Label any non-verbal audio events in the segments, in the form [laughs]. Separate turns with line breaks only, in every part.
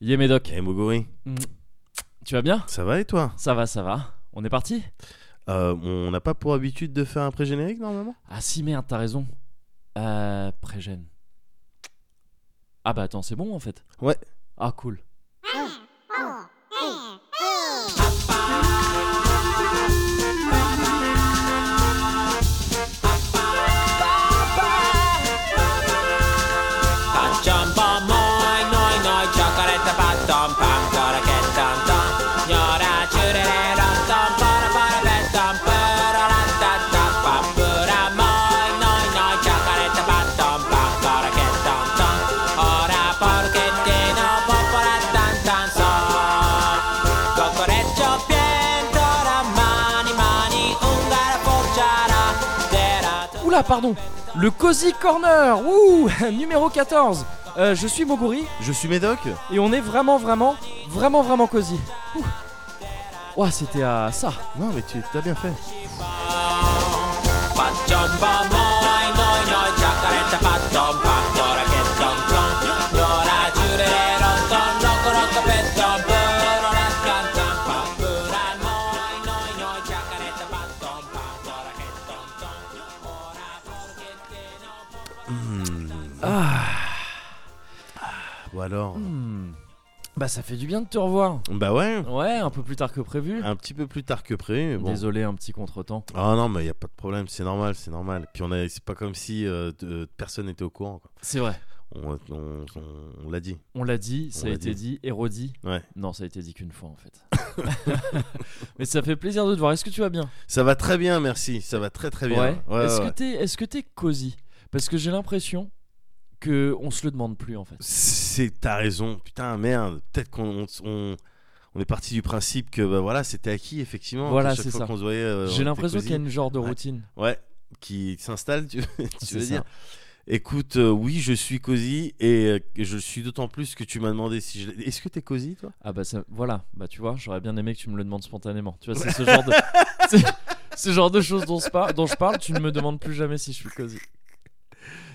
Yé Médoc,
Et Moguri,
tu vas bien
ça va et toi
Ça va, ça va. On est parti
Euh, On n'a pas pour habitude de faire un pré-générique normalement
Ah si merde, t'as raison. Euh, Prégène. Ah bah attends, c'est bon en fait
Ouais.
Ah cool.
Pat jump on moi, noi noi chocolate pat dum pam gotta get dum dum. You're a churere dum dum para para bet dum para la da da pam pura moi noi noi chocolate pat dum pam gotta get dum dum. Ora porque te no popola tan tan so. Cocoreccio pientora mani mani un garapocciara.
Oula, pardon Le Cozy Corner Ouh [laughs] Numéro 14 Euh, Je suis Moguri
Je suis Médoc
et on est vraiment, vraiment, vraiment, vraiment cozy. Ouh. Ouah, c'était à ça.
Non mais tu t'as bien fait.
Pat jumpa moi, noi noi chacaretta pat jumpa, ora che jump jump, ora giurere non ton loco loco pet jump, ora la canta pa, ora noi noi noi chacaretta pat jumpa, ora che jump jump, ora perché te no
Hmm, Ou alors
Ah. Hmm. Bah ça fait du bien de te revoir.
Bah ouais,
Ouais, un peu plus tard que prévu.
un petit peu plus tard que prévu, mais Ah, bon.
Désolé, un petit contretemps.
Ah non mais y a pas de problème, c'est normal, c'est normal. Puis on a, c'est pas comme si euh, de- personne n'était au courant. quoi.
C'est vrai.
On, on- on- on l'a dit.
On l'a dit, ça
On
a
l'a
été dit, et redit.
Ouais.
Non, ça a été dit qu'une fois en fait. [laughs] Mais ça fait plaisir de te voir. Est-ce que tu vas bien
Ça va très bien, merci. Ça va très très bien.
Ouais.
Ouais,
Est-ce
ouais,
que t'es, est-ce que t'es cosy Parce que j'ai l'impression que on se le demande plus en fait.
C'est ta raison, putain merde. Peut-être qu'on on, on- on est parti du principe que bah, voilà c'était acquis effectivement.
Voilà,
qu'à chaque
c'est
fois
ça.
qu'on se voyait, euh, on
j'ai
était
l'impression
cosy.
qu'il y a une genre de
Ouais.
routine.
Ouais, qui s'installe, tu, [laughs] tu
C'est
veux
ça.
dire. Écoute, euh, oui, je suis cosy et euh, je le suis d'autant plus que tu m'as demandé si je... Est-ce que t'es cosy, toi
Ah bah ça, voilà, bah tu vois, j'aurais bien aimé que tu me le demandes spontanément. Tu vois, c'est ce
[laughs]
genre de, c'est- ce genre de choses dont, je par- dont je parle, tu ne me demandes plus jamais si je suis cosy.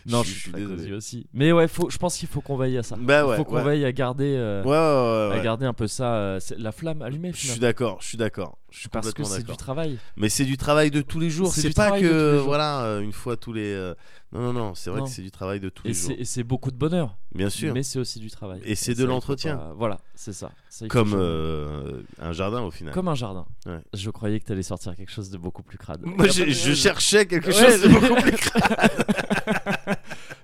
Non, je,
Je suis-
suis
je suis
très
désolé.
cosy aussi. Mais ouais, faut, je pense qu'il faut qu'on veille à ça.
Bah ouais,
Il faut qu'on
ouais.
veille à garder, euh,
Ouais, ouais, ouais, ouais.
à garder un peu ça, euh, c'est- la flamme allumée.
Je suis
Finalement.
d'accord, je suis d'accord. Je suis
Parce que
complètement
c'est du
d'accord.
travail.
Mais c'est du travail de tous les jours.
C'est
C'est
du
pas
travail de tous les
que,
jours.
voilà, euh, une fois tous les. euh, Non, non, non, c'est vrai
Non.
que c'est du travail de tous
Et
les jours.
c'est, et c'est beaucoup de bonheur.
Bien sûr.
Mais c'est aussi du travail.
Et c'est de
Ça, il faut
l'entretien.
pas- Voilà, c'est ça. Ça, il faut
Comme
jamais-
euh, un jardin au final.
Comme un jardin.
Ouais.
Je croyais que t'allais sortir quelque chose de beaucoup plus crade.
[laughs] Moi, j'ai- je cherchais quelque
euh, Ouais,
chose de [laughs]
c'est- [laughs]
beaucoup plus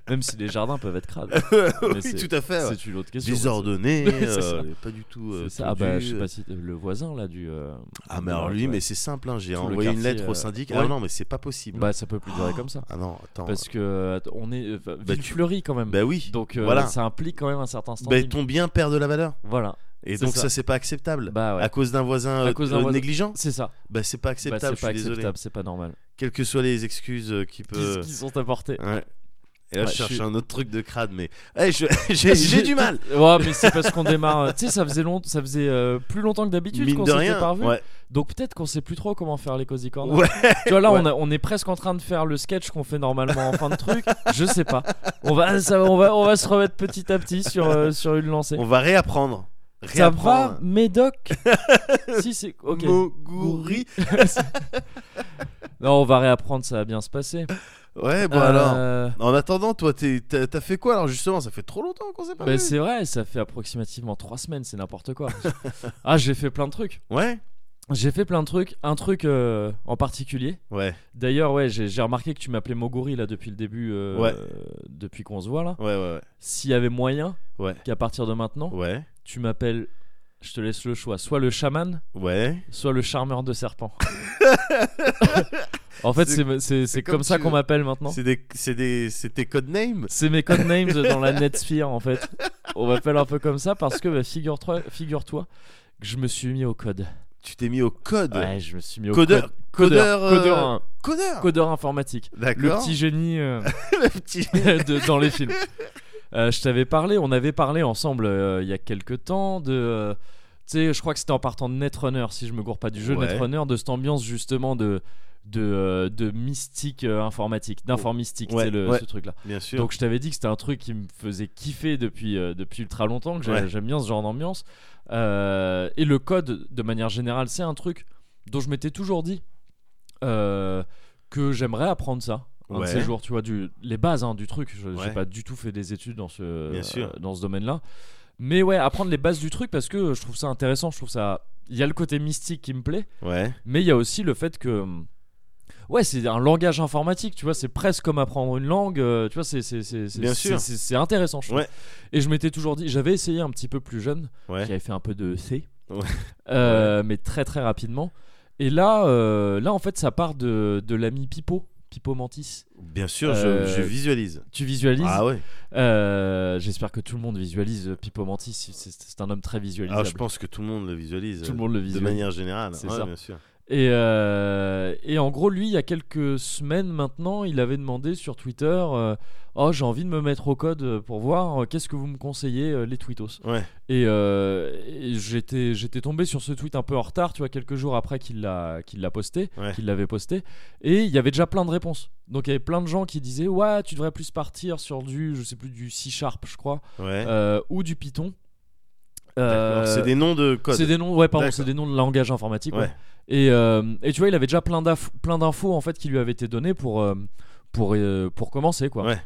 Même si les jardins peuvent être crades.
crade.
Mais
oui,
c'est-
tout à fait. ouais.
C'est une autre question.
Désordonné,
[laughs] Ouais, c'est ça.
euh, pas du tout.
C'est
euh,
ça. Ah
tendu,
bah je sais
euh,
pas si le voisin là du. euh,
Ah
du
mais alors
village,
lui
ouais.
mais c'est simple hein, j'ai
Tout le
envoyé une
quartier,
lettre
euh,
au syndic.
ouais.
Ah non mais c'est pas possible.
Bah ça peut plus durer comme ça.
ah non attends.
Parce que att- on est euh,
Bah,
ville
tu-
fleurie quand même.
Bah oui.
Donc euh,
voilà.
ça implique quand même un certain
Bah,
standing.
ton bien perd de la valeur
Voilà.
et
C'est
donc ça,
ça.
c'est pas acceptable.
Bah ouais.
À cause d'un voisin,
À
euh,
cause d'un
euh,
voisin.
négligent,
C'est ça.
bah c'est pas
Bah,
acceptable.
c'est
je suis
pas
désolé.
acceptable. C'est pas normal.
Quelles que soient les excuses euh, qui
Qu'est-ce
peut.
qu'ils sont [laughs] apportés
Ouais. Et là
Ouais,
je cherche
je suis- Ah,
un autre truc de crade mais
[laughs]
Eh, je- j'ai j'ai du mal.
Ouais, mais c'est parce qu'on démarre. euh, Tu sais, ça faisait long, ça faisait euh, plus longtemps que d'habitude
Mine
qu'on
de
s'était
rien.
pas revu.
Ouais.
Donc peut-être qu'on sait plus trop comment faire les cozy corners.
Ouais.
Tu vois là,
Ouais.
on, a- on est presque en train de faire le sketch qu'on fait normalement en fin de truc. Je sais pas. On va, ça, on va, on va se remettre petit à petit sur euh, sur une lancée.
On va réapprendre.
Ça va,
Réapprendre.
Médoc
[laughs]
Si c'est ok.
Moguri.
non, on va réapprendre, ça va bien se passer.
Ouais bon
Euh,
alors. En attendant toi t'es- t'as t'as fait quoi alors justement ça fait trop longtemps qu'on s'est pas
bah,
vu.
c'est vrai, ça fait approximativement trois semaines, c'est n'importe quoi. [laughs] ah, j'ai fait plein de trucs.
Ouais.
J'ai fait plein de trucs. Un truc euh, en particulier.
Ouais.
D'ailleurs, ouais, j'ai j'ai remarqué que tu m'appelais Moguri là depuis le début, euh,
Ouais.
euh, depuis qu'on se voit là.
Ouais ouais
S'il y avait moyen
ouais.
qu'à partir de maintenant,
Ouais. Ouais.
tu m'appelles, je te laisse le choix, soit le chaman,
Ouais.
soit le charmeur de
[laughs]
serpent. en fait,
C'est-
c'est- c'est c'est
c'est
comme
comme
ça
tu
qu'on
veux.
m'appelle maintenant.
C'est des, c'est des, c'est tes codenames.
C'est mes codenames dans la Netsphere en fait. On m'appelle un peu comme ça parce que bah, figure-toi figure que je me suis mis au code.
Tu t'es mis au code.
Ouais, je me suis mis au
Codeur,
code.
codeur, euh,
codeur, hein.
codeur.
Codeur informatique. Le
D'accord.
petit génie.
[laughs]
euh, [laughs]
Le petit-
de- dans les films. Euh, je t'avais parlé, on avait parlé ensemble euh, il y a quelques temps de. euh, tu sais, je crois que c'était en partant de Netrunner, si je me gourre pas du jeu,
Ouais.
Netrunner, de cette ambiance justement de de, euh, de mystique euh, informatique, d'informistique,
Ouais,
c'est le
ouais.
ce truc-là.
bien sûr.
Donc je t'avais dit que c'était un truc qui me faisait kiffer depuis, euh, depuis ultra longtemps, que j'ai-
Ouais.
j'aime bien ce genre d'ambiance. Euh, et le code, de manière générale, c'est un truc dont je m'étais toujours dit euh, que j'aimerais apprendre ça. Un
Ouais.
de ces jours, tu vois, du, les bases hein, du truc. Je n'ai
Ouais.
pas du tout fait des études dans ce, euh,
Bien sûr.
dans ce domaine-là. Mais ouais, apprendre les bases du truc parce que je trouve ça intéressant, je trouve ça... Il y a le côté mystique qui me plaît,
ouais,
mais il y a aussi le fait que. hum, Ouais, c'est un langage informatique, tu vois, c'est presque comme apprendre une langue, euh, tu vois, c'est c'est- c'est- c'est-
Bien
c'est-
sûr.
c'est- c'est intéressant, je trouve.
Ouais.
Et je m'étais toujours dit, j'avais essayé un petit peu plus jeune,
ouais.
j'avais fait un peu de C,
Ouais.
euh, mais très très rapidement. Et là, euh, là en fait, ça part de, de l'ami Pipo, Pipo Mantis.
Bien sûr, je-
Euh,
je, visualise.
Tu visualises
Ah ouais.
Euh, J'espère que tout le monde visualise Pipo Mantis, c'est- c'est un homme très visualisable.
Ah, je pense que tout le monde le visualise. euh,
Tout le monde le
De
visualise.
manière générale.
C'est
ouais,
ça.
bien sûr.
Et, euh, et en gros, lui, il y a quelques semaines maintenant, il avait demandé sur Twitter euh, Oh, j'ai envie de me mettre au code euh, pour voir, euh, qu'est-ce que vous me conseillez, euh, les tweetos
Ouais.
Et, euh, et j'étais, j'étais tombé sur ce tweet un peu en retard, tu vois, quelques jours après qu'il l'a, qu'il l'a posté,
Ouais.
qu'il l'avait posté. Et il y avait déjà plein de réponses. Donc il y avait plein de gens qui disaient Ouais, tu devrais plus partir sur du, je sais plus, du C-Sharp, je crois,
Ouais.
euh, ou du Python.
D'accord,
Euh,
C'est des noms de code.
c'est des noms, ouais, pardon,
D'accord.
c'est des noms de langage informatique. ouais.
Ouais.
Et, euh, et tu vois, il avait déjà plein d'inf- plein d'infos en fait qui lui avaient été données pour euh, pour euh, pour commencer quoi.
Ouais.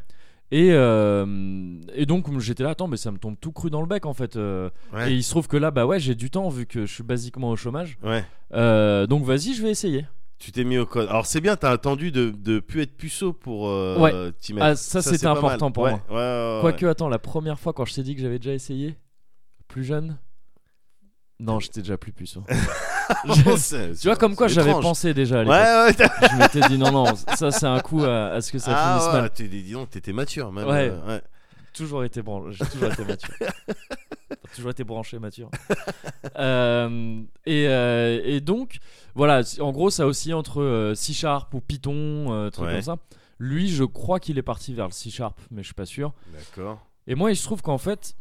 Et, euh, et donc j'étais là, attends, mais ça me tombe tout cru dans le bec en fait. euh.
Ouais.
Et il se trouve que là, bah ouais, j'ai du temps vu que je suis basiquement au chômage.
Ouais.
Euh, donc vas-y, je vais essayer.
Tu t'es mis au code. Alors c'est bien, t'as attendu de, de plus être puceau pour euh,
Ouais.
t'y mettre.
Ah, ça, c'était
c'est pas mal.
important pour
Ouais,
moi.
Ouais, ouais, ouais,
Quoique, attends, la première fois quand je t'ai dit que j'avais déjà essayé, plus jeune, non, j'étais déjà plus puceau.
[laughs]
[laughs]
ouais. C'est-
tu vois,
c'est-
comme quoi
c'est
j'avais
étrange.
pensé déjà à
Ouais,
l'époque.
ouais, t'as-
Je m'étais dit, non, non, ça c'est un coup à, à ce que ça finisse
ah, ouais,
mal.
t'es- dis donc, t'étais mature même.
Ouais.
euh, ouais.
toujours été branché. J'ai toujours été
[laughs]
mature. T'as toujours été branché, mature. Euh, et, euh, et donc, voilà, c- en gros, ça aussi entre euh, C Sharp ou Python, euh, trucs
Ouais.
comme ça. Lui, je crois qu'il est parti vers le C Sharp, mais je suis pas sûr.
D'accord.
Et moi, il se trouve qu'en fait,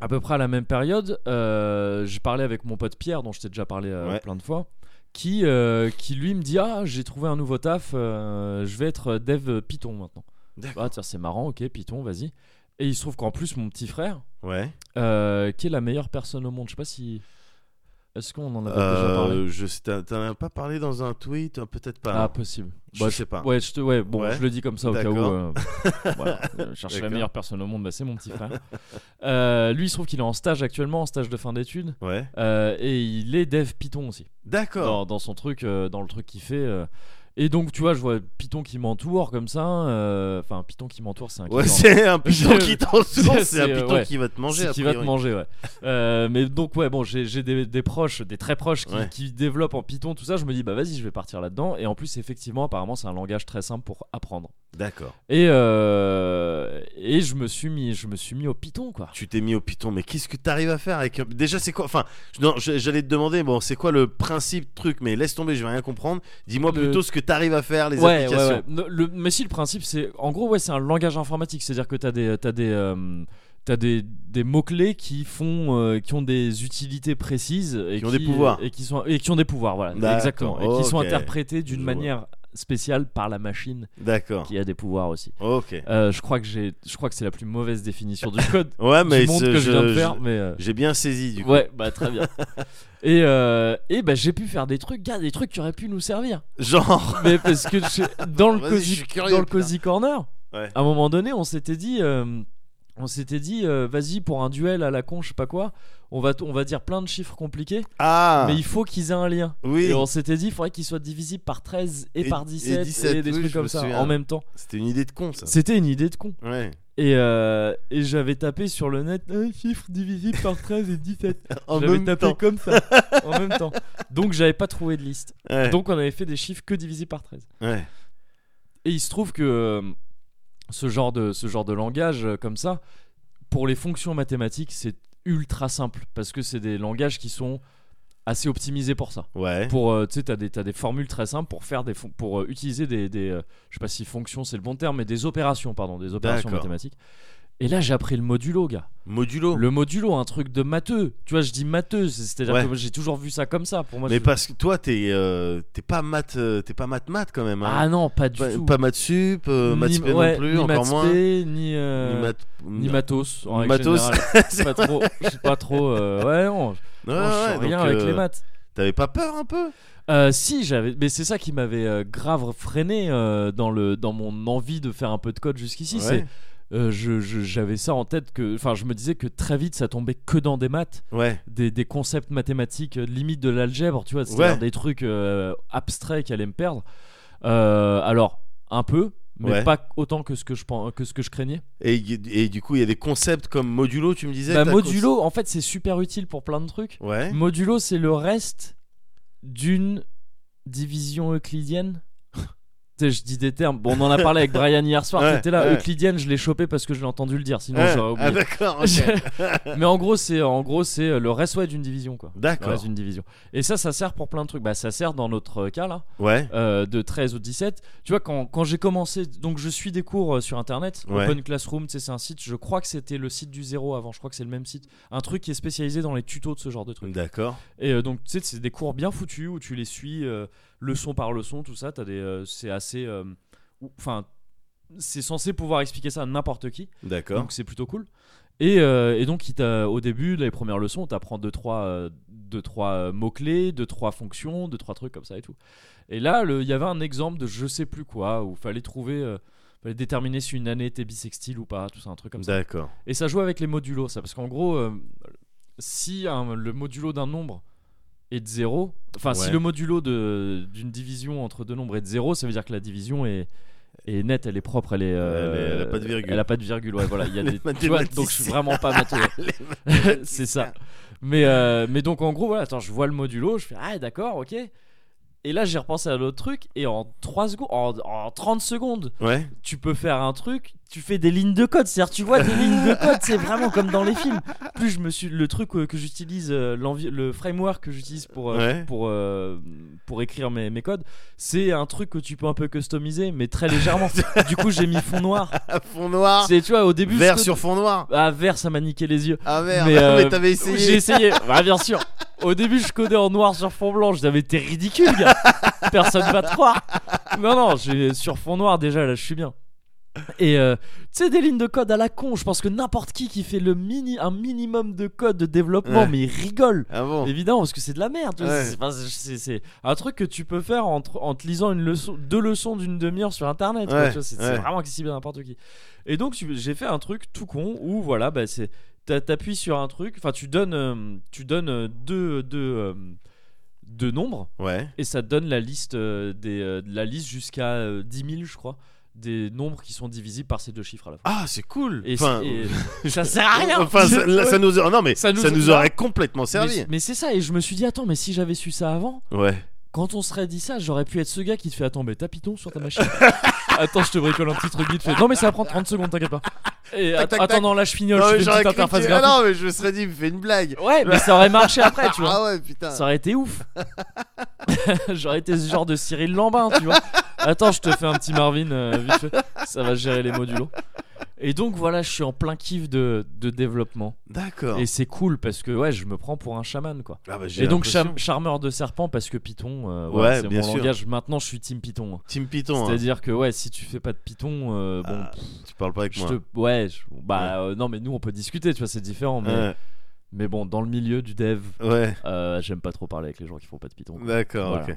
à peu près à la même période, euh, j'ai parlé avec mon pote Pierre, dont je t'ai déjà parlé euh,
Ouais.
plein de fois, qui, euh, qui lui me dit Ah, j'ai trouvé un nouveau taf, euh, je vais être dev Python maintenant.
D'accord.
Ah, tiens, c'est marrant, ok, Python, vas-y. Et il se trouve qu'en plus, mon petit frère,
Ouais.
euh, qui est la meilleure personne au monde, je sais pas si. Est-ce qu'on en avait déjà parlé
Euh, je sais- t'en t'en as pas parlé dans un tweet, euh, peut-être pas.
Ah, possible.
Je
Bah,
sais pas.
Ouais, je te, ouais, bon,
Ouais.
je le dis comme ça au cas où.
D'accord. [laughs]
euh, voilà, euh, chercher la
D'accord.
meilleure personne au monde, bah, c'est mon petit frère. [laughs] Euh, lui, il se trouve qu'il est en stage actuellement, en stage de fin d'études,
Ouais.
euh, et il est dev Python aussi,
D'accord.
dans, dans son truc, euh, dans le truc qu'il fait. euh. et donc, tu vois, je vois Python qui m'entoure comme ça. euh, Enfin, Python qui m'entoure, c'est un
[laughs] Ouais,
qui
c'est un piton qui t'entoure,
[laughs] C'est-
c'est un
euh,
piton
ouais.
qui va te manger.
C'est
a
qui va te
priori.
manger, ouais. Euh, mais donc, ouais, bon, j'ai j'ai des, des proches, des très proches qui,
Ouais.
qui développent en Python, tout ça. Je me dis, bah vas-y, je vais partir là-dedans. Et en plus, effectivement, apparemment, c'est un langage très simple pour apprendre.
D'accord.
Et, euh, et je, me suis mis, je me suis mis au Python, quoi.
Tu t'es mis au piton, mais qu'est-ce que t'arrives à faire avec un- Déjà, c'est quoi Enfin, je- non, je- j'allais te demander, bon, c'est quoi le principe truc Mais laisse tomber, je vais rien comprendre. Dis-moi
Le-
plutôt ce que t'arrives à faire, les
ouais, ouais,
applications.
ouais. Ne- le- mais si, le principe, c'est. En gros, ouais, c'est un langage informatique. C'est-à-dire que t'as des. T'as des euh, T'as des, des mots-clés qui font euh, qui ont des utilités précises et
Qui ont des pouvoirs.
et qui sont et qui ont des pouvoirs voilà
D'accord,
exactement et qui sont
ok.
interprétés d'une
Je vois.
manière spéciale par la machine
D'accord.
qui a des pouvoirs aussi
Ok.
Euh, je crois que j'ai je crois que c'est la plus mauvaise définition du [laughs] code
Ouais, Ah, mais
du monde
ce-
que je viens de
je-
faire mais euh,
J'ai bien saisi du coup.
ouais bah très
[laughs]
bien et euh, et bah j'ai pu faire des trucs gars des trucs qui auraient pu nous servir
[laughs]
[laughs]
Genre.
mais parce que je- dans le
Vas-y, je
cozy,
suis curieux,
dans le
putain.
cozy corner,
Ouais.
à un moment donné, on s'était dit, euh, on s'était dit, euh, vas-y pour un duel à la con, je sais pas quoi, on va t- on va dire plein de chiffres compliqués,
Ah
mais il faut qu'ils aient un lien.
Oui,
Et on s'était dit, il faudrait qu'ils soient divisibles par 13 et,
Et-
par
et
17 et,
17,
des
oui,
trucs
je
comme
me
ça
souviens.
en même temps.
c'était une idée de con ça.
C'était une idée de con.
Ouais.
Et, euh, et j'avais tapé sur le net un chiffre divisible par 13 et 17.
En
j'avais
même
tapé
temps.
comme
[laughs]
ça en même temps. Donc j'avais pas trouvé de liste.
Ouais.
Donc on avait fait des chiffres que divisés par 13.
Ouais.
Et il se trouve que euh, ce genre de, ce genre de langage euh, comme ça, pour les fonctions mathématiques, c'est ultra simple parce que c'est des langages qui sont assez optimisés pour ça.
Ouais.
Pour, euh, tu sais, t'as des, t'as des formules très simples pour faire des, fon- pour euh, utiliser des, des euh, je sais pas si fonction c'est le bon terme, mais des opérations, pardon, des opérations
D'accord.
mathématiques. Et là, j'ai appris le modulo, gars.
Modulo.
Le modulo, un truc de matheux. Tu vois, je dis matheux, c'est- c'est-à-dire
Ouais.
que moi, j'ai toujours vu ça comme ça. Pour moi,
mais
je-
parce que toi, t'es euh, t'es pas maths, euh, t'es pas maths maths quand même.
Ah
Hein.
non, pas du
pas,
tout.
pas maths sup, euh, maths
Ni-
spé
ouais,
non plus,
ni
encore
maths
moins.
spé, ni, euh,
ni maths.
ni matos. En
Matos.
matos.
[laughs]
pas trop. Je suis pas trop. euh, Ouais, non.
Ouais,
non, je suis
ouais,
rien
donc,
avec
euh,
les maths.
T'avais pas peur un peu
Euh, si j'avais, mais c'est ça qui m'avait euh, grave freiné euh, dans le dans mon envie de faire un peu de code jusqu'ici.
Ouais.
C'est euh, je- je- j'avais ça en tête que, enfin, je me disais que très vite ça tombait que dans des maths.
Ouais.
des, des concepts mathématiques euh, limite de l'algèbre, tu vois, c'est-à-dire
Ouais.
des trucs euh, abstraits qui allaient me perdre. Euh, alors, un peu, mais
Ouais.
pas autant que ce que je, pen- que ce que je craignais.
Et, et du coup, il y a des concepts comme modulo, tu me disais
Bah,
t'as-
modulo, en fait, c'est super utile pour plein de trucs.
Ouais.
Modulo, c'est le reste d'une division euclidienne. [laughs] Tu sais, je dis des termes. Bon, on en a parlé avec Brian hier soir.
[laughs] Ouais,
J'étais là.
ouais.
Euclidienne, je l'ai chopé parce que je l'ai entendu le dire. Sinon,
Ouais.
j'aurais oublié. [laughs]
Ah, d'accord. ok.
mais en gros, c'est en gros, c'est euh, le reste ouais, d'une division, quoi.
D'accord.
dans une division. Et ça, ça sert pour plein de trucs. Bah, ça sert dans notre euh, cas là,
Ouais.
euh, de 13 au 17. Tu vois, quand, quand j'ai commencé, donc je suis des cours euh, sur internet,
Ouais.
Open Classroom, tu sais, c'est un site, je crois que c'était le site du zéro avant, je crois que c'est le même site. Un truc qui est spécialisé dans les tutos de ce genre de trucs.
D'accord.
Et euh, donc, tu sais, c'est des cours bien foutus où tu les suis euh, leçon par leçon, tout ça. T'as des, euh, c'est assez. euh, ou- Enfin, c'est censé pouvoir expliquer ça à n'importe qui.
D'accord.
Donc c'est plutôt cool. Et, euh, et donc il t'a- au début, les premières leçons, t'apprends 2 trois, euh, deux, trois euh, mots-clés, 2 trois fonctions, 2 trois trucs comme ça et tout. Et là, le- il y avait un exemple de je sais plus quoi, où fallait trouver, euh, fallait déterminer si une année était bisextile ou pas, tout ça, un truc comme ça.
D'accord.
Et ça joue avec les modulos, ça, parce qu'en gros, euh, si un- le modulo d'un nombre est de 0, enfin si
Ouais.
le modulo de- d'une division entre deux nombres est de 0, ça veut dire que la division est, est nette, elle est propre, elle est... euh,
Elle est- elle a pas de virgule.
Elle a pas de virgule, ouais, voilà. il Y a
Les
des, tu vois, donc je suis
mathématiciens.
vraiment pas
[laughs]
matheux. [laughs] C'est ça. Mais, euh, mais donc en gros, voilà, attends, je vois le modulo, je fais, ah d'accord, ok. Et là, j'ai repensé à l'autre truc, et en 3 secondes, en- en 30 secondes,
Ouais.
tu peux faire un truc, tu fais des lignes de code. C'est-à-dire, tu vois des lignes de code, c'est vraiment comme dans les films. Plus je me suis, le truc euh, que j'utilise, euh, l'envi- le framework que j'utilise pour euh,
Ouais.
pour euh, pour écrire mes, mes codes, c'est un truc que tu peux un peu customiser, mais très
[laughs]
légèrement. du coup, j'ai mis fond noir.
À [laughs] fond noir.
C'est tu vois au début.
Vert
ce que-
sur fond noir.
Ah vert, ça m'a niqué les yeux.
[laughs] Ah merde.
Mais,
Mais,
euh,
t'avais
J'ai
essayé.
essayé. Bah bien sûr. Au début, je codais en noir sur fond blanc. J'avais été ridicule, gars. Personne va te croire. Non, non, j'ai sur fond noir déjà. Là, je suis bien. Et euh, tu sais, des lignes de code à la con. Je pense que n'importe qui qui fait le mini, un minimum de code de développement,
Ouais.
mais il rigole.
Ah bon.
Évidemment, parce que c'est de la merde. tu vois,
Ouais.
c'est- enfin, c'est- C'est c'est un truc que tu peux faire en, te- en te lisant une leçon, deux leçons d'une demi-heure sur internet. quoi,
Ouais,
tu vois, c'est c'est
ouais.
vraiment accessible à n'importe qui. Et donc, tu- j'ai fait un truc tout con où voilà, bah, c'est t'a- t'appuies sur un truc, enfin, tu donnes, euh, tu donnes euh, deux, deux, euh, deux nombres
Ouais.
et ça te donne la liste, euh, des, euh, de la liste jusqu'à euh, 10 000, je crois, des nombres qui sont divisibles par ces deux chiffres à la fois.
Ah, c'est cool.
Et,
enfin, euh, [laughs]
et ça sert
Ah,
à rien!
enfin, ça, là, ça nous non mais
Ça
ça
nous-
nous, aurait complètement servi.
mais mais c'est ça, et je me suis dit, attends, mais si j'avais su ça avant,
Ouais.
quand on serait dit ça, j'aurais pu être ce gars qui te fait Attends, mais t'as Python sur ta machine [laughs] Attends, je te bricole un petit truc vite fait. Non, mais ça prend 30 secondes, t'inquiète pas. Et
Tac,
att-
tac, tac.
attends, non, là je fignole,
Non,
je
mais
fais une
j'aurais
petite
cru
interface
que- ah
graphique.
non mais je me serais dit, fais une blague.
Ouais, mais ça aurait marché après, tu vois.
Ah ouais, putain.
Ça aurait été ouf. [laughs] j'aurais été ce genre de Cyril Lambin, tu vois. Attends, je te fais un petit Marvin euh, vite fait. Ça va gérer les modulos. Et donc voilà, je suis en plein kiff de, de développement.
D'accord.
Et c'est cool parce que ouais, je me prends pour un chaman quoi.
Ah bah, j'ai
Et donc
l'impression.
cham- charmeur de serpent parce que Python, euh,
Ouais,
voilà, c'est
bien
mon
sûr.
langage. Maintenant, je suis team Python. hein.
Team Python. hein.
C'est-à-dire que ouais, si tu fais pas de Python, euh, bon,
Ah, tu parles pas avec
je
moi.
te, ouais, je- bah euh, non, mais nous on peut discuter, tu vois, c'est différent. Mais,
Ouais.
mais bon, dans le milieu du dev,
Ouais.
euh, j'aime pas trop parler avec les gens qui font pas de Python. quoi.
D'accord.
Voilà.
Ok.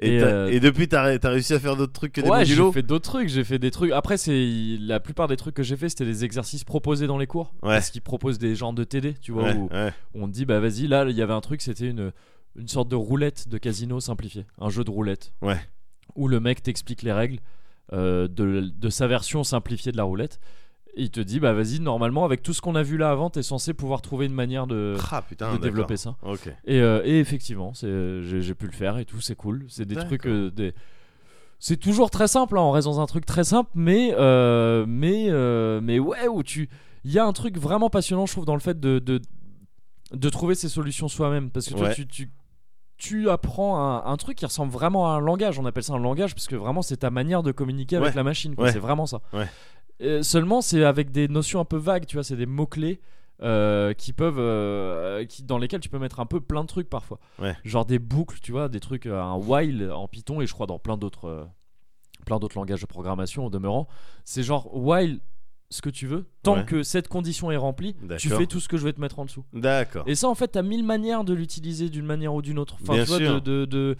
Et,
Et,
t'as-
euh,
et depuis t'as ré- t'as réussi à faire d'autres trucs que des
Ouais, j'ai
modulos.
fait d'autres trucs, j'ai fait des trucs. Après, c'est la plupart des trucs que j'ai fait, c'était des exercices proposés dans les cours,
Ouais.
parce qu'ils proposent des genres de TD, tu vois,
Ouais,
où
ouais.
on te dit bah vas-y, là il y avait un truc, c'était une une sorte de roulette de casino simplifié, un jeu de roulette.
Ouais.
Où le mec t'explique les règles euh, de, de sa version simplifiée de la roulette. Et il te dit bah vas-y, normalement avec tout ce qu'on a vu là avant, t'es censé pouvoir trouver une manière de,
Ah putain.
euh, de
d'accord.
développer ça.
Ok.
Et, euh, et effectivement, c'est- euh, j'ai j'ai pu le faire et tout, c'est cool. C'est des
D'accord.
trucs. euh, des... C'est toujours très simple, hein, on reste dans un truc très simple, mais, euh, mais, euh, mais ouais, où tu. Il y a un truc vraiment passionnant, je trouve, dans le fait de, de, de trouver ses solutions soi-même. Parce que toi,
Ouais.
tu, tu, tu apprends un, un truc qui ressemble vraiment à un langage. On appelle ça un langage parce que vraiment, c'est ta manière de communiquer avec
Ouais.
la machine. quoi.
Ouais.
C'est vraiment ça.
Ouais.
Euh, seulement, c'est avec des notions un peu vagues, tu vois, c'est des mots-clés euh, qui peuvent. euh, qui, dans lesquels tu peux mettre un peu plein de trucs parfois.
Ouais.
Genre des boucles, tu vois, des trucs, euh, un while en Python et je crois dans plein d'autres. euh, plein d'autres langages de programmation au demeurant. C'est genre while ce que tu veux, tant
Ouais.
que cette condition est remplie, tu
D'accord.
fais tout ce que je vais te mettre en dessous.
D'accord.
Et ça, en fait, t'as mille manières de l'utiliser d'une manière ou d'une autre. Enfin,
Bien
tu vois,
sûr.
De, de- de-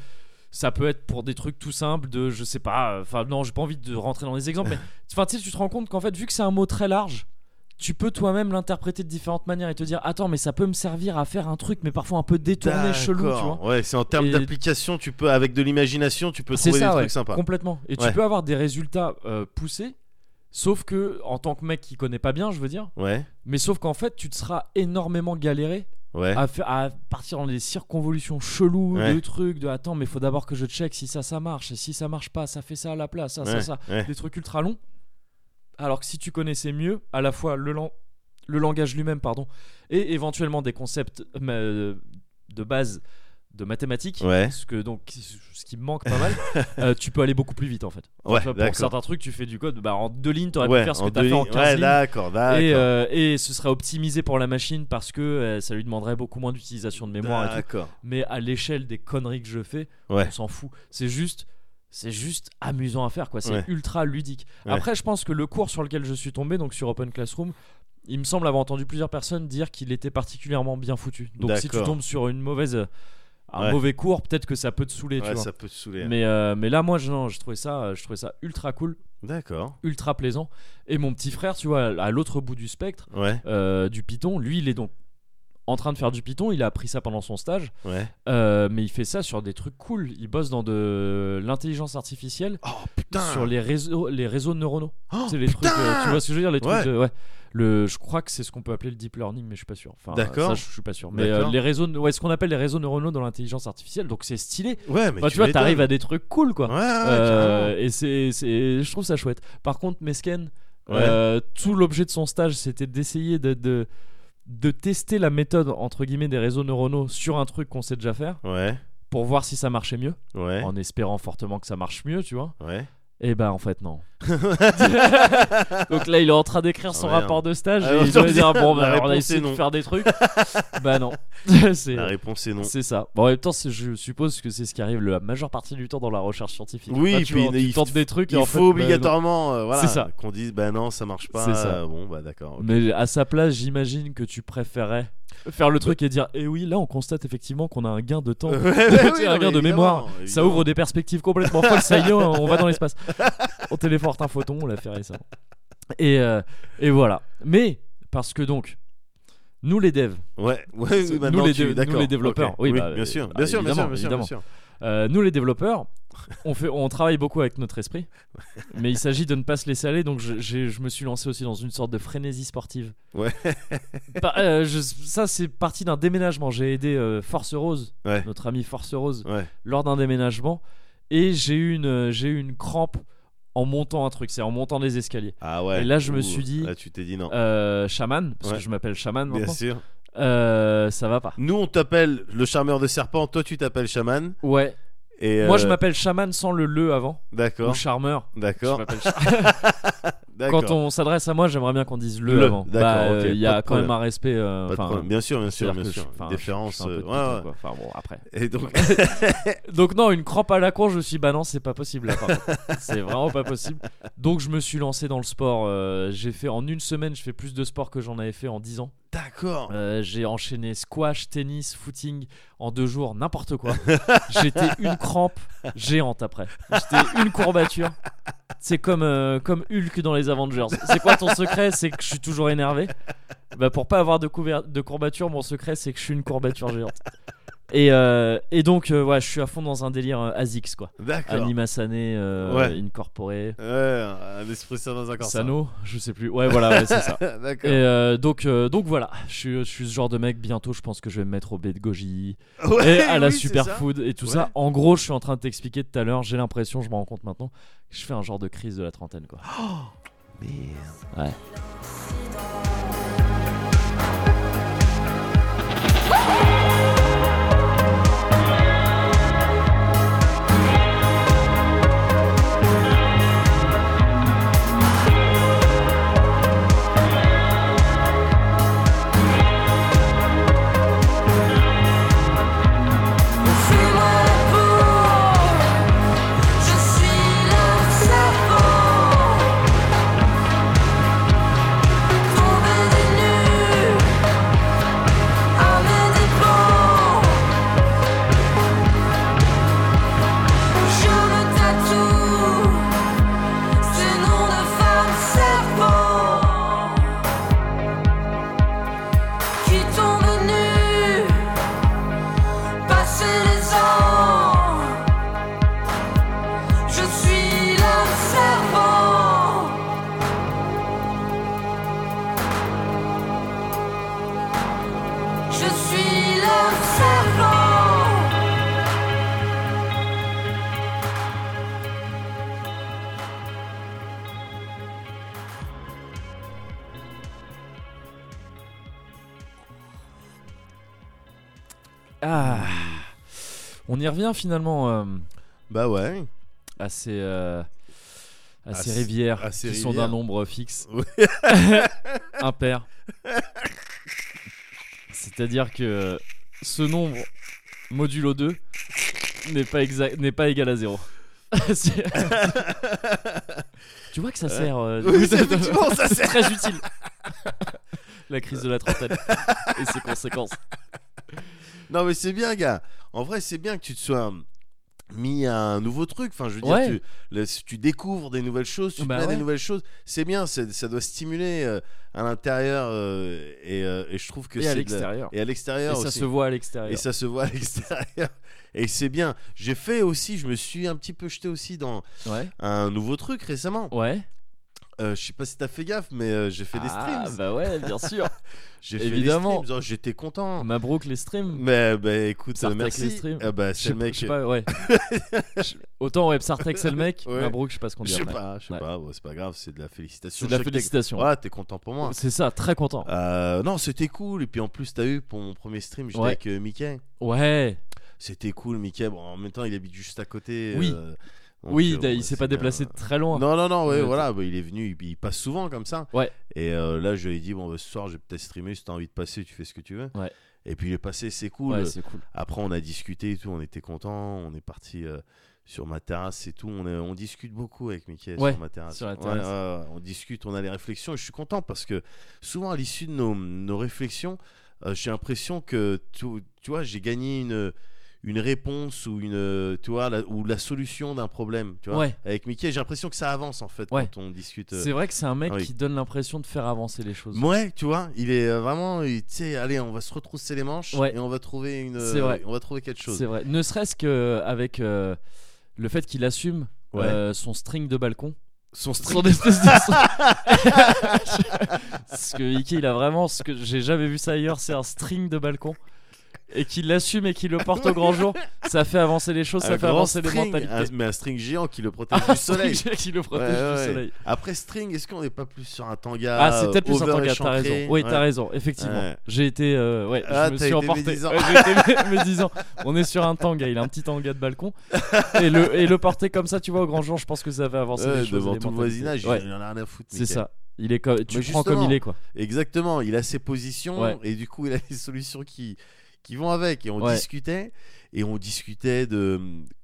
ça peut être pour des trucs tout simples, de je sais pas. euh, Enfin, non, j'ai pas envie de rentrer dans les exemples, mais
[laughs]
enfin, tu sais, tu te rends compte qu'en fait, vu que c'est un mot très large. Tu peux toi-même l'interpréter de différentes manières et te dire attends mais ça peut me servir à faire un truc mais parfois un peu détourné chelou tu vois
D'accord. Ouais, c'est en termes
Et-
d'application, tu peux, avec de l'imagination, tu peux
c'est
trouver
ça
des
ouais,
trucs sympas.
complètement et
Ouais.
tu peux avoir des résultats euh, poussés sauf que en tant que mec qui connaît pas bien je veux dire
Ouais,
mais sauf qu'en fait tu te seras énormément galéré
ouais.
à, faire- à partir dans des circonvolutions cheloues,
Eh. Ouais.
de trucs, de attends, mais faut d'abord que je check si ça, ça marche, et si ça marche pas, ça fait ça à la place, ça, ça,
ouais, Eh.
ça.
ouais.
Des trucs ultra longs. Alors que si tu connaissais mieux, à la fois le, lan- le langage lui-même, pardon, et éventuellement des concepts euh, de base de mathématiques,
Ouais.
ce, que, donc, ce qui me manque pas
[laughs]
mal, euh, tu peux aller beaucoup plus vite en fait.
Ouais,
Tu vois, pour
d'accord.
certains trucs, tu fais du code, bah, en deux lignes, t'aurais pu
Ouais,
faire ce
en
que t'as
deux
fait en
lignes.
15
Ouais,
lignes.
d'accord, Ah, d'accord.
Et, euh, et ce sera optimisé pour la machine parce que euh, ça lui demanderait beaucoup moins d'utilisation de mémoire. et tout.
D'accord.
Mais à l'échelle des conneries que je fais,
Ouais.
on s'en fout. C'est juste, c'est juste amusant à faire quoi. C'est
Ouais.
ultra ludique.
Ouais.
Après, je pense que le cours sur lequel je suis tombé, donc sur Open Classroom, il me semble avoir entendu plusieurs personnes dire qu'il était particulièrement bien foutu. Donc si tu
D'accord.
tombes sur une mauvaise, euh, un
Ouais.
mauvais cours, peut-être que ça peut te saouler. tu
Ouais,
vois.
ça peut te saouler.
Mais euh, mais là, moi, je, non, je trouvais ça, euh, je trouvais ça ultra cool,
D'accord.
ultra plaisant. Et mon petit frère, tu vois, à l'autre bout du spectre
Ouais,
euh, du Python. Lui, il est donc en train de faire du Python. Il a appris ça pendant son stage,
ouais.
Euh, mais il fait ça sur des trucs cool. Il bosse dans de l'intelligence artificielle
Oh putain.
sur les réseaux, les réseaux neuronaux.
Oh,
c'est les trucs, euh, tu vois ce que je veux dire, les trucs.
Ouais.
euh, ouais. Le, je crois que c'est ce qu'on peut appeler le deep learning, mais je suis pas sûr. Enfin,
D'accord.
ça, je, je suis pas sûr. Mais euh,
D'accord.
les réseaux, ouais, ce qu'on appelle les réseaux neuronaux dans l'intelligence artificielle, donc c'est stylé.
Ouais,
Enfin,
mais tu
Bah, tu vois,
m'étonnes.
t'arrives à des trucs cool, quoi.
Ouais, ouais,
Euh,
carrément.
et c'est, c'est- je trouve ça chouette. Par contre, Mesken,
Ouais.
euh, tout l'objet de son stage, c'était d'essayer de, de, de tester la méthode entre guillemets des réseaux neuronaux sur un truc qu'on sait déjà faire
Ouais,
pour voir si ça marchait mieux,
ouais,
en espérant fortement que ça marche mieux, tu vois.
ouais.
Et ben en fait
[laughs]
non. Donc là, il est en train d'écrire son
Ouais, hein.
rapport de stage
Ah,
et il
autant
doit dire
dire,
bon, bah, alors, on
la
a
réponse
essayé
est
de
non.
faire des
[laughs]
trucs. bah non. [laughs] c'est
La réponse est non.
c'est ça. Bon, en même temps, c'est- je suppose que c'est ce qui arrive la majeure partie du temps dans la recherche scientifique.
Oui,
Enfin, tu,
puis
vois, tu
il-
tentes des trucs. et
Il
en
faut
fait, bah, non.
obligatoirement euh, voilà,
C'est ça.
qu'on dise bah non, ça marche pas.
C'est ça.
euh, bon, bah d'accord. ok.
Mais à sa place, j'imagine que tu préférais faire le truc et dire Eh oui, là, on constate effectivement qu'on a un gain de temps.
[laughs] [laughs]
[laughs]
Ouais, ouais,
Tu
oui,
as un
non,
gain
mais
de mémoire.
évidemment,
Ça
évidemment.
ouvre des perspectives complètement folles. Ça y est, on va dans
[laughs]
l'espace. On téléporte un photon, on l'a fait récemment. Et, euh, et voilà. Mais, parce que donc, nous les devs,
Ouais, [laughs] ouais, oui,
Nous,
maintenant,
les
tu-
dé-
d'accord,
nous, les développeurs.
ok.
Oui, bah,
bien sûr,
bah,
bien sûr, bien sûr,
évidemment,
bien sûr, bien
évidemment.
sûr.
Euh, nous les développeurs, on, fait, on travaille beaucoup avec notre esprit, mais il s'agit de ne pas se laisser aller, donc je, j'ai- je me suis lancé aussi dans une sorte de frénésie sportive.
Ouais.
[laughs] Bah, euh, je- ça, c'est parti d'un déménagement. J'ai aidé euh, Force Rose,
Ouais.
notre ami Force Rose,
Ouais.
lors d'un déménagement, et j'ai eu une, euh, j'ai eu une crampe en montant un truc, c'est en montant des escaliers.
Ah ouais.
Et là, je me
ouh,
suis dit- Ah,
Là, tu t'es dit non.
Euh, chaman, parce
Ouais.
que je m'appelle chaman
bien
maintenant,
sûr.
euh, ça va pas.
Nous, on t'appelle le charmeur de serpent. Toi, tu t'appelles chaman.
Ouais.
Et
Moi, je
euh,
m'appelle chaman sans le le avant, ou
D'accord.
charmeur. Je
D'accord.
m'appelle
D'accord.
quand on s'adresse à moi, j'aimerais bien qu'on dise le,
Le,
avant.
d'accord,
Bah,
ok,
euh, il y
pas
a
de
quand même
problème.
un respect. euh,
Pas de
enfin,
problème. Bien sûr, bien sûr,
c'est-à-dire
bien
que je-
sûr.
enfin, je-
Différence.
je suis un peu
euh,
de
ouais,
Python,
ouais.
quoi. Enfin, bon, après.
Et donc,
[laughs] Donc non, une crampe à la con, je me suis dit, bah non, c'est pas possible. là, par
[laughs]
contre. c'est vraiment pas possible. Donc je me suis lancé dans le sport. euh, j'ai fait en une semaine, je fais plus de sport que j'en avais fait en 10 ans.
d'accord.
Euh, j'ai enchaîné squash, tennis, footing en deux jours, n'importe
[laughs]
quoi. J'étais une crampe géante après. J'étais une courbature. C'est comme, euh, comme Hulk dans les Avengers. C'est quoi ton secret C'est que je suis toujours énervé. Bah pour pas avoir de, couver- de courbature, mon secret c'est que je suis une courbature géante. Et, euh, et donc, euh, ouais, je suis à fond dans un délire euh, ASICS quoi.
D'accord.
Anima Sané, euh,
Ouais.
incorporé.
Ouais, un esprit sain dans un corps. sain.
Sano, je sais plus. Ouais, voilà, ouais, c'est ça. Et
[laughs] D'accord.
euh, donc, euh, donc voilà, je suis, je suis ce genre de mec. Bientôt, je pense que je vais me mettre au baie de
[laughs]
goji
Ouais,
et à la
oui, c'est ça.
superfood et tout
Ouais.
ça. En gros, je suis en train de t'expliquer tout à l'heure. J'ai l'impression, je me rends compte maintenant, que je fais un genre de crise de la trentaine quoi. Ouais.
je suis leur servant.
Ah. On y revient finalement euh,
Bah ouais.
à ces, euh, à
À
ces
ces-
rivières
à ces
qui sont
rivières.
d'un nombre fixe.
Oui.
[laughs] Impair. C'est-à-dire que ce nombre modulo 2 n'est pas, exact, n'est pas égal à 0. [laughs] tu vois que ça sert. euh, [laughs]
Oui, c'est effectivement, ça
c'est
sert.
très utile. la crise de la trentaine et ses conséquences.
Non, mais c'est bien, gars. En vrai, c'est bien que tu te sois mis à un nouveau truc. Enfin, je veux dire,
Ouais.
tu, le- tu découvres des nouvelles choses, tu te
Bah
mets à
ouais.
des nouvelles choses. C'est bien, c'est- ça doit stimuler euh, à l'intérieur euh, et, euh, et je trouve que
Et
c'est
à
de la-
l'extérieur.
Et à
Et
l'extérieur
ça
aussi.
se voit à
Et
l'extérieur.
ça se voit à [laughs] l'extérieur. Et c'est bien. J'ai fait aussi, je me suis un petit peu jeté aussi dans
Ouais.
un nouveau truc récemment.
Ouais.
Euh, je sais pas si t'as fait gaffe, mais euh, j'ai fait des
ah,
streams.
Bah ouais, bien sûr.
J'ai fait
évidemment.
des streams. Oh, J'étais content.
Mabrouk les streams.
Mais bah écoute,
Sartek
merci.
les streams.
Ah, bah,
Je
c'est
sais
le
pas-
mec.
je sais pas,
[laughs]
ouais. Je- Autant ouais, Sartek c'est le mec,
Ouais.
Mabrouk je sais pas ce qu'on
Je
dit.
sais
après.
pas, je sais
Ouais.
pas, bon, c'est pas grave, c'est de la félicitation.
C'est de la
Je sais que t'es-
félicitation.
Voilà, t'es content pour moi.
C'est ça, très content.
Euh, non, c'était cool. Et puis en plus, t'as eu pour mon premier stream, j'étais
Ouais.
avec euh, Mickey.
Ouais.
C'était cool, Mickey. Bon, en même temps, il habite juste à côté.
Oui.
euh, donc,
oui,
euh,
il
bon,
s'est
c'est
pas
bien.
déplacé de très loin.
Non, non, non, ouais,
Ouais,
voilà, bah, il est venu, il, il passe souvent comme ça.
Ouais.
Et euh, là, je lui ai dit, bon, bah, ce soir, je vais peut-être streamer, si t'as envie de passer, tu fais ce que tu veux.
Ouais.
Et puis il est passé, c'est cool.
Ouais, c'est cool.
Après, on a discuté et tout, on était contents, on est parti euh, sur ma terrasse et tout. On, est- on discute beaucoup avec Mickey
Ouais,
sur ma terrasse.
sur la
Ouais,
terrasse.
ouais, ouais, on discute, on a les réflexions et je suis content parce que souvent, à l'issue de nos, nos réflexions, euh, j'ai l'impression que, tout, tu vois, j'ai gagné une une réponse ou une euh, tu vois la, ou la solution d'un problème tu vois
Ouais.
avec Mickey j'ai l'impression que ça avance en fait
Ouais.
quand on discute euh,
C'est vrai que c'est un mec
Ah oui.
qui donne l'impression de faire avancer les choses.
Ouais, tu vois, il est euh, vraiment, il- tu sais, allez, on va se retrousser les manches
Ouais.
et on va trouver une,
C'est vrai.
on va trouver quelque chose.
C'est vrai. Ne serait-ce que avec euh, le fait qu'il assume
Ouais.
euh, son string de balcon.
Son
Son
string-
espèce de [laughs] Parce que Mickey, il a vraiment ce que j'ai jamais vu ça ailleurs, c'est un string de balcon. Et qu'il l'assume et qu'il le porte au grand jour, ça fait avancer les choses, ça
un
fait
grand
avancer les
string, un-
mentalités.
mais un string géant qui le protège [laughs] du soleil.
[laughs] qui le protège
Ouais, ouais,
du
ouais.
soleil.
Après string, est-ce qu'on n'est pas plus sur un tanga
Ah, c'est peut-être
euh,
plus un
over
tanga, t'as
échancré
raison. Oui,
Ouais.
t'as raison, effectivement.
Ouais.
J'ai été. euh, ouais,
Ah,
je me
t'as
suis
été
emporté.
médisant.
Ouais, j'ai été mé- [laughs] médisant. On est sur un tanga, il a un petit tanga de balcon. Et le, et le porter comme ça, tu vois, au grand jour, je pense que ça fait avancer
Ouais,
les choses.
devant
les
tout le
mentalités.
voisinage,
Ouais,
il en a rien à foutre.
c'est
Mickey.
ça. Il est co- tu
Mais
le prends comme il
justement.
est, quoi.
Exactement, il a ses positions
Ouais.
et du coup il a les solutions qui, qui vont avec. Et on
Ouais.
discutait, et on discutait de,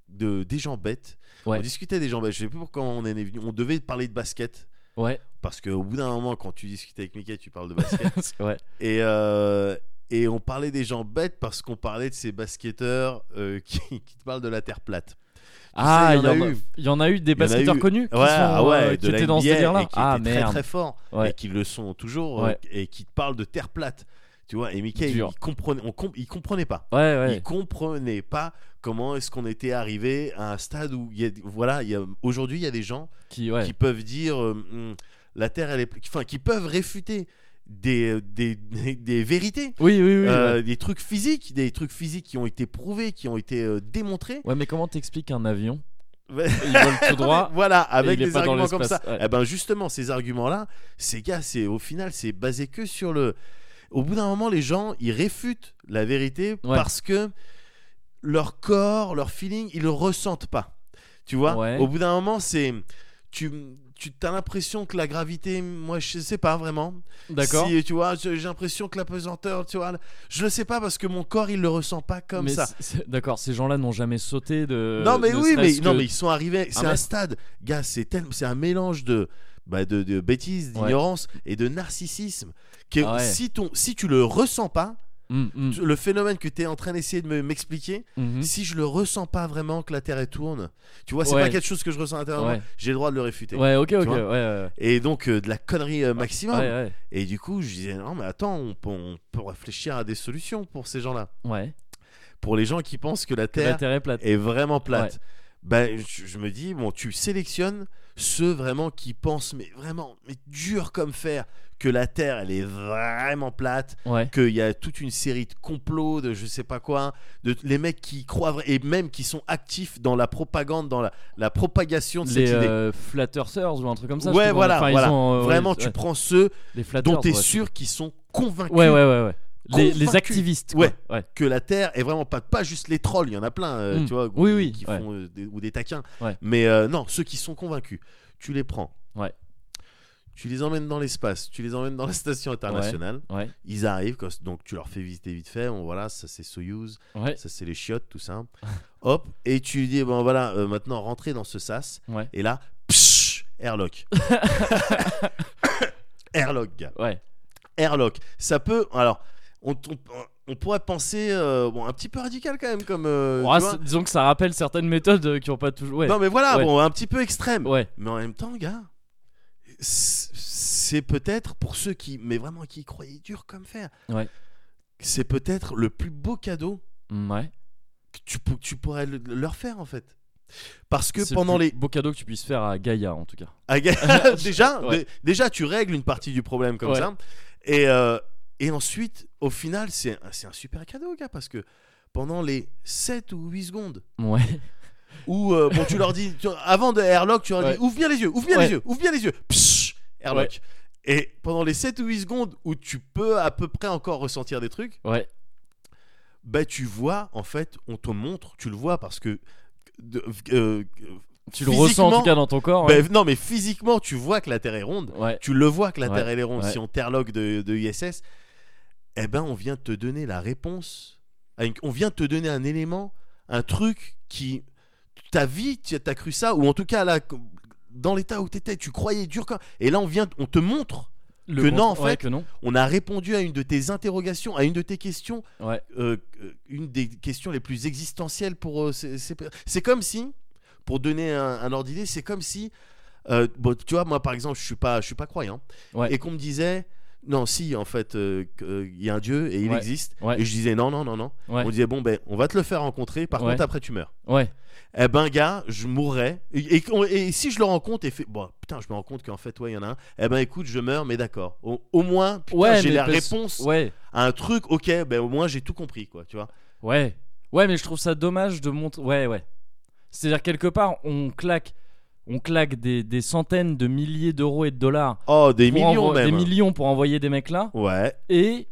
de des gens bêtes.
Ouais.
On discutait des gens bêtes. Je sais plus pourquoi on en est venu. On devait parler de basket
Ouais,
parce qu'au bout d'un moment, quand tu discutes avec Mickey, tu parles de basket.
ouais.
et euh, et on parlait des gens bêtes parce qu'on parlait de ces basketteurs euh, [laughs] qui, qui te parlent de la terre plate.
Ah,
sais,
il y,
il y en
en
a
a-
eu.
il y en a eu des
Il y en a
basketteurs
eu.
connus qui,
Ouais,
sont,
ah ouais,
euh,
de
qui
la
étaient dans ce
NBA, et
délire-là.
qui
Ah
étaient
merde.
très très forts
Ouais.
et qui le sont toujours
Ouais.
euh, et qui te parlent de terre plate. Tu vois, et Mickey, il
Dur.
comprenait, on com- il comprenait pas.
Ouais, ouais.
Il comprenait pas comment est-ce qu'on était arrivé à un stade où il y a, voilà, il y a- aujourd'hui il y a des gens
Qui, ouais.
qui peuvent dire euh, Hmm, la terre elle est, pl- enfin qui peuvent réfuter des des, [laughs] des- des vérités,
Oui, oui, oui.
euh,
ouais.
des trucs physiques, des trucs physiques qui ont été prouvés, qui ont été euh,
[laughs]
démontrés.
Ouais, mais comment t'expliques un avion
Ouais.
Il vole tout droit.
Voilà,
Et
avec
il est
des
pas dans
arguments comme ça.
l'espace, ouais.
Eh ben justement, ces arguments-là, ces gars, c'est au final, c'est basé que sur le. Au bout d'un moment, les gens, ils réfutent la vérité
Ouais.
parce que leur corps, leur feeling, ils le ressentent pas. Tu vois
Ouais.
Au bout d'un moment, c'est tu tu as l'impression que la gravité, moi je sais pas vraiment.
D'accord.
[laughs] Si, tu vois, je- j'ai l'impression que la pesanteur, tu vois, je le sais pas parce que mon corps il le ressent pas comme
Mais
ça.
c'est- c'est- D'accord, ces gens-là n'ont jamais sauté de.
Non mais
ne
oui, mais
serait-ce
non
que-
mais ils sont arrivés. C'est un
mètre.
stade, gars. C'est tellement, c'est un mélange de bah, de, de bêtises,
Ouais.
d'ignorance et de narcissisme que
Ah ouais.
si ton si tu le ressens pas,
Mm, mm,
tu- le phénomène que tu es en train d'essayer de me- m'expliquer,
mhm.
si je le ressens pas vraiment que la terre elle tourne, tu vois, c'est
Ouais.
pas quelque chose que je ressens intérieurement,
Ouais.
j'ai le droit de le réfuter.
Ouais, ok, ok, ouais,
vois
ouais,
Et donc euh, de la connerie euh, maximum.
ouais, ouais,
Et du coup, je disais non mais attends, on peut, on peut réfléchir à des solutions pour ces gens-là,
ouais.
pour les gens qui pensent que la
Que
terre
la Terre est plate.
est vraiment plate. ben, je, je me dis, bon, tu sélectionnes ceux vraiment qui pensent, mais vraiment, mais dur comme fer, que la Terre, elle est vraiment plate,
Ouais.
qu'il y a toute une série de complots, de je sais pas quoi, de t- les mecs qui croient vra- et même qui sont actifs dans la propagande, dans la, la propagation de cette
Les
idée.
euh, Flat Earthers ou un truc comme ça. je
ouais,
crois qu'on-
voilà,
enfin, ils
voilà.
ont, euh,
vraiment,
ouais,
tu
ouais.
prends ceux
les Flat
dont
Earth,
tu es
ouais.
sûr qu'ils sont convaincus
Ouais, ouais, ouais, ouais. Les, les
Convaincus.
activistes. quoi.
Ouais.
ouais.
que la Terre est vraiment pas pas juste les trolls, il y en a plein, euh,
Mm.
tu vois,
Oui,
qui-
oui,
qui
ouais.
font euh, des- ou des taquins.
Ouais.
Mais euh, non, ceux qui sont convaincus, tu les prends.
Ouais.
Tu les emmènes dans l'espace, tu les emmènes dans la station internationale.
Ouais.
Ils arrivent, quand- donc tu leur fais visiter vite fait. On, voilà, ça c'est Soyuz,
Ouais.
ça c'est les chiottes,
[laughs]
tout ça. Hop, et tu lui dis bon voilà, euh, maintenant rentrez dans ce sas.
Ouais.
Et là, psh,
[laughs]
airlock. airlock, gars.
Ouais.
Airlock. Ça peut. Alors, on, on, on pourrait penser euh, bon, un petit peu radical quand même, comme. euh,
Ouais,
tu vois.
c'est- disons que ça rappelle certaines méthodes euh, qui ont pas toujours. Ouais.
Non, mais voilà,
Ouais.
bon, un petit peu extrême.
Ouais.
Mais en même temps, gars, c'est- c'est peut-être pour ceux qui, mais vraiment qui y croyaient dur comme fer.
Ouais.
C'est peut-être le plus beau cadeau
Mm, ouais.
que tu, pou- tu pourrais le- leur faire en fait. Parce que
C'est
pendant
le
les
plus beau cadeau que tu puisses faire à Gaïa en tout cas.
Ah, gars, [laughs]
[laughs]
déjà,
Ouais.
dé- déjà, tu règles une partie du problème comme
Ouais.
ça. Et, euh, et ensuite, au final, c'est un- c'est un super cadeau, gars, parce que pendant les 7 ou 8 secondes
Ouais.
où euh, bon, tu leur dis, tu- avant de airlock, tu leur dis,
Ouais.
ouvre bien les yeux, ouvre bien
Ouais.
les yeux, ouvre bien les yeux, Psh, airlock. Et pendant les 7 ou 8 secondes où tu peux à peu près encore ressentir des trucs,
Ouais.
bah tu vois, en fait, on te montre, tu le vois parce que. de- euh,
Tu le ressens en
physiquement,
tout cas dans ton corps.
bah,
Ouais.
non, mais physiquement, tu vois que la Terre est ronde.
Ouais.
tu le vois que la
Ouais,
Terre elle est ronde,
ouais.
si on terloque de, de ISS, eh ben on vient te donner la réponse. à une- On vient te donner un élément, un truc qui ta vie, tu as cru ça ou en tout cas là dans l'état où tu étais, tu croyais dur comme et là on vient on te montre,
Le
que
bon-
non, en
ouais,
fait.
que non.
on a répondu à une de tes interrogations, à une de tes questions,
Ouais.
euh, euh, une des questions les plus existentielles pour euh, ces- ces- c'est comme si pour donner un, un ordre d'idée, c'est comme si euh, bon, tu vois moi par exemple, je suis pas je suis pas croyant
Ouais.
et qu'on me disait non si en fait euh, que- euh, il y a un dieu et il
Ouais.
existe
Ouais.
et je disais non non non non
Ouais.
on disait bon ben on va te le faire rencontrer par
Ouais.
contre après tu meurs
Ouais.
eh ben gars je mourrais et, et qu'on- et si je le rencontre et fait bon putain je me rends compte qu'en fait ouais il y en a un eh ben écoute je meurs mais d'accord au, au moins putain,
Ouais,
j'ai
mais
la
parce-
réponse
Ouais.
à un truc ok ben au moins j'ai tout compris quoi tu vois
Ouais. Ouais, mais je trouve ça dommage de montrer. Ouais, ouais. C'est-à-dire quelque part, on claque, on claque des, des centaines de milliers d'euros et de dollars.
oh des
pour
millions
envo-
même
Des millions pour envoyer des mecs là.
ouais
Et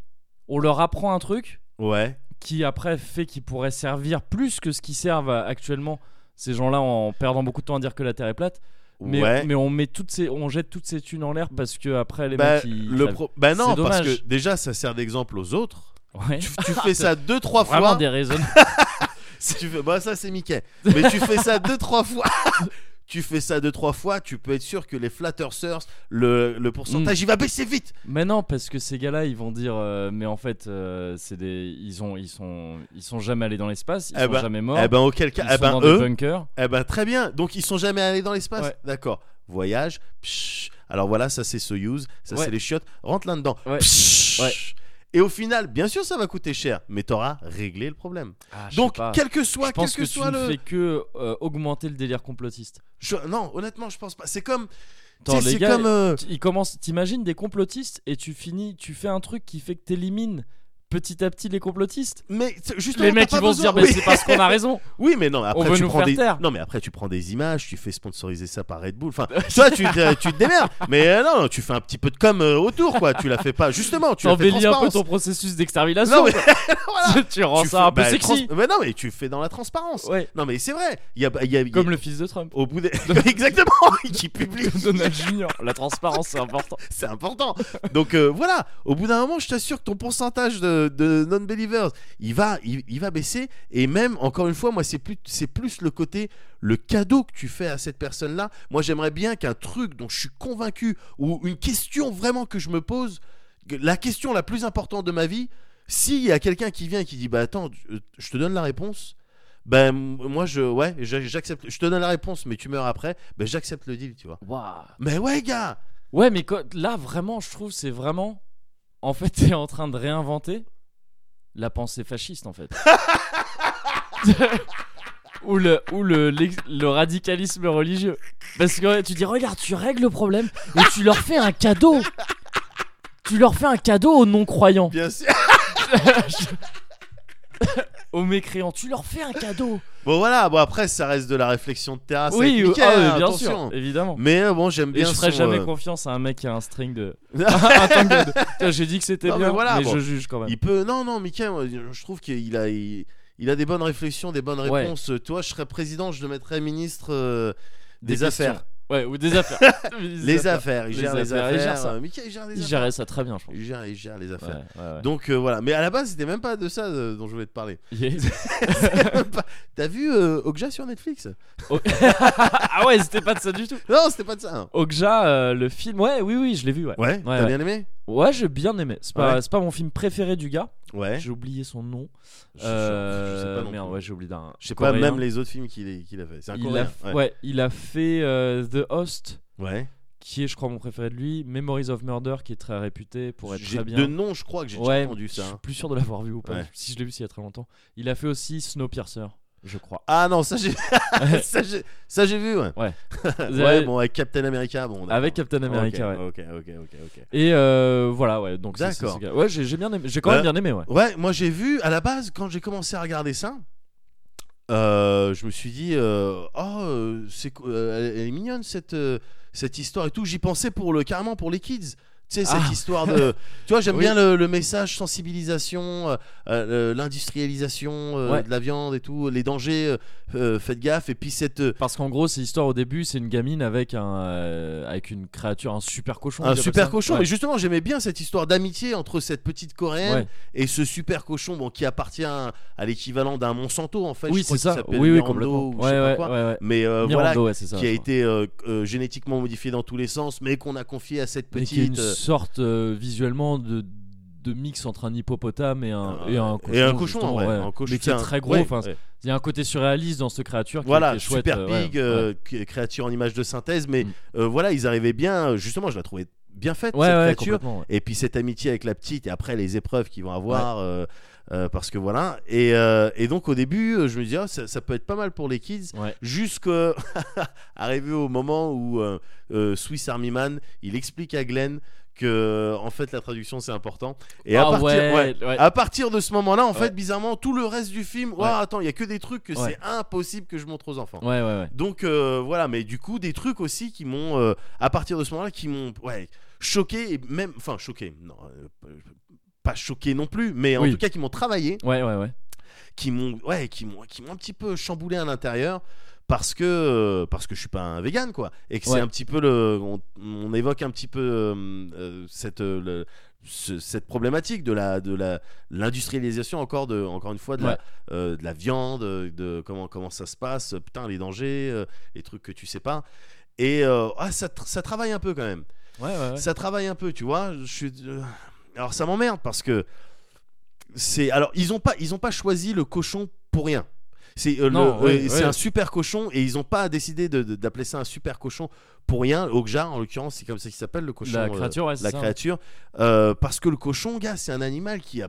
on leur apprend un truc
ouais
qui après fait qu'ils pourraient servir plus que ce qui servent à- actuellement ces gens-là en perdant beaucoup de temps à dire que la Terre est plate. Mais,
ouais
mais on met toutes ces, on jette toutes ces thunes en l'air parce que après les
Ben,
mecs ils-
le pro- ben non
C'est
parce
dommage.
que déjà ça sert d'exemple aux autres
[laughs] Ouais.
tu, tu fais ça deux trois
[laughs]
fois
Vraiment déraisonnable.
[laughs] Si tu fais, bah ça c'est Mickey. Mais tu fais ça deux trois fois. [laughs] tu fais ça deux trois fois, tu peux être sûr que les flatter le, le pourcentage
Hmm.
il va baisser vite.
mais non parce que ces gars-là ils vont dire euh, mais en fait euh, c'est des ils ont ils sont ils sont jamais allés dans l'espace ils
Eh
sont
ben,
jamais morts
Eh ben auquel
ils
cas, eh
sont
ben
dans des
eux,
bunkers
eh ben très bien. Donc ils sont jamais allés dans l'espace.
Ouais.
D'accord. Voyage. psh. Alors voilà, ça c'est Soyuz, ça
Ouais.
c'est les chiottes. Rentre là dedans.
Ouais. Ouais.
Et au final, bien sûr, ça va coûter cher, mais t'auras réglé le problème.
Ah, je
Donc,
sais pas.
quel que soit,
je pense
quel que,
que,
soit
tu ne
le,
fais que euh, augmenter le délire complotiste
Je- non, honnêtement, je pense pas. C'est comme, tu
Attends,
sais,
les
c'est
gars,
comme, euh,
T- Il commence, t'imagines des complotistes et tu finis, tu fais un truc qui fait que t'élimines petit à petit les complotistes.
mais t- justement,
Les
t'as
mecs ils
pas
vont se
besoin-
dire, mais
oui.
c'est parce qu'on a [laughs] raison.
Oui, mais non, mais après
veut
tu
nous
prends
faire
des
taire.
non, mais après tu prends des images, tu fais sponsoriser ça par Red
[laughs]
Bull. Enfin, toi tu te, tu te démerdes, mais euh, non, non, tu fais un petit peu de com euh, autour quoi, tu la fais pas justement, tu la fais
T'embellis un peu
transparence.
ton processus d'extermination.
Non, mais- [laughs]
quoi.
Voilà.
[laughs] tu rends
Tu
ça
fais-
un peu
bah,
sexy.
trans- Mais non, mais tu fais dans la transparence.
Ouais,
Non, mais c'est vrai. Il y a, il y a- il y a-
comme le fils de Trump.
au bout des [laughs] exactement qui publie,
[laughs] Donald Junior. La transparence c'est important.
[laughs] c'est important. Donc euh, voilà, au bout d'un moment, je t'assure que ton pourcentage de, de non-believers, il va, il, il va baisser. Et même, encore une fois, moi, c'est plus, c'est plus le côté, le cadeau que tu fais à cette personne-là. Moi, j'aimerais bien qu'un truc dont je suis convaincu, ou une question vraiment que je me pose, que- la question la plus importante de ma vie, s'il y a quelqu'un qui vient et qui dit, bah attends, je- je te donne la réponse. Ben m- moi je ouais j'a- j'accepte je te donne la réponse mais tu meurs après ben j'accepte le deal tu vois
Waouh.
mais ouais gars
Ouais, mais quoi- là vraiment, je trouve c'est vraiment. En fait, t'es en train de [laughs] réinventer la pensée fasciste en fait. ou le, ou le, l'ex- le radicalisme religieux. Parce que ouais, tu dis, regarde, tu règles le problème et tu leur fais un cadeau. Tu leur fais un cadeau aux non-croyants,
Bien sûr.
aux mécréants. Tu leur fais un cadeau.
Bon voilà, bon après ça reste de la réflexion de terrasse.
oui,
avec
euh,
Mickey,
ah,
hein,
oui, bien
attention.
sûr, évidemment.
Mais euh, bon, j'aime
Et
bien
je ferai
son,
jamais
euh,
confiance à un mec qui a un string
[laughs]
de. [laughs] un tank de- Tiens, J'ai dit que c'était
Non, mais
bien, mais,
voilà, bon.
je juge quand même.
Il peut non non, Mickey, moi, je trouve qu'il a il, il a des bonnes réflexions, des bonnes
Ouais.
réponses. Toi, je serais président, je le mettrais ministre euh, des,
questions.
affaires.
Ouais, ou des
[laughs]
affaires.
Les affaires, il
Les
gère les
affaires, il gère
affaires.
ça.
euh, Mickey, il gère les
Il
affaires.
gérait ça très bien, je pense.
Il gère, il gère les
Ouais,
affaires.
ouais, ouais.
Donc euh, voilà, mais à la base, c'était même pas de ça euh, dont je voulais
[laughs]
te parler. [laughs]
Yeah.
T'as vu euh, Okja sur Netflix
Oh. ah ouais, c'était pas de ça du tout.
Non, c'était pas de ça. hein.
Okja, euh, le film, ouais, oui, oui, je l'ai vu, ouais.
Ouais, t'as
ouais.
bien aimé
Ouais, j'ai bien aimé. C'est pas,
Ouais.
c'est pas mon film préféré du gars.
Ouais.
J'ai oublié son nom.
Je-
Euh,
je, je sais pas non
merde,
plus.
ouais, j'ai oublié d'un.
Je sais pas
Coréen.
même les autres films qu'il est- qu'il a fait. C'est un
Il a,
coréen.
f-
Ouais.
ouais. il a fait euh, The Host,
Ouais.
qui est, je crois, mon préféré de lui. Memories of Murder, qui est très réputé pour être
J'ai-
très bien.
De nom, je crois que j'ai déjà
ouais,
entendu ça.
Je suis
hein.
plus sûr de l'avoir vu ou pas.
Ouais.
Si je l'ai vu, c'est il y a très longtemps. Il a fait aussi Snowpiercer, je crois.
Ah non, ça j'ai [laughs] ça j'ai ça j'ai vu ouais. [laughs] Ouais, bon avec Captain America, bon. d'accord.
Avec Captain America, ouais.
Ok, ok, ok, ok. ok.
Et euh, voilà, ouais. Donc c'est-
D'accord.
c'est ce gars. Ouais, j'ai j'ai bien aimé. J'ai quand même
Bah,
bien aimé, ouais.
Ouais, moi j'ai vu à la base quand j'ai commencé à regarder ça, euh, je me suis dit euh, oh euh, c'est co- euh, elle- elle est mignonne cette euh, cette histoire et tout. J'y pensais pour le carrément pour les kids. Tu sais, cette
Ah.
histoire de. Tu vois,
[laughs]
j'aime
Oui.
bien le, le message sensibilisation, euh, euh, l'industrialisation euh,
Ouais.
de la viande et tout, les dangers, euh, euh, faites gaffe. Et puis cette, euh,
Parce qu'en gros, c'est l'histoire au début, c'est une gamine avec un euh, avec une créature, un super cochon. on
un
dirait
super
ça.
cochon.
Ouais.
Mais justement, j'aimais bien cette histoire d'amitié entre cette petite coréenne
Ouais.
et ce super cochon bon, qui appartient à l'équivalent d'un Monsanto en fait.
Oui,
je crois
c'est
qu'il
ça.
s'appelle
Oui, oui,
Mirando
complètement.
ou je
Ouais,
sais pas
ouais,
quoi.
ouais, ouais.
Mais euh,
Mirando,
voilà,
ouais, c'est ça.
qui a
je
été euh, euh, génétiquement modifié dans tous les sens, mais qu'on a confié à cette
crois. Mais qui est
petite.
une
euh,
sorte euh, visuellement de de mix entre un hippopotame et un
euh,
et un cochon.
et un cochon,
justement,
ouais,
ouais.
un cochon
Mais qui est
tiens,
très gros.
ouais,
Enfin,
ouais.
il y a un côté surréaliste dans cette créature. qui- qui
Voilà,
est chouette,
super
euh, ouais,
pig,
ouais.
euh, qui- créature en image de synthèse, mais
Mm.
euh, voilà, ils arrivaient bien. euh, Justement, je la trouvais bien faite
Ouais,
cette
ouais,
créature.
complètement, ouais.
Et puis cette amitié avec la petite et après les épreuves qu'ils vont avoir. euh, euh, parce que voilà. Et, euh, et donc au début, euh, je me dis, ah, ça, ça peut être pas mal pour les kids.
Ouais.
Jusqu'à [laughs] arrivé au moment où euh, euh, Swiss Army Man, il explique à Glenn que en fait la traduction c'est important. Et à
Ah
partir,
ouais,
ouais,
ouais.
à partir de ce moment-là, en
Ouais.
fait, bizarrement, tout le reste du film, Ouah, attends, il y a que des trucs que
Ouais.
c'est impossible que je montre aux enfants.
Ouais, ouais, ouais.
Donc euh, voilà, mais du coup des trucs aussi qui m'ont, euh, à partir de ce moment-là, qui m'ont ouais, choqué et même, enfin choqué, non, euh, pas choqué non plus, mais en
Oui.
tout cas qui m'ont travaillé,
Ouais, ouais, ouais.
qui m'ont, ouais, qui m'ont, qui m'ont un petit peu chamboulé à l'intérieur parce que euh, parce que je suis pas un vegan quoi et que
Ouais.
c'est un petit peu le, on, on évoque un petit peu euh, euh, cette euh, le- ce- cette problématique de la de la l'industrialisation encore de encore une fois de
Ouais.
la euh, de la viande euh, de comment comment ça se passe euh, putain les dangers euh, les trucs que tu sais pas et euh, ah, ça, tr- ça travaille un peu quand même
Ouais, ouais, ouais.
ça travaille un peu tu vois je suis euh, alors ça m'emmerde parce que c'est alors ils ont pas ils ont pas choisi le cochon pour rien c'est euh,
Non,
le- euh,
ouais,
c'est
ouais.
un super cochon et ils ont pas décidé de- de- d'appeler ça un super cochon pour rien Okja en l'occurrence c'est comme ça qu'il s'appelle le cochon
La
euh,
créature, ouais, c'est
la
ça.
créature Euh, parce que le cochon gars c'est un animal qui a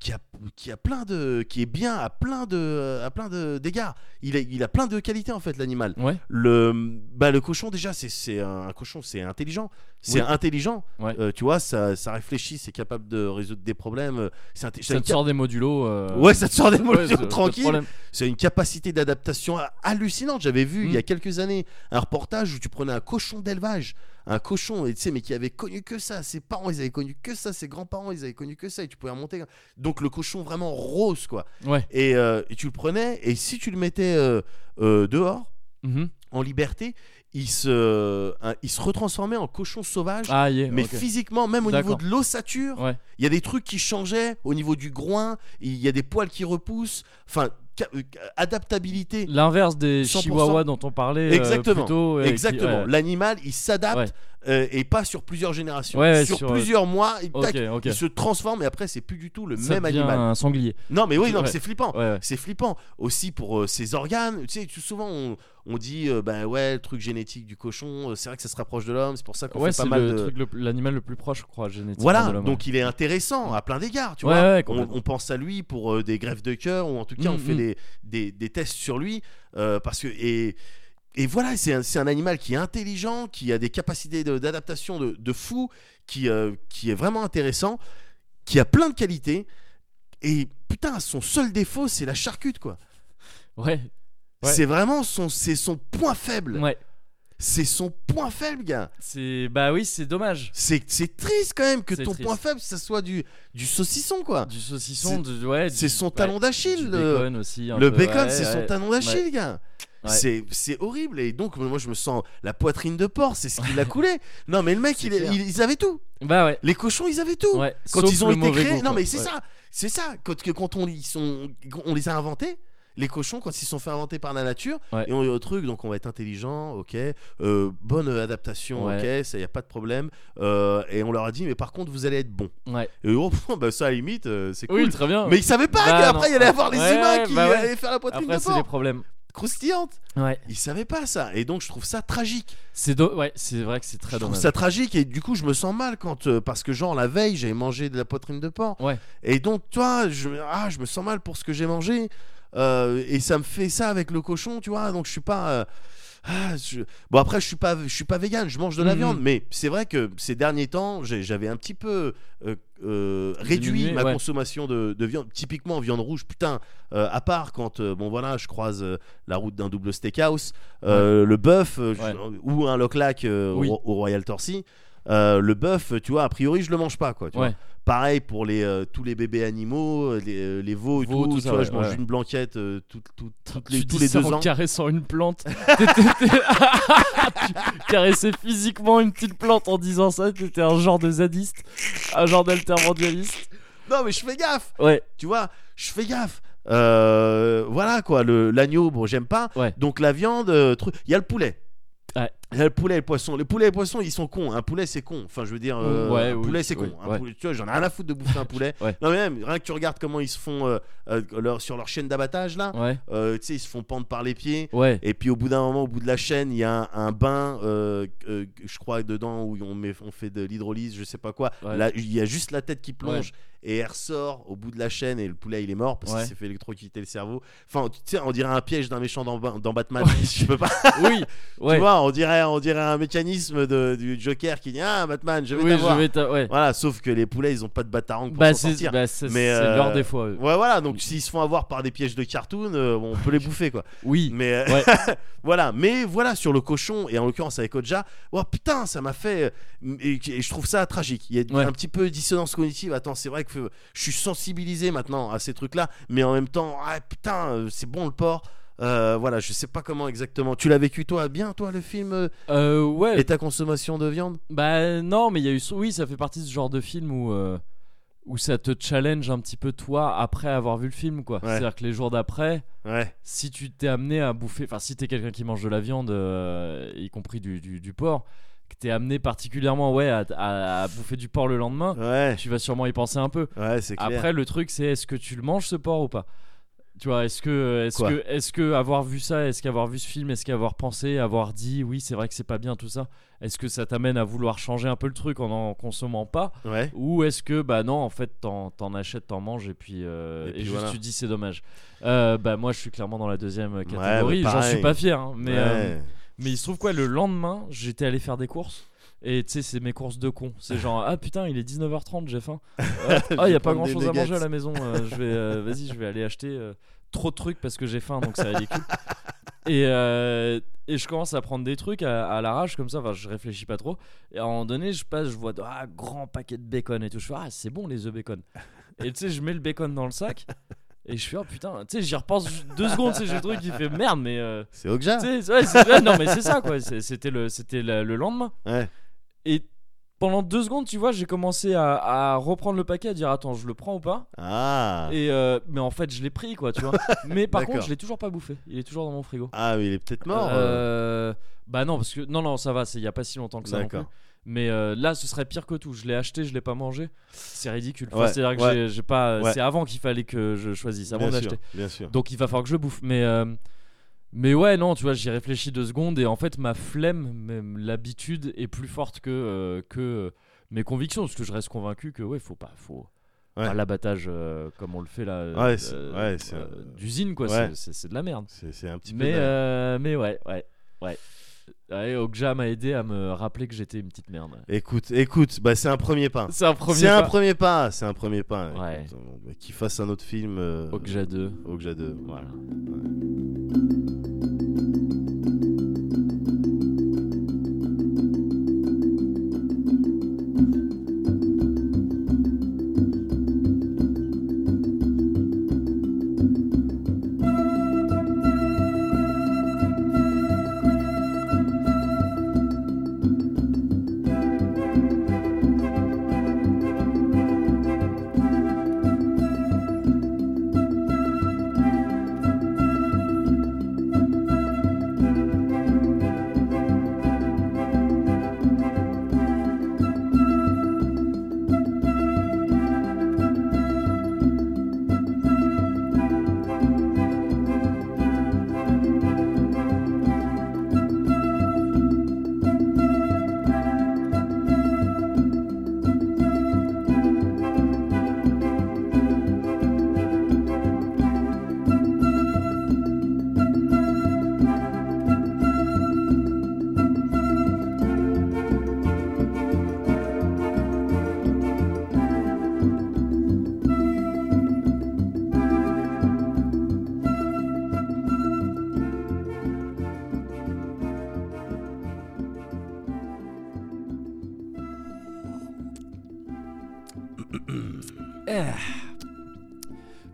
qui a, qui a plein de qui est bien à plein de à plein de d'égards il a, il a plein de qualités en fait l'animal
Ouais.
le bah le cochon déjà c'est c'est un, un cochon c'est intelligent c'est
Oui.
intelligent
Ouais.
Euh, tu vois ça, ça réfléchit c'est capable de résoudre des problèmes euh, c'est inté- c'est
Ça
une
te
ca-
sort des modulos. euh,
ouais ça te sort des mots
ouais, c'est- pas de
tranquille
problème.
c'est une capacité d'adaptation ha- hallucinante. J'avais vu il y a
Mm.
quelques années un reportage où tu prenais un cochon d'élevage, un cochon, et tu sais, mais qui avait connu que ça. Ses parents, ils avaient connu que ça. Ses grands-parents, ils avaient connu que ça. Et tu pouvais remonter. Donc le cochon vraiment rose, quoi.
Ouais.
Et, euh, et tu le prenais, et si tu le mettais euh, euh, dehors,
Mhm.
en liberté, il se, un- il se retransformait en cochon sauvage.
Ah, yeah,
Mais
ok.
physiquement, même au niveau
D'accord.
de l'ossature, il
Ouais.
y a des trucs qui changeaient au niveau du groin, il y a des poils qui repoussent, enfin, ca- euh, adaptabilité.
L'inverse des
100%.
chihuahuas dont on parlait. euh, plus
Exactement.
tôt, et qui-
Exactement.
ouais.
L'animal, il s'adapte
Ouais.
euh, et pas sur plusieurs générations.
Ouais, ouais,
sur,
sur, euh,
plusieurs mois, il, tac,
Ok, ok.
il se transforme et après, c'est plus du tout le
Ça
même
devient
animal. Oh,
un sanglier.
Non, mais oui, non, mais
Ouais.
c'est flippant.
Ouais, ouais.
C'est flippant aussi pour euh, ses organes. Tu sais, tu- souvent on, on dit euh, bah ouais, le truc génétique du cochon, euh, c'est vrai que ça se rapproche de l'homme, c'est pour ça qu'on
Ouais,
fait
c'est
pas mal
le
de
truc le- l'animal le plus proche, je crois, génétiquement.
voilà,
de l'homme.
donc il est intéressant à plein d'égards, tu
Ouais,
vois.
ouais,
on,
complètement.
on pense à lui pour euh, des greffes de cœur, ou en tout cas,
Mm,
on fait
mm.
des, des, des tests sur lui, euh, parce que. Et, et voilà, c'est un, c'est un animal qui est intelligent, qui a des capacités de- d'adaptation de, de fou, qui, euh, qui est vraiment intéressant, qui a plein de qualités, et putain, son seul défaut, c'est la charcute, quoi.
ouais, Ouais.
C'est vraiment son, c'est son point faible.
ouais.
C'est son point faible, gars.
C'est bah oui, c'est dommage.
C'est c'est triste quand même que
C'est
ton
triste.
point faible, ça soit du, du saucisson, quoi.
Du saucisson, du- ouais. du-
C'est son
ouais,
talon
du
d'Achille. Le,
bacon aussi. un
le
peu,
bacon,
ouais,
c'est son
ouais.
talon d'Achille, gars.
Ouais.
C'est- C'est horrible. Et donc, moi, je me sens la poitrine de porc, c'est ce qui
[laughs]
l'a coulé. Non, mais le mec,
C'est
il est-
clair.
il- ils avaient tout.
Bah ouais.
Les cochons, ils avaient tout.
ouais.
Quand
sauf
ils ont
le
été
mauvais
créés.
goût,
non,
quoi.
mais c'est
Ouais.
ça. C'est ça. Quand, que- quand on, ils sont, on les a inventés. Les cochons, quand ils se sont fait inventer par la nature,
Ouais.
et on est au truc, donc on va être intelligent, ok, euh, bonne adaptation,
Ouais.
ok, ça y a pas de problème. Euh, et on leur a dit, mais par contre, vous allez être bon.
Ouais.
Et [laughs] oh, bah ça à la limite, euh, c'est cool.
Oui, très bien.
Mais ils savaient pas
Bah,
qu'après
non.
il allait y avoir les
Ouais,
humains qui
bah ouais.
allaient faire la poitrine
Après,
de
c'est
porc
les problèmes.
croustillante.
Ouais.
Ils savaient pas ça. Et donc je trouve ça tragique.
C'est do- ouais, c'est vrai que c'est très
je trouve
dommage.
ça tragique et du coup je me sens mal quand euh, parce que genre la veille j'avais mangé de la poitrine de porc.
Ouais.
Et donc toi je ah je me sens mal pour ce que j'ai mangé Euh, et ça me fait ça avec le cochon tu vois donc je suis pas euh, ah, je- Bon après je suis pas je suis pas vegan je mange de la
Mhm.
viande mais c'est vrai que ces derniers temps j'ai- j'avais un petit peu euh, euh, réduit
Diminué,
ma
ouais.
consommation de, de viande typiquement viande rouge putain euh, à part quand euh, bon voilà je croise euh, la route d'un double steakhouse euh, le bœuf euh, je-
Ouais.
ou un loch lac euh,
Oui.
au, au Royal Torcy euh, le bœuf tu vois a priori je le mange pas quoi tu
Ouais.
vois. pareil pour les euh, tous les bébés animaux euh, les, euh, les veaux et
Veaux,
tout,
tout
tu
ça,
vois
ouais,
je mange
ouais.
une blanquette euh, tout- tout- toutes les-
tu
tous
dis
les
ça
deux
en
ans
caressant une plante. [laughs] T'étais- t'étais- Tu caressais physiquement une petite plante en disant ça. T'étais un genre de zadiste, un genre d'altermondialiste.
non mais je fais gaffe
Ouais,
tu vois je fais gaffe Euh, voilà quoi le l'agneau bon j'aime pas
Ouais.
donc la viande euh, truc il y a le poulet
Ouais.
Il y a le poulet et le poisson. Les poulets et les poissons, ils sont cons. Un poulet, c'est con. Enfin, je veux dire, euh,
Ouais,
un
oui,
poulet, c'est con.
oui,
Un
ouais.
poulet- tu vois, j'en ai rien à foutre de bouffer un poulet.
[laughs] Ouais.
Non, mais même, rien que tu regardes comment ils se font euh, euh, leur- sur leur chaîne d'abattage, là.
ouais,
Euh, tu sais, ils se font pendre par les pieds.
ouais.
Et puis au bout d'un moment, au bout de la chaîne, il y a un, un bain, euh, euh, je crois, dedans où on, met- on fait de l'hydrolyse, je sais pas quoi.
Ouais.
Là, il y a juste la tête qui plonge et elle ressort au bout de la chaîne et le poulet il est mort parce
Ouais.
qu'il s'est fait électrocuter le cerveau. Enfin, tu sais, on dirait un piège d'un méchant dans, Ba- dans Batman.
Ouais.
[laughs] Je peux pas.
Oui, ouais.
[laughs] Tu vois, on dirait, on dirait un mécanisme de, du Joker qui dit Ah, Batman, je vais
oui,
t'avoir.
je vais t'a- ouais.
Voilà, sauf que les poulets ils ont pas de batarang pour
Bah,
s'en
c'est
sortir.
bah, c'est-
Mais,
c'est
euh,
leur défaut. euh.
Ouais, voilà, donc s'ils se font avoir par des pièges de cartoon, euh, on peut les bouffer quoi.
Oui,
Mais euh,
Ouais.
[laughs] voilà, mais voilà sur le cochon et en l'occurrence avec Oja, oh putain, ça m'a fait euh, et, et je trouve ça tragique. Il y a
Ouais.
un petit peu de dissonance cognitive. Attends, c'est vrai que je suis sensibilisé maintenant à ces trucs-là, mais en même temps, ah putain, euh, c'est bon le porc. Euh, voilà, je sais pas comment exactement. Tu l'as vécu toi bien, toi le film euh,
euh, ouais.
et ta consommation de viande.
Bah non, mais il y a eu. Oui, ça fait partie de ce genre de film où. euh, Où ça te challenge un petit peu toi après avoir vu le film quoi.
Ouais.
C'est-à-dire que les jours d'après,
Ouais,
si tu t'es amené à bouffer, enfin si t'es quelqu'un qui mange de la viande, euh, y compris du, du, du porc, que t'es amené particulièrement ouais à, à- à bouffer du porc le lendemain,
ouais,
tu vas sûrement y penser un peu.
ouais, c'est clair.
Après le truc c'est est-ce que tu le manges ce porc ou pas Tu vois, est-ce que est-ce
Quoi
que est-ce que avoir vu ça, est-ce qu'avoir vu ce film, est-ce qu'avoir pensé, avoir dit oui c'est vrai que c'est pas bien tout ça, est-ce que ça t'amène à vouloir changer un peu le truc en en consommant pas
Ouais.
ou est-ce que bah non en fait t'en, t'en achètes t'en manges et puis, euh,
Et
et
puis
juste
voilà.
tu dis c'est dommage Euh, bah moi je suis clairement dans la deuxième
Ouais,
catégorie
bah,
j'en
pareil.
suis pas fier hein, mais
ouais.
euh, mais il se trouve quoi le lendemain j'étais allé faire des courses et tu sais c'est mes courses de con c'est genre ah putain il est 19h30 j'ai
[laughs]
faim ah il y
vais
a pas grand
prendre des
chose à manger
nuggets.
à la maison euh, je vais euh, vas-y je vais aller acheter euh, trop de trucs parce que j'ai faim donc c'est ridicule et euh, et je commence à prendre des trucs à, à l'arrache comme ça enfin je réfléchis pas trop et à un moment donné je passe je vois ah grand paquet de bacon et tout je fais ah c'est bon les œufs bacon et tu sais je mets le bacon dans le sac et je fais oh putain tu sais j'y repense deux secondes tu sais j'ai le truc qui fait merde mais euh,
C'est Okja.
tu sais, ouais, c'est- ouais, non mais c'est ça quoi, C'est- c'était le, c'était la- le lendemain.
Ouais.
Et pendant deux secondes, tu vois, j'ai commencé à, à reprendre le paquet, à dire attends, je le prends ou pas.
Ah.
Et euh, mais en fait, je l'ai pris quoi,
[laughs]
tu vois. mais par
D'accord.
contre, je l'ai toujours pas bouffé. Il est toujours dans mon frigo.
Ah, mais il est peut-être mort. euh.
Euh, Bah non parce que non non ça va, c'est il y a pas si longtemps que ça. non
D'accord.
plus. Mais euh, là, ce serait pire que tout. Je l'ai acheté, je l'ai pas mangé. C'est ridicule. Enfin,
Ouais,
C'est-à-dire que
ouais.
j'ai- j'ai pas.
Ouais.
C'est avant qu'il fallait que je choisisse, avant
Bien
d'acheter.
sûr, bien sûr.
Donc il va falloir que je le bouffe. Mais, euh, Mais ouais, non, tu vois, j'y réfléchis deux secondes et en fait, ma flemme, même l'habitude est plus forte que, euh, que euh, mes convictions, parce que je reste convaincu que, ouais, faut pas, faut
Ouais.
pas l'abattage euh, comme on le fait là, euh,
Ouais, c'est-
euh,
ouais, c'est-
euh, d'usine, quoi,
Ouais.
c'est- c'est c'est de la merde.
C'est c'est un petit
Mais,
peu. de la-
euh, mais ouais, ouais, ouais. Ouais, Okja m'a aidé à me rappeler que j'étais une petite merde. ouais.
Écoute, écoute, bah, c'est un premier pas.
C'est un premier.
C'est un
pas.
premier pas, c'est un premier pas.
Ouais.
Écoute, on- bah, Qu'il fasse un autre film. euh,
Okja 2.
Okja 2.
Voilà.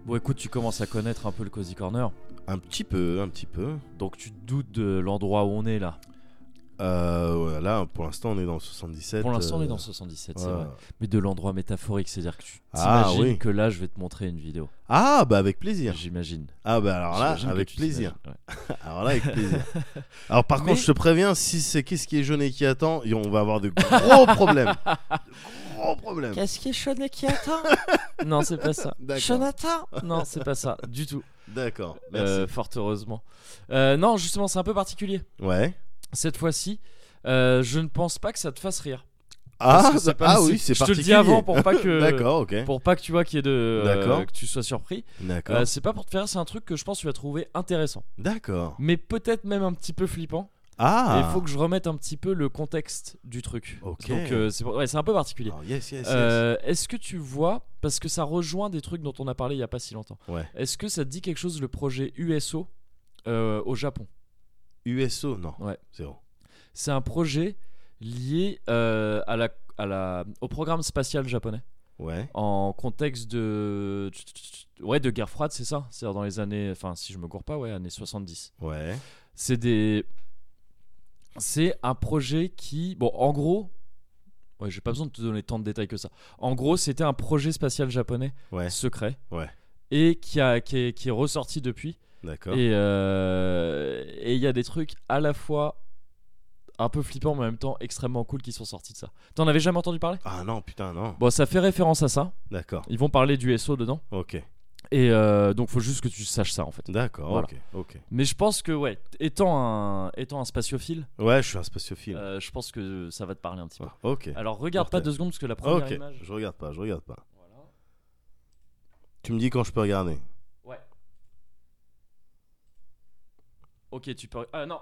Bon, écoute, tu commences à connaître un peu le Cozy Corner,
Un petit peu, un petit peu.
donc tu te doutes de l'endroit où on est là.
Euh, ouais, là, pour l'instant, on est dans le 77.
Pour l'instant, on est
euh,
dans 77, c'est
ouais.
vrai. Mais de l'endroit métaphorique, c'est-à-dire que tu
Ah,
t'imagines
oui.
que là, je vais te montrer une vidéo.
Ah, bah avec plaisir.
J'imagine.
Ah, bah alors là,
J'imagine que
avec
tu
plaisir.
t'imagines, ouais.
Alors là, avec
[laughs]
plaisir. Alors par
Mais-
contre, je te préviens, si c'est qu'est-ce qui est jaune et qui attend, et on va avoir
[laughs]
de gros problèmes. De gros problèmes.
Qu'est-ce qui est Sean et qui attend Non, c'est pas ça.
[laughs] D'accord.
Jonathan Non, c'est pas ça, du tout.
D'accord. [laughs] Merci.
Euh, fort heureusement. Euh, non, justement, c'est un peu particulier.
Ouais.
Cette fois-ci, euh, je ne pense pas que ça te fasse rire.
Ah,
que c'est
bah-
pas-
ah
c'est-
oui, c'est
je te le
particulier.
dis avant pour pas que-
[laughs] D'accord, ok.
Pour pas que tu vois qu'il y ait de. euh,
D'accord.
que tu sois surpris.
D'accord.
Euh, c'est pas pour te faire rire, c'est un truc que je pense que tu vas trouver intéressant.
D'accord.
Mais peut-être même un petit peu flippant. Et
Ah.
il faut que je remette un petit peu le contexte du truc.
Ok.
Donc, euh, c'est pour- ouais, c'est un peu particulier.
Oh, yes, yes, yes.
Euh, Est-ce que tu vois, parce que ça rejoint des trucs dont on a parlé il y a pas si longtemps,
Ouais.
est-ce que ça te dit quelque chose le projet USO euh, au Japon
USO, non.
Ouais.
Zéro.
C'est un projet lié euh, à la, à la, au programme spatial japonais
Ouais.
en contexte de, ouais, de guerre froide, c'est ça C'est dans les années, enfin si je me gourre pas, ouais, années 70.
Ouais.
C'est des. C'est un projet qui. Bon, en gros. Ouais, j'ai pas besoin de te donner tant de détails que ça. En gros, c'était un projet spatial japonais
Ouais.
secret.
Ouais.
Et qui, a, qui, est, qui est ressorti depuis.
D'accord.
Et euh, et il y a des trucs à la fois un peu flippants, mais en même temps extrêmement cool qui sont sortis de ça. T'en avais jamais entendu parler
Ah non, putain, non.
Bon, ça fait référence à ça.
D'accord.
Ils vont parler du SO dedans.
Ok.
Et euh, donc, faut juste que tu saches ça en fait.
D'accord.
Voilà.
Ok. Ok.
Mais je pense que, ouais, étant un, étant un spatiophile.
Ouais, je suis un spatiophile. Ah,
Euh, je pense que ça va te parler un petit peu.
Ok.
Alors regarde pas
Mortel.
deux secondes parce que la Euh, première
Ok.
image.
Je regarde pas. Je regarde pas.
Voilà.
Tu me dis quand je peux regarder.
Ouais. Ok, tu peux. Ah non,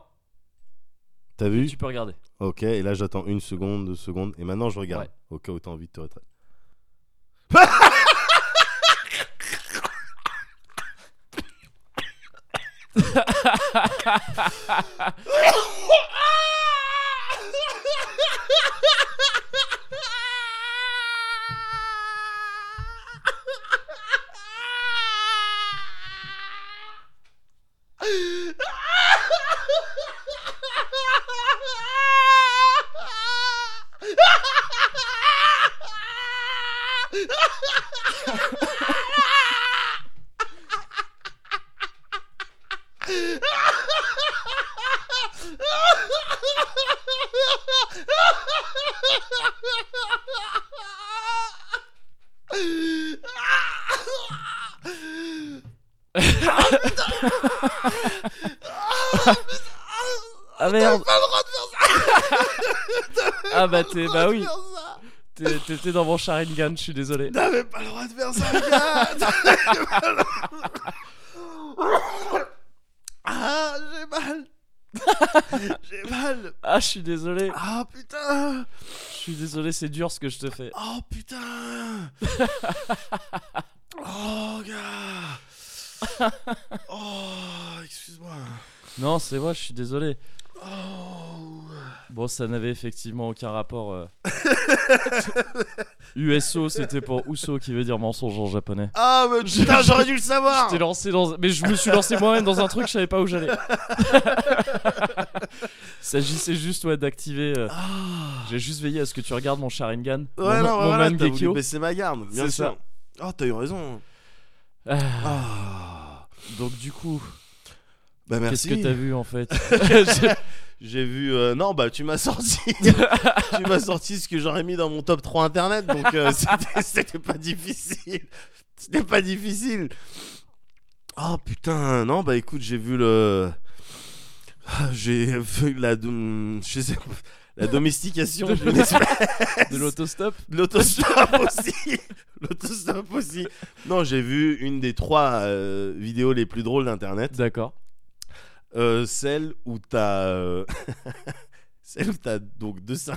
T'as vu
tu peux regarder.
Ok, et là j'attends une seconde, deux secondes, et maintenant je regarde. Au cas où t'as envie de
[laughs]
te retraiter.
Ah merde [laughs] Ah bah t'es bah oui T'es- T'étais dans mon Sharingan, je suis désolé.
T'avais pas le droit de faire ça, les gars T'avais pas le droit. Ah, j'ai mal J'ai mal
Ah je suis désolé,
Ah, putain
je suis désolé, c'est dur ce que je te fais.
Oh, [laughs] putain Oh, gars Oh, excuse-moi.
Non c'est moi, je suis désolé.
Oh.
Bon ça n'avait effectivement aucun rapport. euh. [laughs] USO c'était pour Uso qui veut dire mensonge en japonais.
Ah, mais putain, j'aurais dû le savoir
J'étais lancé dans... Mais je me suis lancé moi-même dans un truc, je savais pas où
[laughs]
j'allais. S'agissait juste ouais, d'activer... euh,
Ah.
J'ai juste veillé à ce que tu regardes mon Sharingan, mon,
Ouais, non,
mon
mais voilà, t'as
Mangekyo.
voulu baisser ma garde, bien
C'est
sûr. Oh, t'as eu raison.
Ah.
Ah.
Donc du coup,
Bah, merci.
qu'est-ce que t'as vu en
[laughs]
fait
J'ai vu. euh, non, bah tu m'as [laughs] sorti. tu m'as sorti ce que j'aurais mis dans mon top 3 internet. Donc euh, [laughs] c'était- c'était pas difficile. C'était pas difficile. Oh putain, non, bah écoute, j'ai vu le. [sighs] Ah, J'ai vu la. dom- Je sais pas, La domestication
De
d'une espèce.
De l'autostop
de L'autostop aussi. L'autostop aussi. Non, j'ai vu une des trois euh, vidéos les plus drôles d'internet.
D'accord.
Euh, celle où t'as euh, [laughs] celle où t'as donc deux singes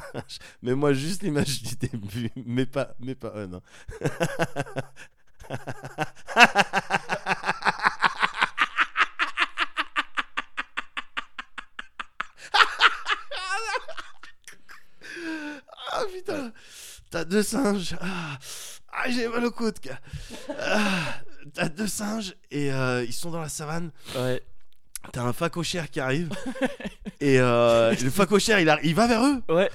mais moi juste l'image du début mais pas mais pas euh, non [laughs] ah putain t'as deux singes ah, Ah, j'ai mal au coude gars. Ah, t'as deux singes et euh, ils sont dans la savane
Ouais.
T'as un facochère qui arrive [laughs] et euh, le facochère il, arri- il va vers eux. [laughs]
Ouais.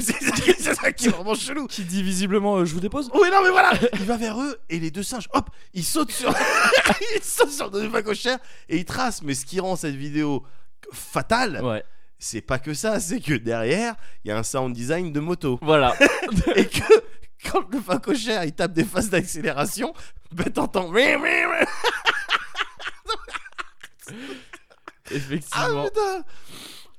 c'est c'est- c'est ça qui est vraiment chelou.
Qui dit visiblement euh, je vous dépose
Oui non mais voilà, il va vers eux et les deux singes, hop, ils sautent sur, [laughs] ils sautent sur le facochère et ils tracent. Mais ce qui rend cette vidéo fatale,
Ouais.
c'est pas que ça, c'est que derrière il y a un sound design
[laughs]
de moto
Voilà.
et que quand le facochère il tape des phases d'accélération, ben t'entends. Ah
Effectivement.
putain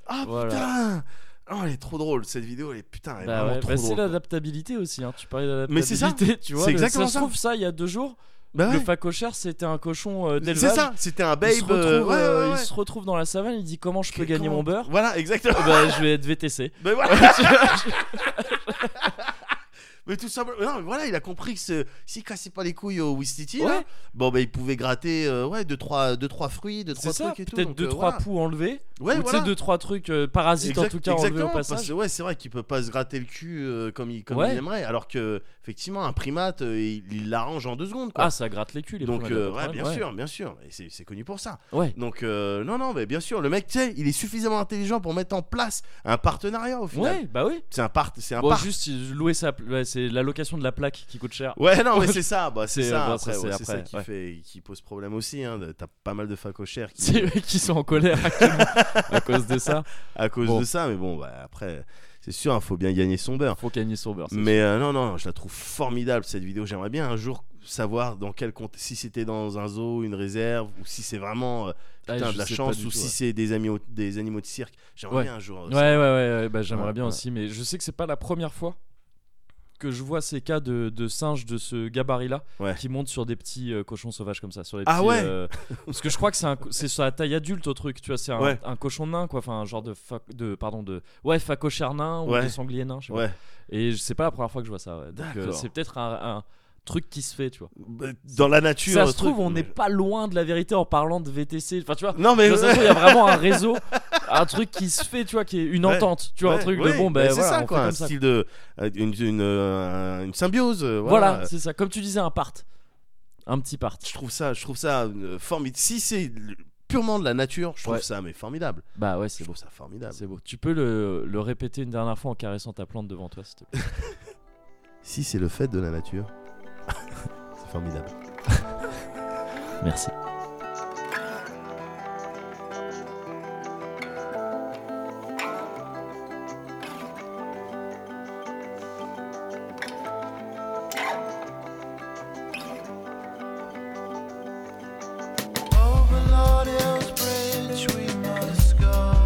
Ah
Ah, Voilà.
putain Oh elle est trop drôle cette vidéo elle est putain elle est
Bah
vraiment
ouais,
trop
bah c'est
drôle.
l'adaptabilité aussi, hein. tu parlais
Mais c'est ça.
d'adaptabilité, tu vois.
C'est
le-
exactement
se
ça.
trouve, ça, il y a deux jours,
Bah
le
ouais.
facochère c'était un cochon euh, d'élevage.
C'est ça, c'était un babe
Il se, retrouve,
euh, ouais,
euh,
ouais, ouais.
il se retrouve dans la savane, il dit comment je peux gagner
Comment-
mon
[laughs]
beurre
Voilà, exactement.
[laughs] Bah je vais être VTC.
Mais voilà. [laughs] Mais tout simplement, non, mais voilà, il a compris que ce- s'il cassait pas les couilles au Wistiti, là,
Ouais.
bon, bah, il pouvait gratter, euh, ouais, deux trois, deux, trois fruits, deux,
C'est
trois
ça,
trucs et tout.
peut-être
donc,
deux
euh,
trois
voilà.
poux enlevés,
Ouais,
ou tu
voilà.
sais deux trois trucs euh, parasites en
Exact-
tout cas enlevés au
exactement, parce
passage.
que, ouais, c'est vrai qu'il peut pas se gratter le cul euh, comme, il, comme
Ouais.
il aimerait, alors que effectivement un primate, euh, il il l'arrange en deux secondes. Quoi.
Ah ça gratte les culs les
Donc
primates,
euh,
pas de
ouais,
problème,
bien sûr, bien sûr, et c'est c'est connu pour ça.
Ouais.
Donc euh, non, non, mais bien sûr, le mec, tu sais, il est suffisamment intelligent pour mettre en place un partenariat au final.
Ouais, bah oui.
C'est un part, c'est un
Bon,
part-
juste il- louer sa, ouais, c'est la location de la plaque qui coûte cher.
Ouais, non, mais c'est ça, bah, c'est
C'est,
ça.
euh, bon, ça,
après,
c'est
ouais, c'est ça
après,
qui
ouais.
fait, qui pose problème aussi. Hein. T'as pas mal de facochères qui-
C'est eux qui sont en colère
[laughs]
actuellement à cause de ça.
à cause
Bon.
de ça, mais bon, bah, après, c'est sûr, il faut bien gagner son beurre.
Faut gagner son beurre. c'est
Mais euh, non, non, je la trouve formidable cette vidéo. J'aimerais bien un jour savoir dans quel compte, si c'était dans un zoo, une réserve, ou si c'est vraiment euh,
Ah,
putain,
je
de la
sais pas
chance,
du
ou
tout,
si
ouais.
c'est des, amis au- des animaux de cirque. J'aimerais
Ouais.
bien un jour. euh,
Ouais, ouais, ouais, ouais, bah, j'aimerais
Ouais,
bien
ouais.
aussi, mais je sais que c'est pas la première fois que je vois ces cas de, de singes de ce gabarit-là
Ouais.
qui montent sur des petits euh, cochons sauvages comme ça, sur les
Ah
petits,
ouais [laughs]
euh, parce que je crois que c'est un co- c'est sa taille adulte au truc, tu vois, c'est un,
Ouais.
un cochon nain quoi, enfin un genre de fa- de pardon de ouais facochère nain ou
Ouais.
de sanglier nain, je sais pas.
Ouais.
Et je- c'est pas la première fois que je vois ça. ouais. Donc euh,
D'accord.
c'est peut-être un, un truc qui se fait, tu vois.
Bah, Dans la nature.
ça
un
se trouve,
truc,
on
mais-
n'est pas loin de la vérité en parlant de VTC. Enfin, tu vois,
Non, mais.
dans un sens, il y a vraiment
[laughs]
un réseau, un truc qui se fait, tu vois, qui est une
Ouais,
entente, tu vois, un
Ouais,
truc
ouais,
de bon, ben
bah, c'est
voilà,
ça,
on
quoi,
fait
un
comme ça.
style de. euh, Une, une, euh, une symbiose. euh,
Voilà,
voilà.
c'est ça. Comme tu disais, un part, un petit part.
Je trouve ça, je trouve ça euh, formidable. Si c'est l- purement de la nature, je trouve
Ouais.
ça mais formidable.
Bah ouais, c'est
Je
beau.
trouve ça formidable.
C'est beau. Tu peux le, le répéter une dernière fois en caressant ta plante devant toi, s'il te plaît.
Si c'est le fait de la nature, [laughs] c'est formidable.
Merci.
Over Lord Hill's bridge we must go.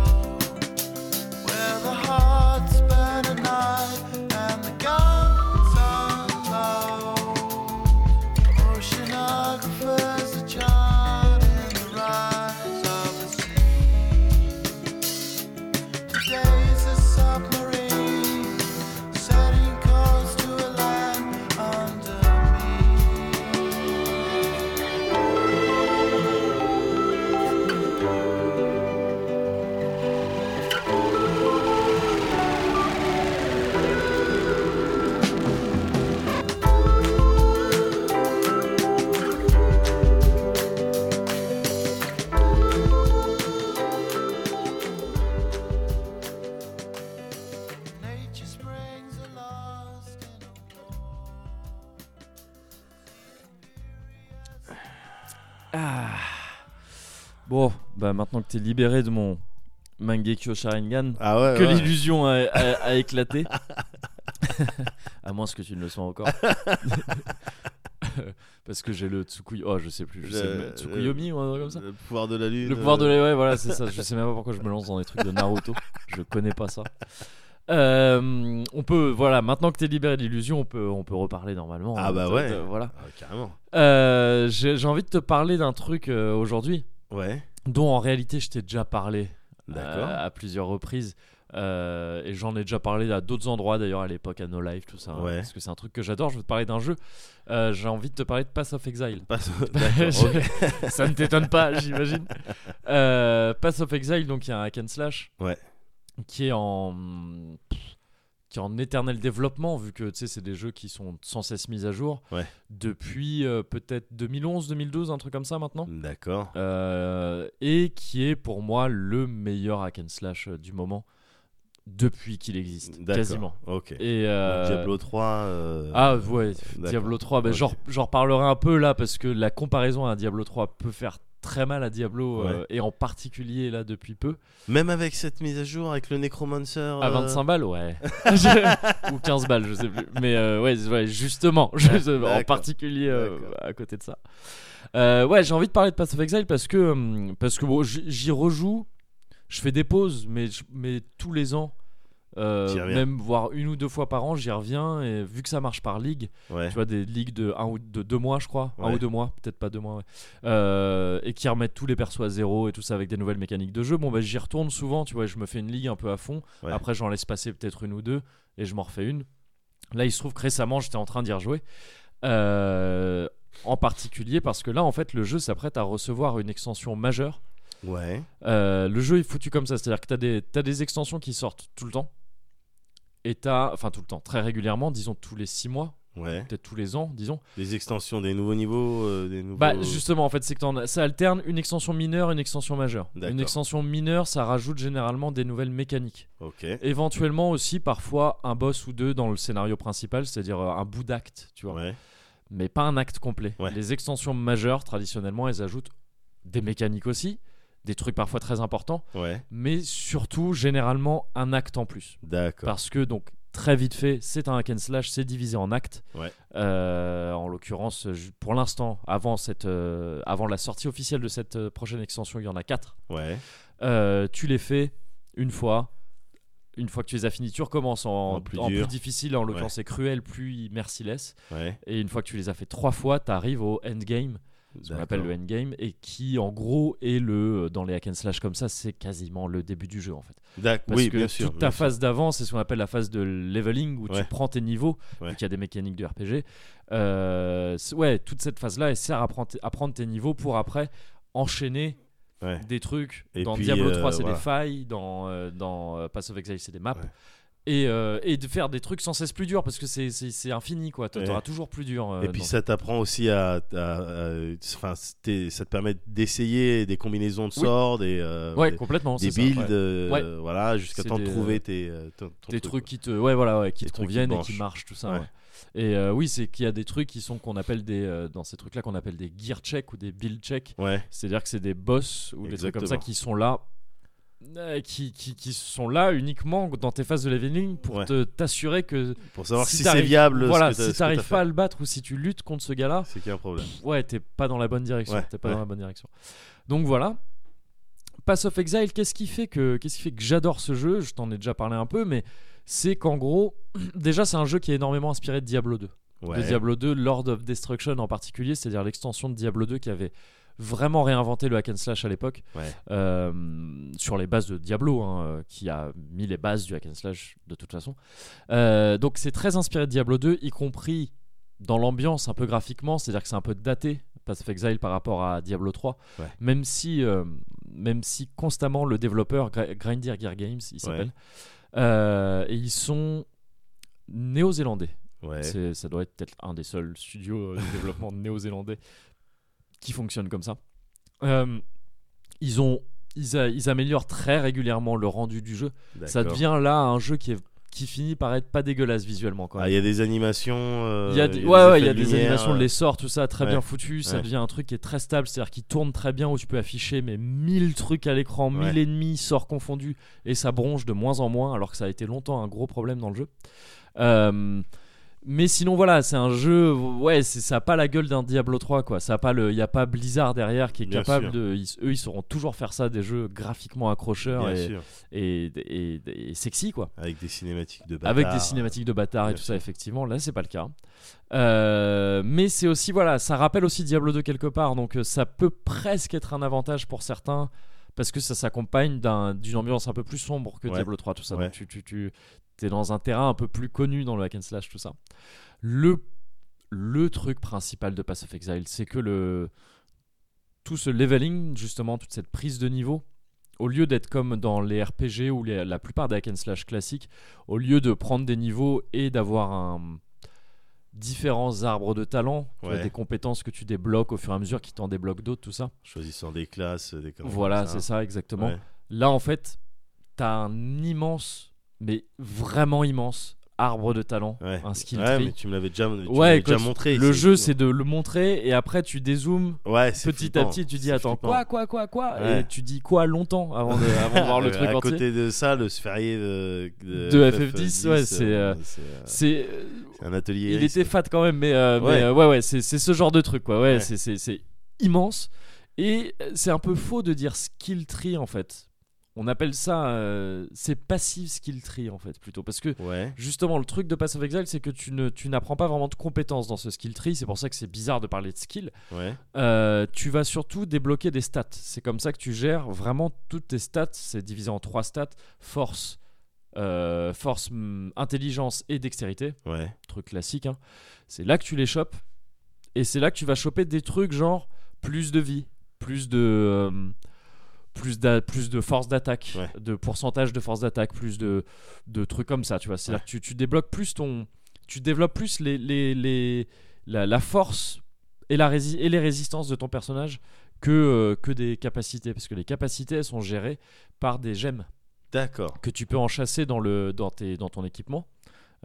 Bon, bah maintenant que t'es libéré de mon Mangekyo Sharingan,
Ah ouais.
que
ouais.
l'illusion a, a-
[laughs]
a éclaté. [laughs] à moins que tu ne le sois
[laughs]
encore. [laughs] Parce que j'ai le Tsukuyomi. Oh, je sais plus. Je sais
Le-
même- Tsukuyomi ou un truc comme ça
Le pouvoir de la lune.
Le pouvoir de la. Ouais, voilà, c'est ça. Je sais même pas pourquoi je me lance dans des trucs de Naruto. Je connais pas ça. Euh, on peut, voilà, maintenant que t'es libéré de l'illusion, on peut, on peut reparler normalement.
Ah
Euh,
bah
de-
ouais.
de- voilà.
Ah, carrément.
Euh, j'ai j'ai envie de te parler d'un truc euh, aujourd'hui
Ouais.
dont en réalité je t'ai déjà parlé
D'accord.
euh, à plusieurs reprises. Euh, et j'en ai déjà parlé à d'autres endroits d'ailleurs à l'époque, à No Life, tout ça. hein,
Ouais.
parce que c'est un truc que j'adore. Je veux te parler d'un jeu. Euh, J'ai envie de te parler de Pass of Exile.
Pas-
[laughs]
D'accord. ok.
Je- [laughs] ça ne t'étonne pas, j'imagine. Euh, Pass of Exile, donc il y a un hack and slash.
Ouais.
Qui est en. pff, Qui est en éternel développement, vu que tu sais, c'est des jeux qui sont sans cesse mis à jour.
Ouais.
Depuis euh, peut-être 2011, 2012, un truc comme ça
Mm.
maintenant.
D'accord.
Euh, et qui est pour moi le meilleur hack and slash euh, du moment depuis qu'il existe,
D'accord.
quasiment.
Ok.
Et euh,
Donc, Diablo 3. euh,
Ah ouais,
d'accord.
Diablo 3, bah,
Ok.
j'en j'en reparlerai un peu là parce que la comparaison à Diablo 3 peut faire très mal à Diablo euh, et en particulier là depuis peu.
Même avec cette mise à jour, avec le Necromancer.
À
euh,
25 balles, ouais. [laughs] Je- Ou 15 balles, je sais plus. Mais euh, ouais, c'est- ouais, justement, je- en
d'accord,
particulier euh,
d'accord.
à côté de ça. Euh, ouais, j'ai envie de parler de Path of Exile parce que, hum, parce que bon, j- j'y rejoue. Je fais des pauses, mais, je- mais tous les ans, euh,
T'y reviens.
même voire une ou deux fois par an, j'y reviens. Et vu que ça marche par ligue,
Ouais.
tu vois des ligues de un ou de deux mois je crois un
Ouais.
ou deux mois peut-être pas deux mois ouais. Euh, et qui remettent tous les persos à zéro et tout ça avec des nouvelles mécaniques de jeu bon bah j'y retourne souvent tu vois je me fais une ligue un peu à fond
Ouais.
après j'en laisse passer peut-être une ou deux et je m'en refais une là il se trouve que récemment j'étais en train d'y rejouer Euh, en particulier parce que là en fait le jeu s'apprête à recevoir une extension majeure
Ouais.
euh, le jeu est foutu comme ça, c'est-à-dire que t'as des, t'as des extensions qui sortent tout le temps, et t'as, enfin tout le temps, très régulièrement, disons tous les 6 mois,
Ouais.
peut-être tous les ans, disons,
Les extensions des nouveaux niveaux, euh, des nouveaux.
Bah justement en fait c'est que t'en as- ça alterne une extension mineure une extension majeure. Une
D'accord.
extension mineure ça rajoute généralement des nouvelles mécaniques.
Ok.
Éventuellement aussi parfois un boss ou deux dans le scénario principal, c'est-à-dire euh, un bout d'acte, tu vois.
Ouais.
Mais pas un acte complet.
Ouais.
Les extensions majeures traditionnellement elles ajoutent des mécaniques aussi, des trucs parfois très importants,
Ouais.
mais surtout généralement un acte en plus.
D'accord.
Parce que donc très vite fait, c'est un hack and slash, c'est divisé en actes.
Ouais.
Euh, en l'occurrence, ju- pour l'instant, avant cette, euh, avant la sortie officielle de cette euh, prochaine extension, il y en a quatre.
Ouais.
Euh, tu les fais une fois. Une fois que tu les as finis, tu recommences en,
En plus dur.
plus difficile, en l'occurrence c'est cruel, plus merciless.
Ouais.
Et une fois que tu les as fait trois fois, tu arrives au endgame, ce qu'on appelle le endgame, et qui en gros est le, euh, dans les hack and slash comme ça, c'est quasiment le début du jeu en fait.
D'accord.
Parce
Oui,
que
bien sûr.
toute
bien
ta phase d'avant, c'est ce qu'on appelle la phase de leveling où
Ouais.
tu prends tes niveaux,
Ouais.
vu qu'il y a des mécaniques de RPG. Euh, c'est- ouais, toute cette phase-là, elle sert à prendre, à prendre tes niveaux pour après enchaîner
sûr. Ouais.
des trucs.
Et
dans
puis,
Diablo
euh,
3, c'est
voilà.
des failles. Dans, euh, dans euh, Pass of Exile, c'est des maps.
Ouais.
Et, euh, et de faire des trucs sans cesse plus durs parce que c'est- c'est c'est infini, quoi. T'a-
Ouais.
T'auras toujours plus dur. euh,
Et puis
dans-
ça t'apprend aussi à, à- à- enfin, c'était- ça te permet d'essayer des combinaisons de
Oui.
sorts, des, euh,
ouais,
des-
complètement. c'est
des
ça,
builds,
ouais.
euh,
Ouais.
voilà, jusqu'à
C'est
temps de
des,
trouver tes, euh, ton- ton
des
truc,
trucs
quoi.
qui te ouais voilà ouais, qui
Des
te
trucs qui
conviennent et qui
branchent.
marchent tout ça
Ouais.
ouais. et euh, oui c'est qu'il y a des trucs qui sont qu'on appelle des euh, dans ces trucs là qu'on appelle des gear check ou des build check
Ouais,
c'est à dire que c'est des boss ou des trucs comme ça
Exactement.
qui sont là euh, qui, qui, qui sont là uniquement dans tes phases de leveling pour
Ouais.
te t'assurer que
pour savoir si, c'est
t'arrives-
viable.
voilà
ce que t'as-
si
ce que
t'arrives
t'as fait.
pas à le battre ou si tu luttes contre ce gars là
c'est qu'il y a un problème.
ouais t'es pas dans la bonne direction
Ouais,
t'es pas
ouais.
dans la bonne direction donc voilà Pass of Exile qu'est-ce qui fait que qu'est-ce qui fait que j'adore ce jeu je t'en ai déjà parlé un peu mais c'est qu'en gros [clears throat] déjà c'est un jeu qui est énormément inspiré de Diablo 2
Ouais.
de Diablo 2 Lord of Destruction en particulier c'est-à-dire l'extension de Diablo 2 qui avait vraiment réinventé le hack and slash à l'époque
Ouais.
euh, sur les bases de Diablo hein, euh, qui a mis les bases du hack and slash de toute façon Euh, donc c'est très inspiré de Diablo 2 y compris dans l'ambiance un peu graphiquement c'est à dire que c'est un peu daté Path of Exile par rapport à Diablo 3
Ouais.
même si euh, même si constamment le développeur Gra- Grindr Gear Games il s'appelle euh, et ils sont néo-zélandais
Ouais.
c'est- ça doit être peut-être un des seuls studios euh, de développement [laughs] néo-zélandais qui fonctionne comme ça. Euh, ils, ont, ils, a- ils améliorent très régulièrement le rendu du jeu. Ça
D'accord.
devient là un jeu qui est, qui finit par être pas dégueulasse visuellement quand
Ah,
même.
Il y a des animations. euh,
Il y a des, ouais, ouais, il y
effets
a
de
des
lumière,
animations de
euh,
l'essor, tout ça, très
ouais.
bien foutu. Ça
Ouais.
devient un truc qui est très stable, c'est-à-dire qui tourne très bien, où tu peux afficher mais 1000 trucs à l'écran, 1000
Ouais.
ennemis, sorts confondus, et ça bronche de moins en moins, alors que ça a été longtemps un gros problème dans le jeu. Euh, mais sinon, voilà, c'est un jeu. Ouais, c'est- ça n'a pas la gueule d'un Diablo 3, quoi. Ça a pas le, il n'y a pas Blizzard derrière qui est
Bien
capable
sûr.
de. ils- eux, ils sauront toujours faire ça, des jeux graphiquement accrocheurs
Bien
et,
sûr,
et, et, et sexy, quoi.
avec des cinématiques de
Avec des
bâtards.
cinématiques de bâtards et
Bien
tout ça, effectivement. Là, c'est pas le cas. Euh, mais c'est aussi, voilà, ça rappelle aussi Diablo 2 quelque part. Donc, euh, ça peut presque être un avantage pour certains parce que ça s'accompagne d'un- d'une ambiance un peu plus sombre que
Ouais.
Diablo 3, tout ça.
Ouais.
Donc, tu, tu, tu es dans un terrain un peu plus connu dans le hack and slash, tout ça. Le, le truc principal de Pass of Exile, c'est que le, tout ce leveling, justement, toute cette prise de niveau, au lieu d'être comme dans les RPG ou les- la plupart des hack and slash classiques, au lieu de prendre des niveaux et d'avoir un différents arbres de talent, tu vois,
Ouais.
des compétences que tu débloques au fur et à mesure qui t'en débloquent d'autres, tout ça.
Choisissant des classes, des conneries
voilà,
comme
c'est ça exactement.
Ouais.
Là, en fait, t'as un immense, mais vraiment immense arbre de talent,
Ouais.
un skill
Ouais,
tree.
mais tu me l'avais déjà, tu me
Ouais,
l'avais déjà
écoute,
montré.
Le jeu, c'est de le montrer et après tu dézoomes
ouais, c'est
petit à
flippant.
petit. Tu dis
C'est
attends
flippant.
quoi, quoi, quoi, quoi,
Ouais.
et tu dis quoi longtemps avant de,
[laughs]
avant de voir le
Euh,
truc
à
entier.
côté de ça, le sphérié de,
De FF10, ouais, c'est,
euh,
euh,
c'est, euh,
C'est,
c'est un atelier.
il
risque.
était fat quand même, mais euh, mais,
Ouais.
euh, ouais, ouais, c'est c'est ce genre de truc quoi. Ouais,
Ouais.
c'est- c'est c'est immense et euh, c'est un peu faux de dire skill tree en fait. On appelle ça euh, c'est passive skill tree en fait plutôt parce que
Ouais.
Justement, le truc de Pass of Exile, c'est que tu ne- tu n'apprends pas vraiment de compétences dans ce skill tree. C'est pour ça que c'est bizarre de parler de skill.
Ouais.
Euh, tu vas surtout débloquer des stats. C'est comme ça que tu gères vraiment toutes tes stats. C'est divisé en trois stats force, euh, force, hum, intelligence et dextérité.
Ouais.
Truc classique. hein. C'est là que tu les chopes. Et c'est là que tu vas choper des trucs genre plus de vie, plus de. euh, plus, d'a- plus de force d'attaque,
Ouais.
de pourcentage de force d'attaque, plus de, de trucs comme ça, tu vois. C'est-à-dire que tu, tu débloques plus ton. Tu développes plus les, les, les- la, la force et, la rési- et les résistances de ton personnage que, euh, que des capacités. Parce que les capacités, elles sont gérées par des gemmes
D'accord.
que tu peux en chasser dans, le, dans, tes, dans ton équipement.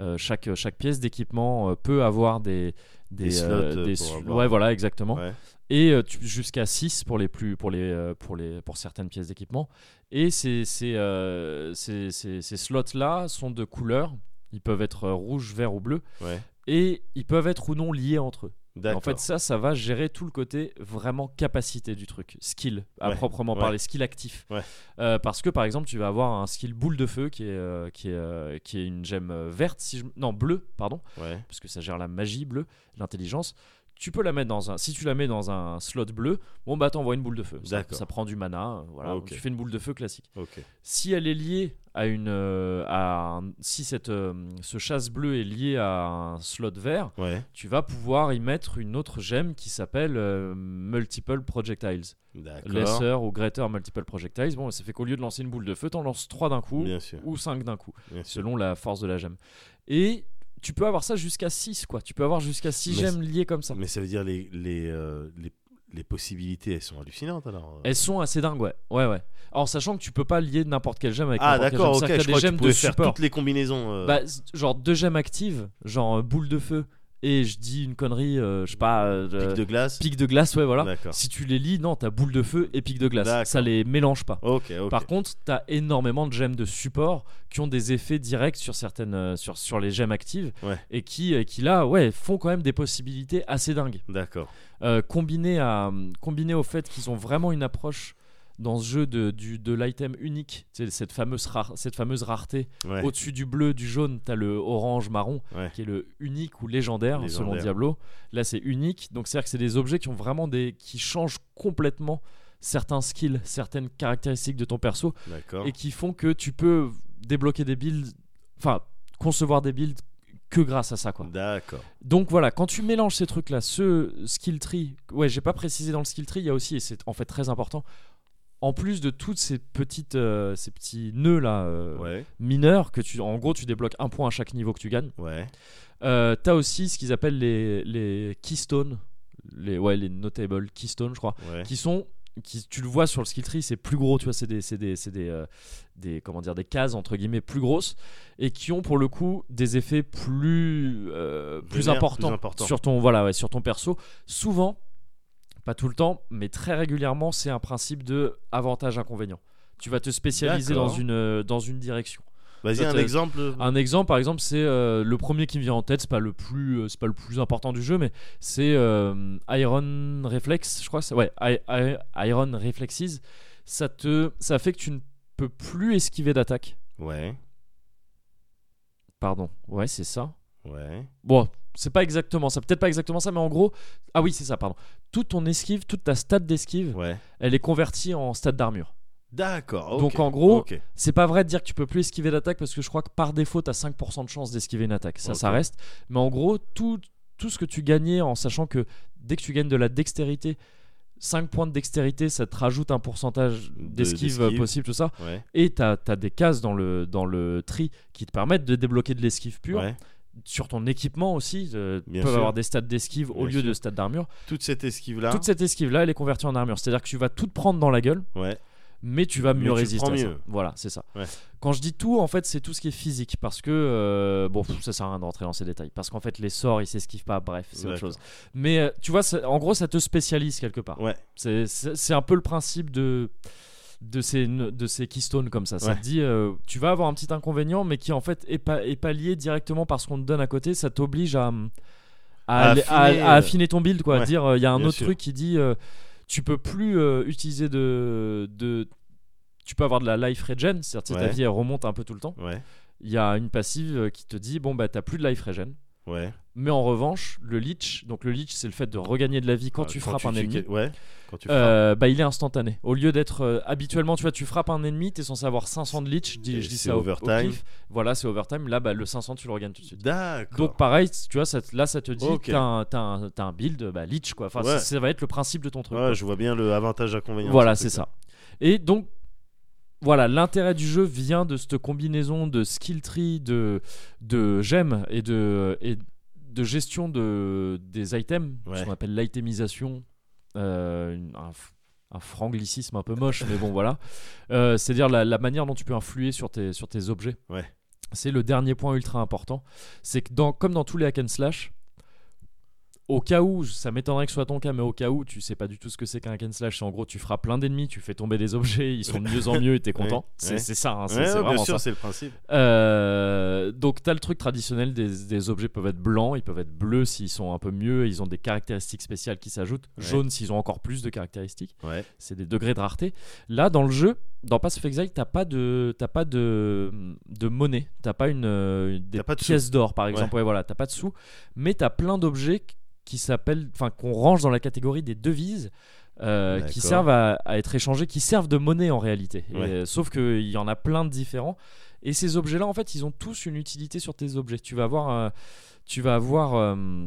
Euh, chaque, chaque pièce d'équipement euh, peut avoir des, des,
Des
euh,
slots
des
pour
su-
avoir.
Ouais, voilà, exactement.
Ouais.
Et euh, tu- jusqu'à 6 pour, les plus, pour, les, euh, pour, les, pour certaines pièces d'équipement. Et ces, ces, euh, ces, ces- ces slots-là sont de couleurs. Ils peuvent être euh, rouge, vert ou bleu.
Ouais.
Et ils peuvent être ou non liés entre eux.
D'accord.
En fait, ça, ça va gérer tout le côté vraiment capacité du truc, skill, à
Ouais,
proprement
ouais.
parler, skill actif.
Ouais.
Euh, parce que par exemple, tu vas avoir un skill boule de feu qui est, euh, qui est, euh, qui est une gemme euh, verte, si je- non bleue, pardon,
Ouais.
parce que ça gère la magie bleue, l'intelligence. Tu peux la mettre dans un. Si tu la mets dans un slot bleu, bon bah t'envoies une boule de feu. Ça-
D'accord. Ah,
Ça prend du mana, euh, voilà.
Ok.
Tu fais une boule de feu classique.
Ok.
Si elle est liée à une, euh, à un- si cette, euh, ce chasse bleu est lié à un slot vert,
Ouais.
tu vas pouvoir y mettre une autre gemme qui s'appelle euh, Multiple Projectiles.
D'accord.
Lesser ou Greater Multiple Projectiles. Bon, ça fait qu'au lieu de lancer une boule de feu, t'en lances 3 d'un coup
Bien sûr.
ou 5 d'un coup,
Bien sûr.
selon la force de la gemme. Et tu peux avoir ça jusqu'à 6, quoi. Tu peux avoir jusqu'à 6
Mais
gemmes liées comme ça.
Mais ça veut dire les les, euh, les les possibilités, elles sont hallucinantes alors. euh.
Elles sont assez dingues, ouais. Ouais, ouais. En sachant que tu peux pas lier n'importe quelle gemme avec
ah
n'importe quelle
d'accord.
gemme.
Ok.
C'est-à-dire
Je
que t'as
crois que tu
des gemmes de
pouvais faire
support.
toutes les combinaisons. euh,
Bah, s- genre deux gemmes actives, genre euh, boule de feu, et je dis une connerie, euh, je sais pas, euh,
pic de glace.
pic de glace, ouais, voilà.
D'accord.
Si tu les lis, non, t'as boule de feu et pic de
D'accord.
glace. Ça les mélange pas.
Ok. Ok.
Par contre, t'as énormément de gemmes de support qui ont des effets directs sur certaines, euh, sur, sur les gemmes actives
Ouais.
et qui, euh, qui là, ouais, font quand même des possibilités assez dingues.
D'accord.
Euh, combiné à, combiné au fait qu'ils ont vraiment une approche dans ce jeu de, du- de l'item unique, c'est cette fameuse, rare- cette fameuse rareté.
Ouais.
Au-dessus du bleu, du jaune, t'as le orange, marron,
Ouais.
qui est le unique ou légendaire, selon
Légendaire.
Diablo. Là, c'est unique. Donc, c'est-à-dire que c'est des objets qui ont vraiment des, qui changent complètement certains skills, certaines caractéristiques de ton perso,
D'accord.
et qui font que tu peux débloquer des builds, enfin concevoir des builds que grâce à ça, quoi.
D'accord.
Donc voilà, quand tu mélanges ces trucs-là, ce skill tree, ouais, j'ai pas précisé dans le skill tree, il y a aussi, et c'est en fait très important, en plus de toutes ces petites, euh, ces petits nœuds là euh,
Ouais.
mineurs que tu, en gros, tu débloques un point à chaque niveau que tu gagnes.
Ouais.
Euh, t'as aussi ce qu'ils appellent les, les keystones, les, ouais, les notable keystones, je crois,
Ouais.
qui sont qui tu le vois sur le skill tree, c'est plus gros, tu vois, c'est des c'est des c'est des, euh, des- comment dire des cases entre guillemets plus grosses et qui ont pour le coup des effets plus euh, plus
Vénères, plus
importants
importants.
sur ton voilà, ouais, sur ton perso, souvent pas tout le temps, mais très régulièrement, c'est un principe de avantage inconvénient. Tu vas te spécialiser dans
D'accord.
une euh, dans une direction.
Vas-y,
Ça,
un
t'as-
exemple.
Un exemple, par exemple, c'est euh, le premier qui me vient en tête. C'est pas le plus, euh, c'est pas le plus important du jeu, mais c'est euh, Iron Reflex, je crois. c'est- Ouais, I- I- Iron Reflexes. Ça te, ça fait que tu ne peux plus esquiver d'attaque.
Ouais,
Pardon. Ouais, c'est ça.
ouais.
Bon, c'est pas exactement ça. Peut-être pas exactement ça, mais en gros, ah oui, c'est ça. Pardon. Toute ton esquive, toute ta stat d'esquive,
Ouais.
elle est convertie en stat d'armure.
D'accord. ok,
Donc, en gros,
ok.
C'est pas vrai de dire que tu peux plus esquiver d'attaque parce que je crois que par défaut, t'as 5% de chance d'esquiver une attaque. Ça, ça
Ok.
reste. Mais en gros, tout, tout ce que tu gagnais en sachant que dès que tu gagnes de la dextérité, 5 points de dextérité, ça te rajoute un pourcentage
De-
d'esquive
d'esquive.
possible, tout ça.
ouais,
Et t'as as des cases dans le, dans le tri qui te permettent de débloquer de l'esquive pure.
ouais.
Sur ton équipement aussi, euh, tu
Bien
peux
sûr.
avoir des stats d'esquive au
Bien
lieu
sûr.
de stats d'armure.
Toute cette esquive-là.
Toute cette esquive-là, elle est convertie en armure. C'est-à-dire que tu vas tout te prendre dans la gueule
Ouais.
mais tu vas
Mais
mieux
tu le
résister.
prends
à ça.
mieux.
Voilà, c'est ça.
Ouais.
Quand je dis tout, en fait, c'est tout ce qui est physique, parce que euh, bon, pff, ça sert à rien de rentrer dans ces détails, parce qu'en fait, les sorts, ils s'esquivent pas. Bref, c'est autre
D'accord.
chose. Mais euh, tu vois, ça- en gros, ça te spécialise quelque part.
Ouais.
C'est- C'est c'est un peu le principe de de ces de ces keystones comme ça. Ça
Ouais.
te dit, euh, tu vas avoir un petit inconvénient, mais qui en fait est pas est pas lié directement par ce qu'on te donne à côté. Ça t'oblige à à,
À
aller- à- à affiner,
affiner, euh,
ton build, quoi. à
ouais.
Dire, euh, il y a un
Bien
autre
sûr.
truc qui dit, euh, tu peux plus euh, utiliser de de tu peux avoir de la life regen, c'est-à-dire que ta
Ouais.
vie elle remonte un peu tout le temps.
Ouais,
Il y a une passive euh, qui te dit bon bah t'as plus de life regen,
ouais.
mais en revanche le leech, donc le leech c'est le fait de regagner de la vie quand
Ah,
tu frappes un ennemi.
quel- Ouais. Quand tu frappes.
Euh, bah, il est instantané. Au lieu d'être euh, habituellement, tu vois, tu frappes un ennemi, t'es censé avoir 500 de leech. Je dis,
Et
je dis
c'est
ça au- Au,
overtime.
pif. Voilà, c'est overtime. Là, bah, le 500, tu le regagnes tout de suite.
D'accord.
Donc pareil, tu vois, ça, te- là, ça te dit,
Ok.
t'as un, t'as un- t'as un build, bah, leech quoi. Enfin,
Ouais.
ça, ça va être le principe de ton truc.
Ouais, je vois bien le avantage inconvénient. de
Voilà,
ce
c'est
truc-là.
ça. Et donc, voilà, l'intérêt du jeu vient de cette combinaison de skill tree, de, de gemmes et de, et de gestion de, des items, ce
Ouais.
qu'on appelle l'itemisation, euh, une- un, f- un franglicisme un peu moche, mais bon, voilà. Euh, C'est-à-dire la, la manière dont tu peux influer sur tes, sur tes objets.
Ouais.
C'est le dernier point ultra important. C'est que, dans, comme dans tous les hack and slash, au cas où, ça m'étonnerait que ce soit ton cas, mais au cas où, tu sais pas du tout ce que c'est qu'un hack and slash. c'est En gros, tu frappes plein d'ennemis, tu fais tomber des objets, ils sont de mieux en mieux et t'es content.
[laughs] Ouais,
c'est
ouais.
c'est ça, hein, c'est
Ouais,
c'est
ouais,
vraiment
bien sûr,
ça.
c'est le principe.
Euh, donc, t'as le truc traditionnel des, des objets peuvent être blancs, ils peuvent être bleus s'ils sont un peu mieux, ils ont des caractéristiques spéciales qui s'ajoutent,
Ouais.
jaunes s'ils ont encore plus de caractéristiques.
Ouais.
C'est des degrés de rareté. Là, dans le jeu, dans Pass of Exile, t'as pas de, t'as pas de, de monnaie, t'as pas une euh, des
T'as pas de
pièces d'or par
Ouais.
exemple. Ouais, voilà, t'as pas de sous, mais t'as plein d'objets qui s'appellent, enfin qu'on range dans la catégorie des devises. euh, qui
D'accord.
servent à, à être échangés, qui servent de monnaie en réalité. Et,
Ouais.
euh, sauf qu'il y en a plein de différents. Et ces objets-là, en fait, ils ont tous une utilité sur tes objets. Tu vas avoir, euh, tu vas avoir euh,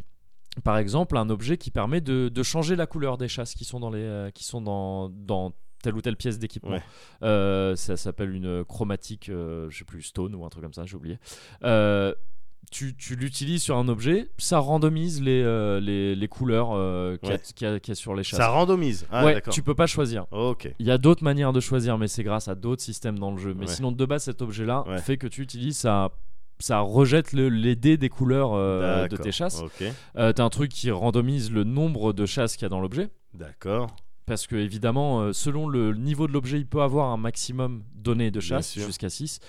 par exemple, un objet qui permet de, de changer la couleur des chasses qui sont dans, les, euh, qui sont dans, dans telle ou telle pièce d'équipement.
Ouais.
Euh, ça s'appelle une chromatique, euh, je sais plus, stone ou un truc comme ça, j'ai oublié. Euh, tu, tu l'utilises sur un objet, ça randomise les, euh, les, les couleurs euh, qu'il y, a-
Ouais.
qu'il y a- qu'il y a sur les chasses.
Ça randomise. Ah,
ouais,
d'accord.
tu peux pas choisir.
Ok.
Il y a d'autres manières de choisir, mais c'est grâce à d'autres systèmes dans le jeu. Mais
Ouais.
sinon, de base, cet objet-là
Ouais.
fait que tu utilises ça. Ça rejette le- les dés des couleurs euh, de
D'accord.
tes chasses.
Ok.
Euh, t'as un truc qui randomise le nombre de chasses qu'il y a dans l'objet.
D'accord.
Parce que, évidemment, euh, selon le niveau de l'objet, il peut avoir un maximum donné de
Bien
chasses,
sûr.
jusqu'à 6.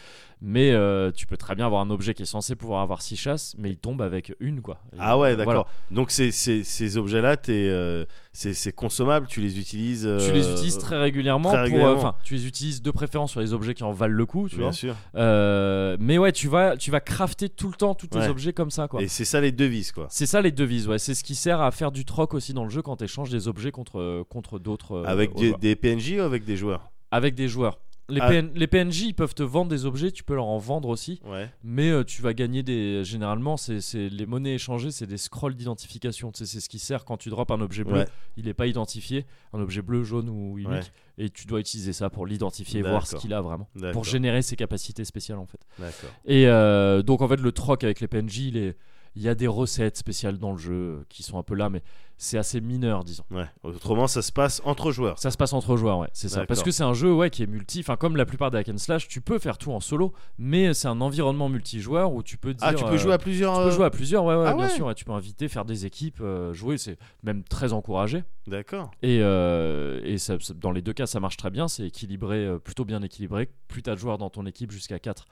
Mais euh, tu peux très bien avoir un objet qui est censé pouvoir avoir 6 chasses, mais il tombe avec une, quoi. Et,
Ah ouais,
euh,
d'accord. Donc ces, ces, ces objets-là, t'es, euh, c'est, c'est consommable, tu les utilises. euh,
voilà. Tu les utilises très régulièrement.
très
pour, euh,
régulièrement.
Enfin, tu les utilises de préférence sur les objets qui en valent le coup, tu
Bien
vois.
sûr.
Euh, mais ouais, tu vas, tu vas crafter tout le temps tous tes
Ouais.
objets comme ça, quoi.
Et c'est ça les devises, quoi.
C'est ça les devises, ouais. C'est ce qui sert à faire du troc aussi dans le jeu quand tu échanges des objets contre, contre d'autres. euh,
avec
aux
des,
joueurs.
des PNJ ou avec des joueurs
avec des joueurs. Les,
Ah.
PN les PNJ, ils peuvent te vendre des objets, tu peux leur en vendre aussi,
Ouais.
mais euh, tu vas gagner des. Généralement, c'est c'est- les monnaies échangées, c'est des scrolls d'identification. Tu sais, c'est ce qui sert quand tu drops un objet bleu,
Ouais.
il n'est pas identifié, un objet bleu, jaune ou unique,
Ouais.
et tu dois utiliser ça pour l'identifier, voir ce
D'accord.
qu'il a vraiment,
D'accord.
pour générer ses capacités spéciales en fait.
D'accord.
Et euh, donc en fait le troc avec les PNJ il est, Il y a des recettes spéciales dans le jeu euh, qui sont un peu là, mais c'est assez mineur, disons.
Ouais. Autrement, ça se passe entre joueurs.
Ça se passe entre joueurs, ouais, c'est ça.
D'accord.
Parce que c'est un jeu ouais, qui est multi. Enfin, comme la plupart des hack and slash, tu peux faire tout en solo, mais c'est un environnement multijoueur où tu peux dire.
Ah, tu
euh,
peux jouer à plusieurs.
tu peux
euh,
jouer à plusieurs, ouais, ouais,
Ah
bien
ouais.
sûr. ouais, tu peux inviter, faire des équipes, euh, jouer, c'est même très encouragé.
D'accord.
Et, euh, et ça- ça- dans les deux cas, ça marche très bien. C'est équilibré, euh, plutôt bien équilibré. Plus t'as de joueurs dans ton équipe jusqu'à 4,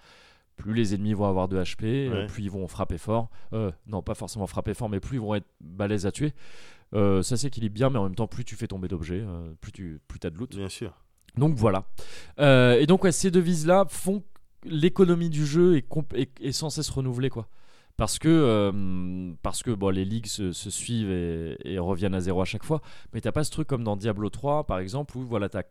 plus les ennemis vont avoir de HP, euh,
Ouais.
plus ils vont frapper fort. Euh, non, pas forcément frapper fort, mais plus ils vont être balèzes à tuer. Euh, ça s'équilibre bien, mais en même temps, plus tu fais tomber d'objets, euh, plus tu plus as de loot.
Bien sûr.
Donc voilà. Euh, et donc ouais, ces devises-là font que l'économie du jeu est, comp- est- est sans cesse renouvelée quoi. Parce que, euh, parce que bon, les ligues se, se suivent et, et reviennent à zéro à chaque fois. Mais t'as pas ce truc comme dans Diablo 3 par exemple où voilà t'as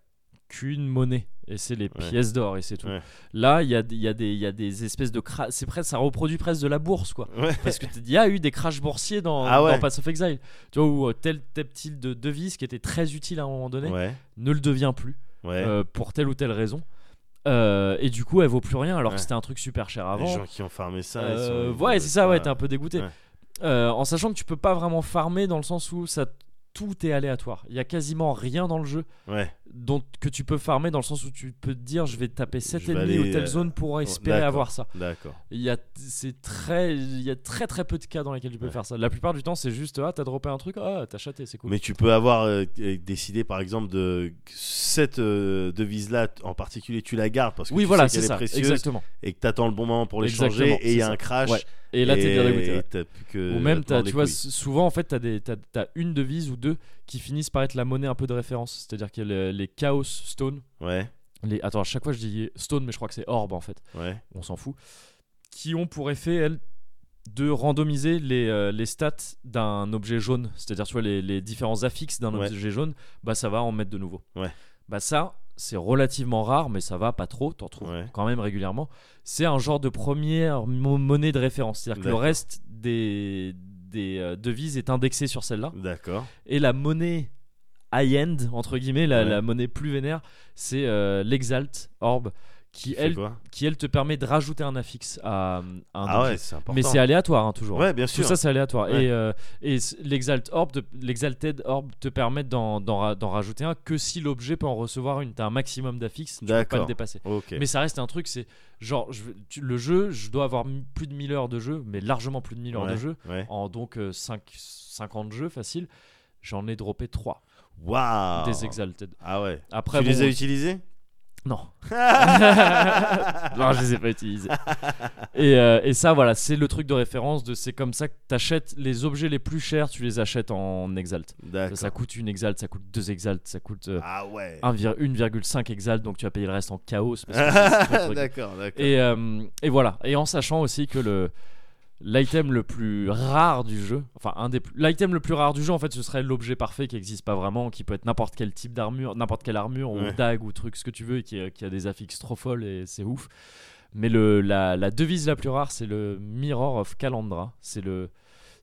qu'une monnaie et c'est les
Ouais.
pièces d'or et c'est tout.
Ouais.
Là il y a, des- il y, a des- il y a des espèces de cra- c'est presque ça reproduit presque de la bourse quoi.
Ouais.
Parce que t- il y a eu des crashs boursiers dans,
Ah ouais.
dans Pass of Exile. Tu vois où euh, tel tel type de devise qui était très utile à un moment donné
Ouais.
ne le devient plus.
Ouais.
Euh, pour telle ou telle raison. Euh, et du coup, elle vaut plus rien alors
Ouais.
que c'était un truc super cher
Les
avant.
gens qui ont farmé ça. ils
Euh,
sont-
ouais, c'est ça, ouais,
pas-
t'es un peu dégoûté.
Ouais.
Euh, en sachant que tu peux pas vraiment farmer dans le sens où ça, tout est aléatoire. Il y a quasiment rien dans le jeu
Ouais.
dont, que tu peux farmer dans le sens où tu peux te dire je vais taper cet
Je vais
ennemi
aller,
ou telle
euh,
zone pour espérer
d'accord.
avoir ça.
D'accord.
Il y a, c'est très, il y a très très peu de cas dans lesquels tu peux
Ouais.
faire ça. La plupart du temps, c'est juste ah t'as droppé un truc, ah t'as chaté, c'est cool.
Mais tu peux avoir euh, euh, décidé par exemple de cette euh, devise là en particulier tu la gardes parce que
oui,
tu
voilà, c'est
sais qu'elle est
ça,
précieuse
exactement.
et que t'attends le bon moment pour les
Exactement,
changer et il y a
c'est
un crash
Ouais. Et là, t'es bien dégoûté. ouais.
et t'as plus que
Ou même,
à te
t'as- tu
mordre euh, les
vois,
couilles.
s- souvent, en fait, t'as des- t'as as une devise ou deux qui finissent par être la monnaie un peu de référence. C'est-à-dire que les, les Chaos Stone.
ouais
Les, attends, à chaque fois, je dis Stone, mais je crois que c'est Orbe, en fait.
ouais
On s'en fout. Qui ont pour effet, elles, de randomiser les, euh, les stats d'un objet jaune. C'est-à-dire, tu vois, les, les différents affixes d'un
Ouais.
objet jaune, bah, ça va en mettre de nouveau.
Ouais.
Bah, ça. C'est relativement rare, mais ça va pas trop, t'en trouves
Ouais.
quand même régulièrement. C'est un genre de première mo- monnaie de référence. C'est-à-dire que le
D'accord.
reste des, des euh, devises est indexé sur celle-là.
d'accord
Et la monnaie high-end, entre guillemets, la,
Ouais.
la monnaie plus vénère, c'est euh, l'Exalt Orb, qui
Tu fais
elle,
quoi
qui elle te permet de rajouter un affixe à, euh, à un
ah
objet.
ouais c'est important
Mais c'est aléatoire, hein, toujours.
ouais bien
Tout
sûr
ça, c'est aléatoire.
Ouais.
Et, euh, et c- l'Exalt Orb, te- l'Exalted Orb te permet d'en, d'en ra- d'en rajouter un que si l'objet peut en recevoir une. T'as un maximum d'affixes, tu peux pas le
D'accord.
dépasser.
ok
Mais ça reste un truc, c'est genre je veux- tu- le jeu, je dois avoir m- plus de 1000 heures de jeu, mais largement plus de 1000 heures de
Ouais,
jeu,
ouais
en donc 5, 50 jeux facile. J'en ai droppé 3
waouh
des Exalted.
ah ouais
Après,
tu
bon,
les as utilisés [laughs]
non. non, je les ai pas utilisés. Et, euh, et ça, voilà, c'est le truc de référence. de C'est comme ça que t'achètes les objets les plus chers, tu les achètes en Exalt. Ça,
d'accord
ça coûte une Exalt, ça coûte deux Exalt, ça coûte euh,
ah ouais
1,5 1,5 Exalt, donc tu vas payer le reste en chaos. Parce que
[laughs]
c'est- c'est
d'accord
pas
d'accord
Et, euh, et voilà. Et en sachant aussi que le l'item le plus rare du jeu, enfin un des plus- l'item le plus rare du jeu en fait, ce serait l'objet parfait qui n'existe pas vraiment, qui peut être n'importe quel type d'armure, n'importe quelle armure ou
Ouais.
dague ou truc ce que tu veux et qui, a- qui a des affixes trop folles et c'est ouf. Mais le la, la devise la plus rare c'est le Mirror of Calandra, c'est le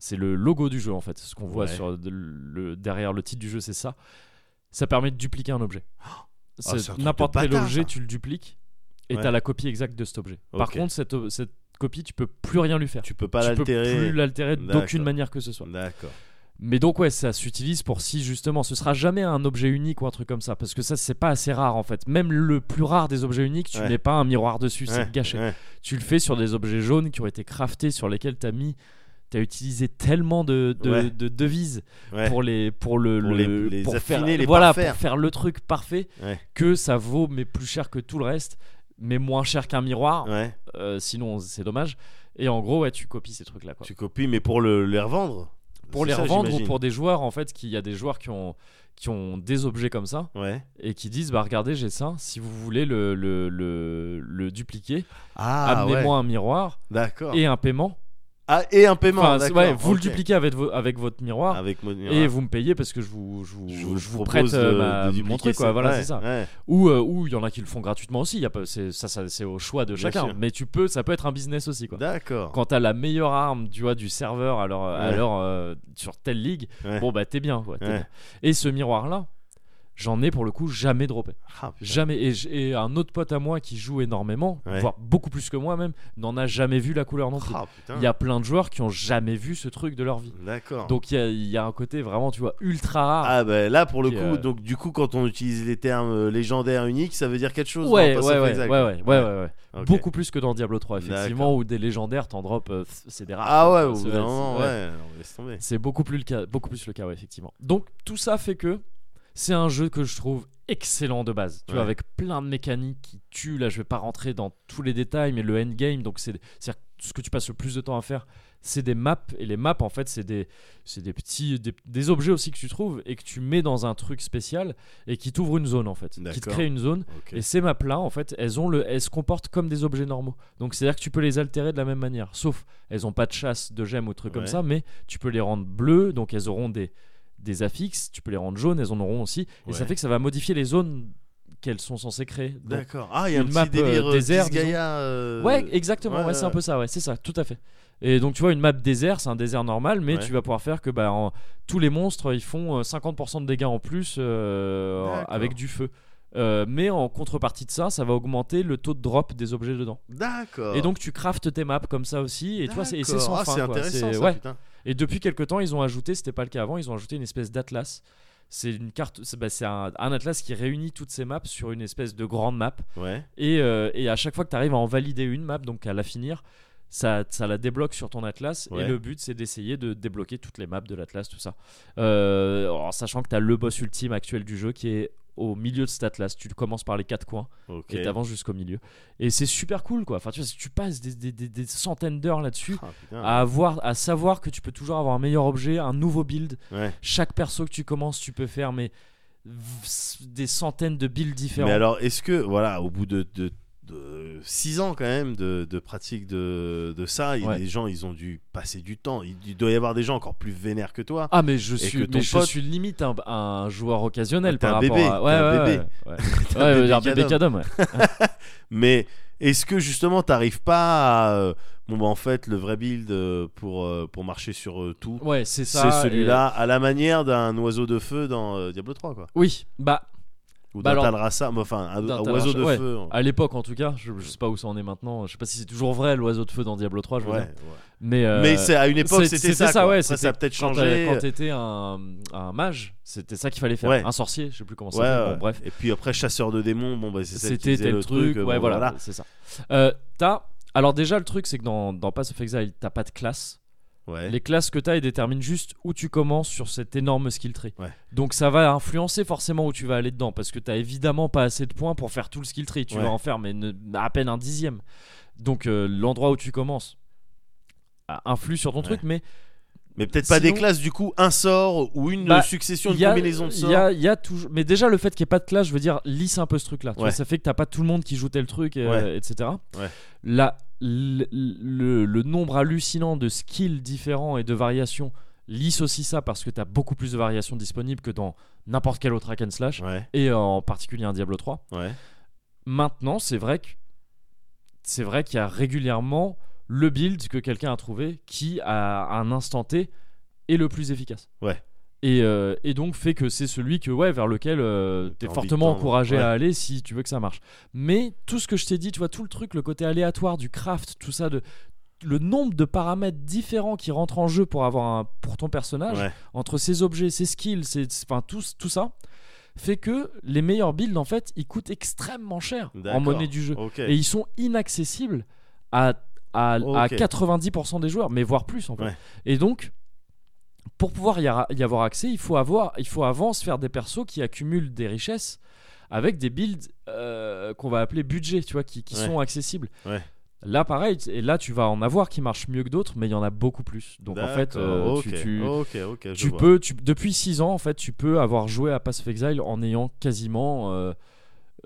c'est le logo du jeu en fait, ce qu'on voit
Ouais.
sur de- le, derrière le titre du jeu c'est ça. Ça permet de dupliquer un objet. C'est-
Oh, c'est un truc de
n'importe quel
bâtard,
objet
ça.
tu le dupliques et
Ouais.
t'as la copie exacte de cet objet. Par
Ok.
contre, cette, o- cette copie, tu peux plus rien lui faire.
tu peux pas
tu peux plus
l'altérer
l'altérer d'aucune
D'accord.
manière que ce soit.
d'accord
Mais donc ouais, ça s'utilise pour si justement, ce sera jamais un objet unique ou un truc comme ça, parce que ça c'est pas assez rare en fait. Même le plus rare des objets uniques, tu
Ouais.
n'es pas un miroir dessus,
Ouais,
c'est gâché.
ouais.
Tu le fais sur des objets jaunes qui ont été craftés, sur lesquels t'as mis, t'as utilisé tellement de, de,
Ouais.
de devises
Ouais.
pour les pour le,
Pour
le-
les- les
pour faire-
affiner, les
voilà
parfaire.
pour faire le truc parfait
Ouais.
que ça vaut mais plus cher que tout le reste, mais moins cher qu'un miroir.
ouais
Euh, sinon c'est dommage. Et en gros, ouais, tu copies ces trucs-là. quoi.
tu copies mais pour le les revendre
Pour
C'est
les
ça,
revendre ou
j'imagine.
pour des joueurs, en fait, qu'il y a des joueurs qui ont, qui ont des objets comme ça
ouais
et qui disent Bah regardez, j'ai ça, si vous voulez le, le, le, le dupliquer,
ah ouais
amenez-moi un miroir
d'accord
et un paiement.
Ah, et un paiement.
Enfin,
d'accord,
ouais, vous le
ok.
dupliquez avec, vo- avec votre miroir.
Avec mon
Et vous me payez parce que je vous, je vous,
je vous,
je vous prête
propose
euh,
de-
ma-
de
mon
dupliquer
truc, quoi.
ça.
Voilà,
Ouais,
c'est ça.
ouais.
Ou euh, ou il y en a qui le font gratuitement aussi. Il Y a pas, c'est- ça, ça c'est au choix de
Bien
chacun.
sûr.
Mais tu peux, ça peut être un business aussi, quoi.
D'accord.
quand t'as la meilleure arme tu vois, du serveur alors,
Ouais.
alors euh, sur telle ligue
Ouais.
bon bah t'es bien, quoi, t'es
Ouais.
bien. et ce miroir là j'en ai pour le coup jamais droppé.
Ah, putain.
Jamais. Et, j- et un autre pote à moi qui joue énormément,
Ouais.
voire beaucoup plus que moi même, n'en a jamais vu la couleur non plus.
Ah, putain.
Il y a plein de joueurs qui ont jamais vu ce truc de leur vie.
D'accord.
Donc il y a, il y a un côté vraiment, tu vois, ultra rare.
Ah bah là pour le
Qui,
coup,
euh,
donc du coup quand on utilise les termes euh, légendaire unique, ça veut dire quelque chose.
ouais, ouais,
non, pas ça
ouais,
fait
ouais, ouais,
exact.
ouais, ouais, ouais.
Ok.
Beaucoup plus que dans Diablo 3, effectivement,
D'accord.
où des légendaires t'en drop, euh, pff, c'est des rares.
Ah ouais, au
C'est
bout d'un
vrai,
moment,
c'est-
ouais.
ouais.
on laisse tomber.
C'est beaucoup plus le cas, beaucoup plus le cas, ouais, effectivement. Donc tout ça fait que c'est un jeu que je trouve excellent de base. Tu vois,
Ouais.
avec plein de mécaniques qui tuent. Là, je vais pas rentrer dans tous les détails, mais le endgame, donc c'est c'est-à-dire que ce que tu passes le plus de temps à faire, c'est des maps. Et les maps, en fait, c'est des, c'est des petits, des, des objets aussi que tu trouves et que tu mets dans un truc spécial et qui t'ouvre une zone en fait, qui te
D'accord.
crée une zone.
Ok.
Et ces maps-là, en fait, elles, ont le, elles se comportent comme des objets normaux. Donc, c'est-à-dire que tu peux les altérer de la même manière. Sauf, elles n'ont pas de chasse, de gemmes ou de trucs
Ouais.
comme ça, mais tu peux les rendre bleues, donc elles auront des, des affixes. Tu peux les rendre jaunes, elles en auront aussi. Et ça
Ouais.
fait que ça va modifier les zones qu'elles sont censées créer. Donc-
D'accord. Ah, il y a un
une
petit
map, euh,
délire euh,
désert,
Disgaea, euh,
Ouais, exactement.
ouais,
Ouais, c'est un
ouais.
peu ça. Ouais, c'est ça, tout à fait. Et donc, tu vois, une map désert, c'est un désert normal, mais
Ouais.
tu vas pouvoir faire que bah, en- tous les monstres, ils font euh, 50% de dégâts en plus euh,
D'accord.
avec du feu. Euh, mais en contrepartie de ça, ça va augmenter le taux de drop des objets dedans.
D'accord.
Et donc tu craftes tes maps comme ça aussi et tu vois c'est et c'est sans
Ah. D'accord. Ah,
fin
c'est
quoi. C'est-
intéressant ça,
ouais.
putain.
Et depuis quelque temps, ils ont ajouté, c'était pas le cas avant, ils ont ajouté une espèce d'atlas. C'est une carte c'est bah, c'est un, un atlas qui réunit toutes ces maps sur une espèce de grande map
Ouais.
et, euh, et à chaque fois que tu arrives à en valider une map donc à la finir ça, ça la débloque sur ton atlas
Ouais.
et le but c'est d'essayer de débloquer toutes les maps de l'atlas tout ça Euh, en sachant que tu as le boss ultime actuel du jeu qui est au milieu de cet atlas tu commences par les quatre coins
OK.
et t'avances jusqu'au milieu. Et c'est super cool quoi. Enfin, tu vois, si tu passes des, des- des- des centaines d'heures là-dessus
Ah, putain.
à avoir, à savoir que tu peux toujours avoir un meilleur objet, un nouveau build.
Ouais.
Chaque perso que tu commences, tu peux faire mais v- des centaines de builds différents.
Mais alors, est-ce que, voilà, au bout de, de, 6 ans quand même de, de pratique de, de ça, il y a
Ouais.
des gens, ils ont dû passer du temps. Il, il doit y avoir des gens encore plus vénères que toi.
ah mais je
que
suis,
ton
mais je
pote- Ah,
suis limite un, un joueur occasionnel
T'es un
par rapport
bébé,
à
t'es un
ouais ouais,
bébé. [laughs]
ouais, ouais.
un
Ouais,
bébé
j'ai un bébé cadom, ouais.
Mais est-ce que justement, t'arrives pas à. euh, Bon, bah en fait, le vrai build euh, pour, euh, pour marcher sur euh, tout,
Ouais, c'est ça.
c'est
et-
celui-là, à la manière d'un oiseau de feu dans euh, Diablo 3, quoi.
Oui, bah
Ou
Bah
d'un
alors-
Talrassa, mais enfin, un,
D'un
un oiseau de
Talrassa, ouais. Ah,
feu. hein.
à l'époque en tout cas, je, je sais pas où ça en est maintenant. Je sais pas si c'est toujours vrai l'oiseau de feu dans Diablo 3. Je veux
Ouais,
dire.
ouais.
Mais euh,
Mais c'est à une époque,
c'est-
c'était ça. quoi.
ouais,
Après,
c'était
ça a peut-être
quand
changé.
t'as- Quand t'étais un, un mage, c'était ça qu'il fallait faire.
Ouais.
Un sorcier, je sais plus comment ça
Ouais,
s'appelle. Bon,
ouais.
bref,
Et puis après, chasseur de démons, bon, bah, c'est celle qui
c'était
faisait
tel
le
truc.
truc. bon,
ouais, voilà, c'est ça. Euh, t'as. Alors déjà le truc c'est que dans, dans Pass of Exile t'as pas de classe.
Ouais.
Les classes que t'as elles déterminent juste où tu commences sur cet énorme skill tree.
Ouais.
Donc ça va influencer forcément où tu vas aller dedans parce que t'as évidemment pas assez de points pour faire tout le skill tree. Tu
Ouais.
vas en faire mais ne- à peine un dixième. Donc euh, l'endroit où tu commences ah, influe sur ton
Ouais.
truc mais
Mais peut-être pas
Sinon-
des classes, du coup, un sort ou une
Bah,
succession,
Il
une
y a-
combinaison de
il
sorts.
y a- il y a toujours- Mais déjà, le fait qu'il n'y ait pas de classe, je veux dire, lisse un peu ce truc-là. Tu vois,
Ouais.
Ça fait que t'as pas tout le monde qui joue tel truc, euh, etc.
Ouais.
La- le, le- le nombre hallucinant de skills différents et de variations lisse aussi ça parce que t'as beaucoup plus de variations disponibles que dans n'importe quel autre hack and slash
Ouais,
et en particulier un Diablo 3.
ouais.
Maintenant, c'est vrai que c'est vrai qu'il y a régulièrement le build que quelqu'un a trouvé qui à un instant T est le plus efficace.
Ouais.
Et, euh, et donc fait que c'est celui que ouais vers lequel tu
T'as
es
envie de
fortement
tendre.
encouragé
Ouais.
à aller si tu veux que ça marche. Mais tout ce que je t'ai dit, tu vois tout le truc, le côté aléatoire du craft, tout ça de le nombre de paramètres différents qui rentrent en jeu pour avoir un, pour ton personnage
ouais.
entre ses objets, ses skills, ses, enfin tout, tout ça, fait que les meilleurs builds en fait ils coûtent extrêmement cher en
D'accord.
monnaie du jeu
Ok.
et ils sont inaccessibles à, à, à
Ok.
90% des joueurs, mais voire plus en fait.
Ouais.
Et donc pour pouvoir y, ara- y avoir accès, il faut avoir, il faut avant se faire des persos qui accumulent des richesses avec des builds euh, qu'on va appeler budget, tu vois, qui, qui
Ouais.
sont accessibles.
Ouais.
Là, pareil, et là, tu vas en avoir qui marchent mieux que d'autres, mais il y en a beaucoup plus. Donc, en fait,
D'accord,
euh,
ok,
tu- tu,
ok, ok, je
tu
vois.
peux, tu- depuis 6 ans, en fait, tu peux avoir joué à Pass of Exile en ayant quasiment euh,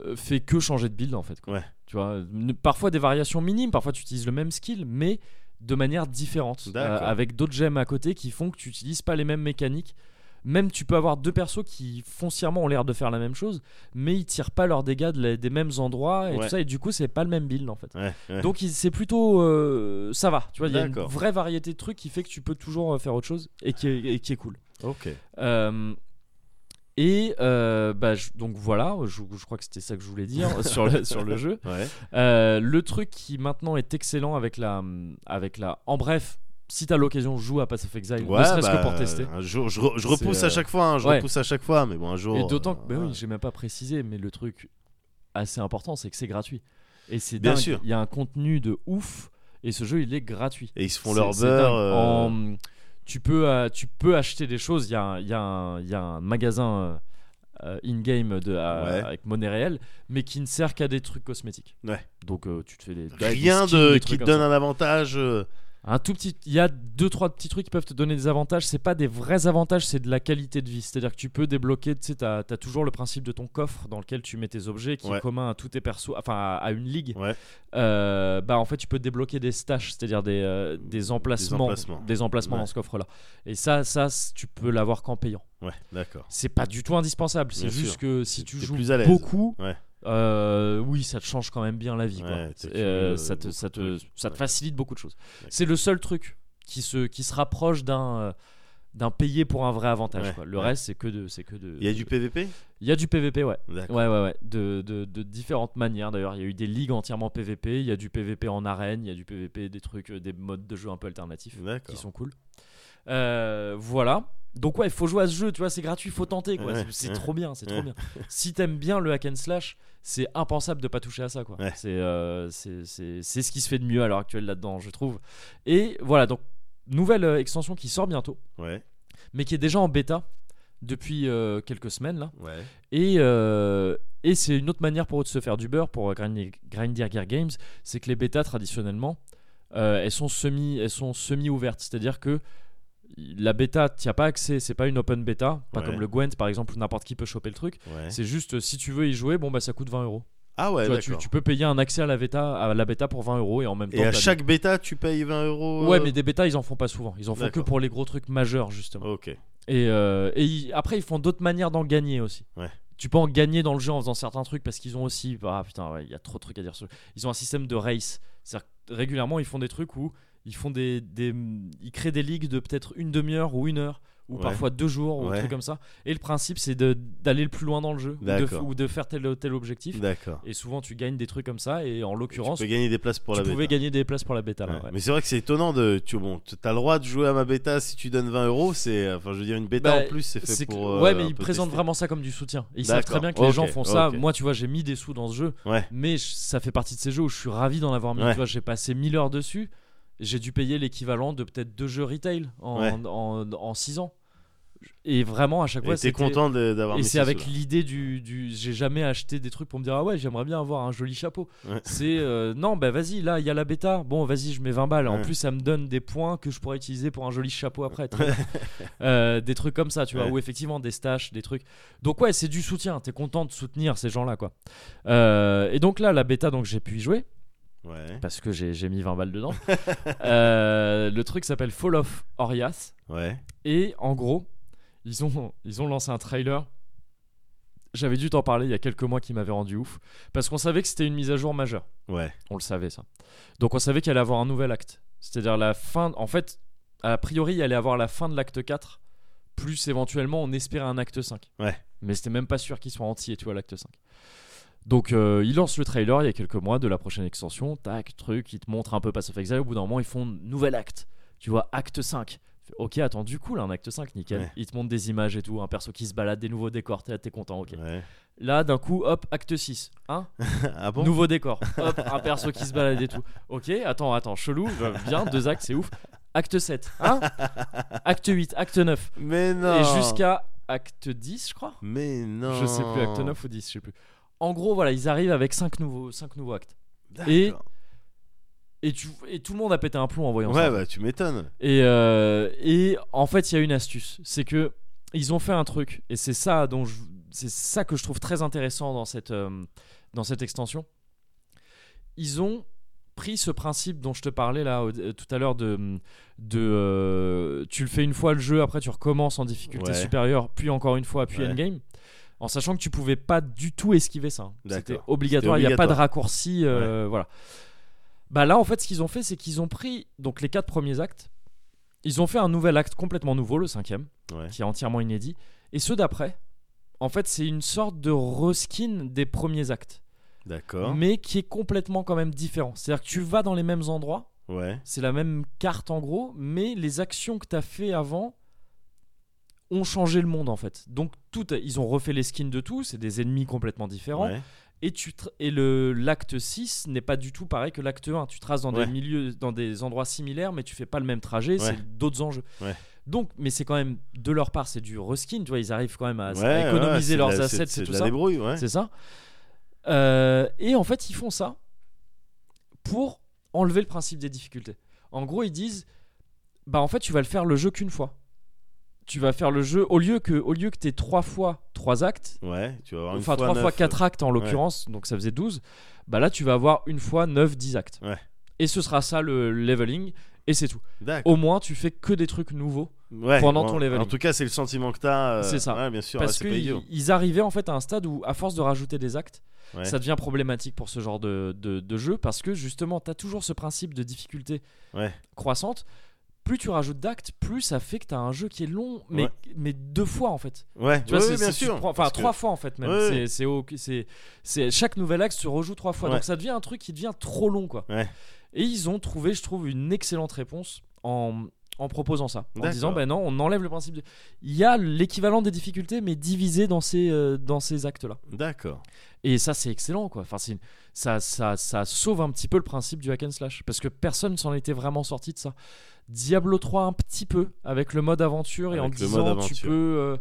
euh, fait que changer de build, en fait. quoi.
Ouais.
Tu vois, ne- parfois des variations minimes, parfois tu utilises le même skill, mais de manière différente,
D'accord.
euh, avec d'autres gemmes à côté qui font que tu n'utilises pas les mêmes mécaniques. Même tu peux avoir deux persos qui foncièrement ont l'air de faire la même chose, mais ils tirent pas leurs dégâts de la- des mêmes endroits et
Ouais.
tout ça, et du coup c'est pas le même build en fait.
Ouais, ouais.
Donc il- c'est plutôt euh, ça va, tu vois, il y a une
D'accord.
vraie variété de trucs qui fait que tu peux toujours euh, faire autre chose et qui est, et qui est cool.
ok.
Euh, Et euh, bah, je- donc voilà, je, je crois que c'était ça que je voulais
[laughs]
dire sur, le, sur le jeu.
Ouais.
Euh, le truc qui maintenant est excellent avec la, avec la, en bref, si t'as l'occasion, joue à Path of Exile, ne serait-ce
bah,
que pour tester.
Un jour, je, re- je
C'est,
repousse
euh,
à chaque fois, hein, je
ouais.
repousse à chaque fois, mais bon, un jour.
Et d'autant que,
euh,
bah
ouais.
oui, j'ai même pas précisé, mais le truc assez important, c'est que c'est gratuit. Et c'est
Bien
dingue,
sûr.
Il y a un contenu de ouf, et ce jeu, il est gratuit.
Et ils se font
C'est-
leur
c'est
beurre.
dingue.
euh,
En- tu, peux, euh, tu peux acheter des choses. Il y a, un- il y a un- il y a un magasin euh, euh, in-game de- à-
Ouais.
avec monnaie réelle, mais qui ne sert qu'à des trucs cosmétiques.
Ouais.
Donc euh, tu te fais des. des
Rien
skins,
de,
des
qui
trucs
te
comme
donne
ça.
un avantage. euh,
Un tout petit. Il y a deux, trois petits trucs qui peuvent te donner des avantages. C'est pas des vrais avantages, c'est de la qualité de vie. C'est-à-dire que tu peux débloquer. Tu sais, t'as as toujours le principe de ton coffre dans lequel tu mets tes objets qui
Ouais.
est commun à tous tes persos. Enfin, à, à une ligue.
Ouais.
Euh, bah, en fait, tu peux débloquer des stages, c'est-à-dire des, euh, des emplacements.
emplacements.
des emplacements
Ouais.
dans ce coffre-là. Et ça, ça, c- tu peux l'avoir qu'en payant.
Ouais, d'accord.
C'est pas du tout indispensable. C'est
Bien
juste
sûr.
que si
T'es-
tu
t'es
joues
plus à l'aise.
beaucoup,
Ouais.
euh, oui, ça te change quand même bien la vie. quoi.
Ouais, t'as
C'est- euh,
cumulé,
ça te,
euh,
ça te-
beaucoup de
ça te
Ouais.
facilite beaucoup de choses. C'est le seul truc qui se, qui se rapproche d'un. euh, d'un payé pour un vrai avantage.
Ouais,
quoi. Le
ouais.
reste, c'est que de, c'est que de.
Il y a du PVP
Il y a du PVP, ouais.
D'accord.
Ouais, ouais, ouais. De, de, de différentes manières d'ailleurs. Il y a eu des ligues entièrement PVP. Il y a du PVP en arène. Il y a du PVP, des trucs, euh, des modes de jeu un peu alternatifs
D'accord.
qui sont cool. Euh, voilà. Donc ouais, il faut jouer à ce jeu, tu vois, c'est gratuit, faut tenter quoi.
Ouais,
C'est- c'est
ouais.
trop bien, c'est
Ouais.
trop bien. Si t'aimes bien le hack and slash, c'est impensable de pas toucher à ça quoi.
Ouais.
C'est euh, c'est c'est- c'est ce qui se fait de mieux à l'heure actuelle là-dedans, je trouve. Et voilà, donc nouvelle euh, extension qui sort bientôt,
Ouais.
mais qui est déjà en bêta depuis euh, quelques semaines là.
Ouais.
Et, euh, et c'est une autre manière pour eux de se faire du beurre pour euh, Grind- Grindir Gear Games, c'est que les bêtas traditionnellement, euh, elles sont semi, elles sont semi ouvertes, c'est-à-dire que la bêta, t'y as pas accès, c'est pas une open bêta, pas
Ouais.
comme le Gwent par exemple où n'importe qui peut choper le truc.
Ouais.
C'est juste euh, si tu veux y jouer, bon bah ça coûte 20 euros.
Ah ouais,
Tu vois, tu,
d'accord.
tu peux payer un accès à la bêta, à la bêta pour 20 euros et en même temps.
Et à
t'as des-
chaque bêta, tu payes 20 euros.
Ouais,
euh,
mais des bêtas ils en font pas souvent. Ils en font que
D'accord.
pour les gros trucs majeurs justement.
Ok.
Et, euh, et ils- après, ils font d'autres manières d'en gagner aussi.
Ouais.
Tu peux en gagner dans le jeu en faisant certains trucs parce qu'ils ont aussi. Ah putain, ouais, il y a trop de trucs à dire. sur- Ils ont un système de race. C'est-à-dire que régulièrement, ils font des trucs où ils font des, des- ils créent des ligues de peut-être une demi-heure ou une heure ou
Ouais.
parfois deux jours ou
Ouais.
un truc comme ça. Et le principe, c'est de- d'aller le plus loin dans le jeu ou de,
D'accord.
ou de faire tel ou tel objectif.
D'accord.
Et souvent, tu gagnes des trucs comme ça. Et en
Tu
l'occurrence,
peux
tu,
gagner des places pour la
pouvais
bêta.
gagner des places pour la bêta. là,
Ouais.
ouais.
Mais c'est vrai que c'est étonnant de. Tu bon, t'as le droit de jouer à ma bêta si tu donnes 20 euros. C'est, enfin, je veux dire, une bêta
Bah,
en plus, c'est fait
C'est que-
pour. euh,
ouais, mais
un
ils
peu
présentent
tester.
vraiment ça comme du soutien. Et ils savent très
D'accord.
bien que les gens
Ok,
font ça.
ok.
Moi, tu vois, j'ai mis des sous dans ce jeu,
Ouais.
mais je- ça fait partie de ces jeux où je suis ravi d'en avoir mis.
Ouais.
Tu vois, j'ai passé 1000 heures dessus. J'ai dû payer l'équivalent de peut-être deux jeux retail en,
Ouais.
en, 6 ans. Et vraiment, à chaque fois,
Et t'es
c'était-
content de- d'avoir
Et
mis
c'est
ça
avec
sous
l'idée du, du- j'ai jamais acheté des trucs pour me dire ah ouais j'aimerais bien avoir un joli chapeau.
Ouais.
C'est euh, non bah vas-y là il y a la bêta bon vas-y je mets 20 balles en
Ouais.
plus ça me donne des points que je pourrais utiliser pour un joli chapeau après. Très
[laughs]
bien. Euh, des trucs comme ça tu vois
Ouais.
ou effectivement des staches des trucs. Donc ouais c'est du soutien t'es content de soutenir ces gens là quoi. Euh, et donc là la bêta donc j'ai pu y jouer
là. Ouais.
parce que j'ai j'ai mis 20 balles
[laughs]
dedans. Euh, le truc s'appelle Fall of Orias.
Ouais.
Et en gros, ils ont, ils ont lancé un trailer. J'avais dû t'en parler il y a quelques mois qui m'avait rendu ouf. Parce qu'on savait que c'était une mise à jour majeure.
Ouais.
On le savait ça. Donc on savait qu'il allait avoir un nouvel acte. C'est-à-dire la fin. En fait, a priori, il allait avoir la fin de l'acte 4. Plus éventuellement, on espérait un acte 5.
Ouais.
Mais c'était même pas sûr qu'il soit entier, tu vois, l'acte 5. Donc euh, ils lancent le trailer il y a quelques mois de la prochaine extension. Tac, truc, ils te montrent un peu Pass of Exile. Au bout d'un moment, ils font nouvel acte. Tu vois, acte 5. Fais, Ok, attends, du coup, là, un acte 5, nickel.
Ouais.
Ils te montrent des images et tout, un perso qui se balade, des nouveaux décors, t'es t'es content, ok.
Ouais. [laughs]
Là, d'un coup, hop, acte 6. Hein
Ah bon
Nouveau décor. Hop, un perso qui se balade et tout. Ok, attends, attends, chelou. euh, Bien, deux actes, c'est ouf. Acte 7. Hein Acte 8, acte 9.
Mais non.
Et jusqu'à acte 10, je crois.
Mais non.
Je sais plus, acte 9 ou 10, je sais plus. En gros, voilà, ils arrivent avec 5 nouveaux, cinq nouveaux actes.
D'accord.
Et- Et, tu, et tout le monde a pété un plomb en voyant ça.
Ouais, bah tu m'étonnes.
Et, euh, et en fait, il y a une astuce. C'est que ils ont fait un truc, et c'est ça dont je- c'est ça que je trouve très intéressant dans cette euh, dans cette extension. Ils ont pris ce principe dont je te parlais là au- euh, tout à l'heure de de euh, tu le fais une fois le jeu, après tu recommences en difficulté
Ouais.
supérieure, puis encore une fois, puis
Ouais.
endgame. En sachant que tu pouvais pas du tout esquiver ça.
D'accord.
C'était obligatoire, il n'y a pas de
obligatoire.
raccourci. euh, Voilà. Bah là, en fait, ce qu'ils ont fait, c'est qu'ils ont pris donc les quatre premiers actes, ils ont fait un nouvel acte complètement nouveau, le cinquième,
Ouais.
qui est entièrement inédit, et ceux d'après, en fait, c'est une sorte de reskin des premiers actes,
D'accord.
mais qui est complètement quand même différent. C'est-à-dire que tu vas dans les mêmes endroits,
Ouais.
c'est la même carte en gros, mais les actions que t'as fait avant ont changé le monde en fait. Donc tout, a- ils ont refait les skins de tout, c'est des ennemis complètement différents.
Ouais.
Et, tu tra- et le l'acte 6 n'est pas du tout pareil que l'acte 1. Tu traces dans
Ouais.
des milieux, dans des endroits similaires, mais tu fais pas le même trajet,
Ouais.
c'est d'autres enjeux.
Ouais.
Donc, mais c'est quand même de leur part, c'est du reskin, tu vois, ils arrivent quand même à, à
Ouais, ouais,
Ah, économiser
c'est de
leurs
la-
assets, c'est
de
tout
la
ça.
débrouille, ouais.
C'est ça. Euh, et en fait, ils font ça pour enlever le principe des difficultés. En gros, ils disent bah en fait, tu vas le faire le jeu qu'une fois. Tu vas faire le jeu au lieu que au lieu que t'aies trois fois trois actes,
Ouais, tu vas avoir une
enfin
fois
trois fois
neuf, euh,
quatre actes en l'occurrence, donc ça faisait 12. Bah là, tu vas avoir une fois 9 10 actes.
Ouais.
Et ce sera ça le leveling et c'est tout.
D'accord.
Au moins, tu fais que des trucs nouveaux
Ouais,
pendant
en-
ton leveling.
En tout cas, c'est le sentiment que t'as. euh,
C'est ça.
Ouais, bien sûr. ouais,
parce
c'est pas idiot.
qu'ils arrivaient en fait à un stade où à force de rajouter des actes
Ouais.
ça devient problématique pour ce genre de, de- de jeu parce que justement, tu as toujours ce principe de difficulté
Ouais.
croissante. Plus tu rajoutes d'actes, plus ça fait que tu as un jeu qui est long, mais,
Ouais.
mais deux fois en fait.
Ouais,
Tu vois,
ouais,
c'est-
ouais, bien
c'est- tu
sûr.
prends- Enfin,
parce que-
trois fois en fait même.
Ouais, ouais.
C'est- C'est au- c'est- c'est- chaque nouvel acte se rejoue trois fois.
Ouais.
Donc ça devient un truc qui devient trop long quoi.
Ouais.
Et ils ont trouvé, je trouve, une excellente réponse en, en proposant ça. En
D'accord.
disant, ben non, on enlève le principe. de- Il y a l'équivalent des difficultés, mais divisé dans ces, euh, dans ces actes là.
D'accord.
Et ça, c'est excellent, quoi. Enfin, c'est une- ça, ça, ça sauve un petit peu le principe du hack and slash, parce que personne s'en était vraiment sorti de ça. Diablo 3 un petit peu avec le mode aventure et en
Avec le mode
disant tu
aventure.
peux, euh,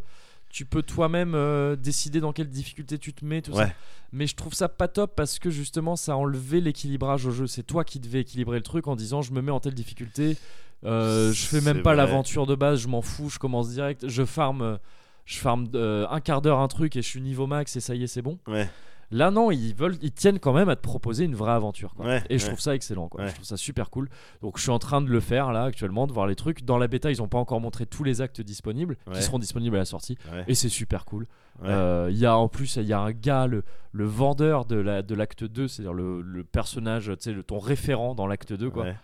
tu peux toi-même euh, décider dans quelle difficulté tu te mets, tout ça.
Ouais.
Mais je trouve ça pas top parce que justement, ça a enlevé l'équilibrage au jeu. C'est toi qui devais équilibrer le truc en disant je me mets en telle difficulté, euh, je fais même
C'est
pas
vrai.
l'aventure de base, je m'en fous, je commence direct, je farm. euh, je farm euh, un quart d'heure un truc et je suis niveau max et ça y est c'est bon.
Ouais.
Là non, ils veulent, ils tiennent quand même à te proposer une vraie aventure. Quoi.
Ouais,
et je
ouais.
trouve ça excellent. Quoi.
Ouais.
Je trouve ça super cool. Donc je suis en train de le faire là actuellement, de voir les trucs. Dans la bêta, ils n'ont pas encore montré tous les actes disponibles
Ouais.
qui seront disponibles à la sortie.
Ouais.
Et c'est super cool.
Ouais.
Euh, Il y a en plus, il y a un gars, le, le vendeur de la de l'acte 2, c'est-à-dire le, le personnage, tu sais, le- ton référent dans l'acte 2 quoi.
Ouais.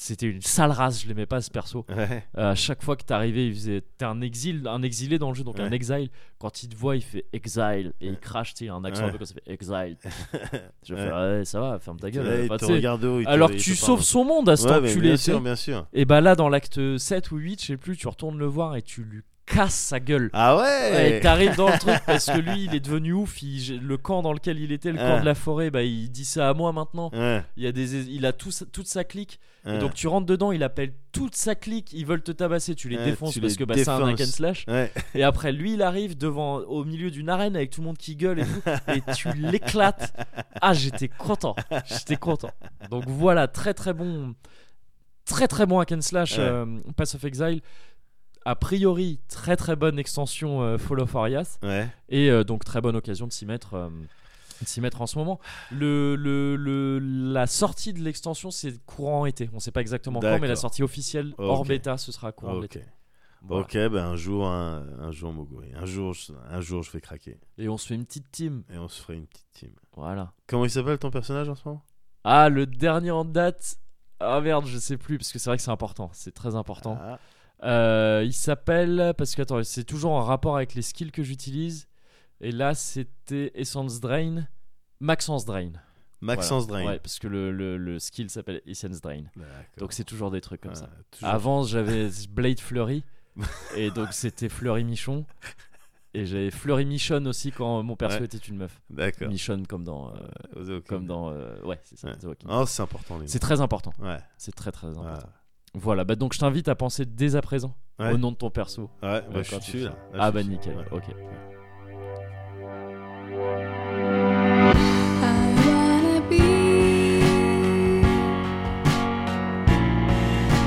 C'était une sale race. Je l'aimais pas ce perso.
Ouais.
Euh, à chaque fois que t'arrivais, il faisait t'es un exil, un exilé dans le jeu, donc un
Ouais.
exile. Quand il te voit, il fait exile et il crache, tu sais, il a un accent un
Ouais.
peu comme ça fait
[laughs]
exile. Je
Ouais.
fais ah ouais, ça va, ferme ta gueule. euh,
Ouais, il
Enfin,
te
tu sais,
regarde de haut, il te-
alors que
il
tu
te
sauves
parle.
son monde à cet
Ouais, mais
enculé.
Bien
tu sais.
sûr, bien sûr.
Et bah là, dans l'acte 7 ou 8, je sais plus, tu retournes le voir et tu lui casses sa gueule.
Ah
Et
[laughs] ouais.
t'arrives dans le truc parce que lui il est devenu ouf. il- le camp dans lequel il était, le camp
Ouais.
de la forêt, bah il dit ça à moi maintenant.
Ouais,
Il, y a des, il a tout sa- toute sa clique. Et
ouais.
donc tu rentres dedans, il appelle toute sa clique, ils veulent te tabasser, tu les
Ouais,
défonces
tu
parce
les
que bah, c'est un hack and
défonces.
slash.
Ouais.
Et après lui il arrive devant au milieu d'une arène avec tout le monde qui gueule et tout, et tu l'éclates. Ah j'étais content, j'étais content. Donc voilà très très bon, très très bon hack and slash
Ouais.
euh, Pass of Exile. A priori très très bonne extension euh, Fall of Arias.
Ouais.
Et euh, donc très bonne occasion de s'y mettre, euh, de s'y mettre en ce moment. Le, le- le- la sortie de l'extension, c'est courant été. On ne sait pas exactement quand, mais la
D'accord.
sortie officielle hors
Ok.
bêta, ce sera courant de
Ok.
l'été. Voilà.
Ok, ben un jour, un, un jour Moguri, un jour, je- un jour je vais craquer
Et on se fait une petite team.
et on se ferait une petite team.
Voilà.
Comment il s'appelle ton personnage en ce moment
Ah, le dernier en date. Ah merde, je sais plus, parce que c'est vrai que c'est important. C'est très important.
Ah,
Euh, il s'appelle. Parce que attends, c'est toujours en rapport avec les skills que j'utilise. Et là, c'était Essence Drain. Maxence Drain.
Maxence
Voilà.
Drain.
Ouais, parce que le, le- le skill s'appelle Essence Drain.
D'accord.
Donc c'est toujours des trucs comme ça.
Ah, toujours.
Avant,
[laughs]
j'avais Blade Fleury. et donc c'était Fleury Michon. Et j'avais Fleury Michonne aussi quand mon perso
Ouais.
était une meuf.
D'accord.
Michonne comme dans. euh,
Ok.
comme dans euh, ouais, c'est ça.
Ouais.
The Walking Dead.
Oh, c'est important. les
C'est très important.
mots. Ouais.
C'est très très important.
Ouais.
Voilà, bah donc je t'invite à penser dès à présent
Ouais.
au nom de ton perso.
Ouais, bah,
Euh,
je
quand
suis
tu
dessus
fais
là.
ça.
Là,
ah
je
bah
suis dessus.
nickel,
Ouais.
ok.
I wanna be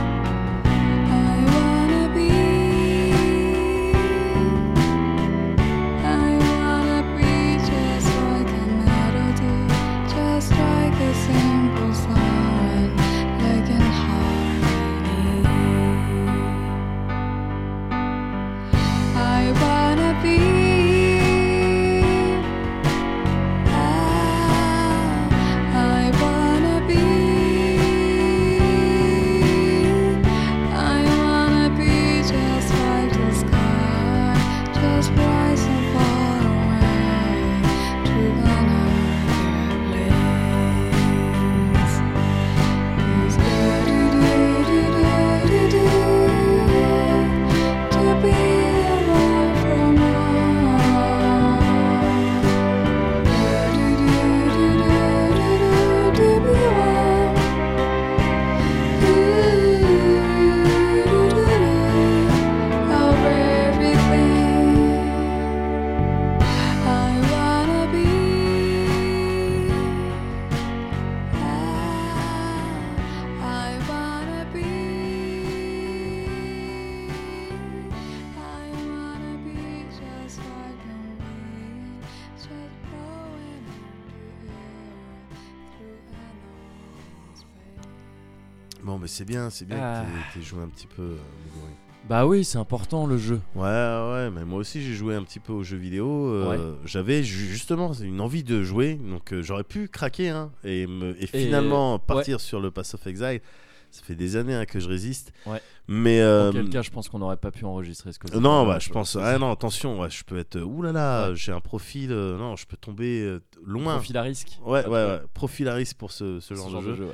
I wanna be I wanna be just like a melody, just like a simple song like in harmony. I wanna be
Bon, mais c'est bien, c'est bien
Ah.
que t'aies- t'aies joué un petit peu. euh, Moguri.
Bah oui, c'est important le jeu.
Ouais, ouais, mais moi aussi j'ai joué un petit peu aux jeux vidéo. euh, J'avais ju- justement une envie de jouer, donc euh, j'aurais pu craquer hein, et, me- et
Et-
finalement partir sur le Pass of Exile. Ça fait des années hein, que je résiste.
Ouais.
Mais
Dans
euh,
quel cas, je pense qu'on n'aurait pas pu enregistrer ce que
non, bah, je pense. Ah non, attention, ouais, je peux être. euh, Ouh là là,
Ouais.
j'ai un profil. euh, non, je peux tomber euh, loin.
Profil à risque.
Ouais, ouais,
Après,
ouais, profil à risque pour ce, Oh, ce
ce
genre,
genre
de jeu.
ouais.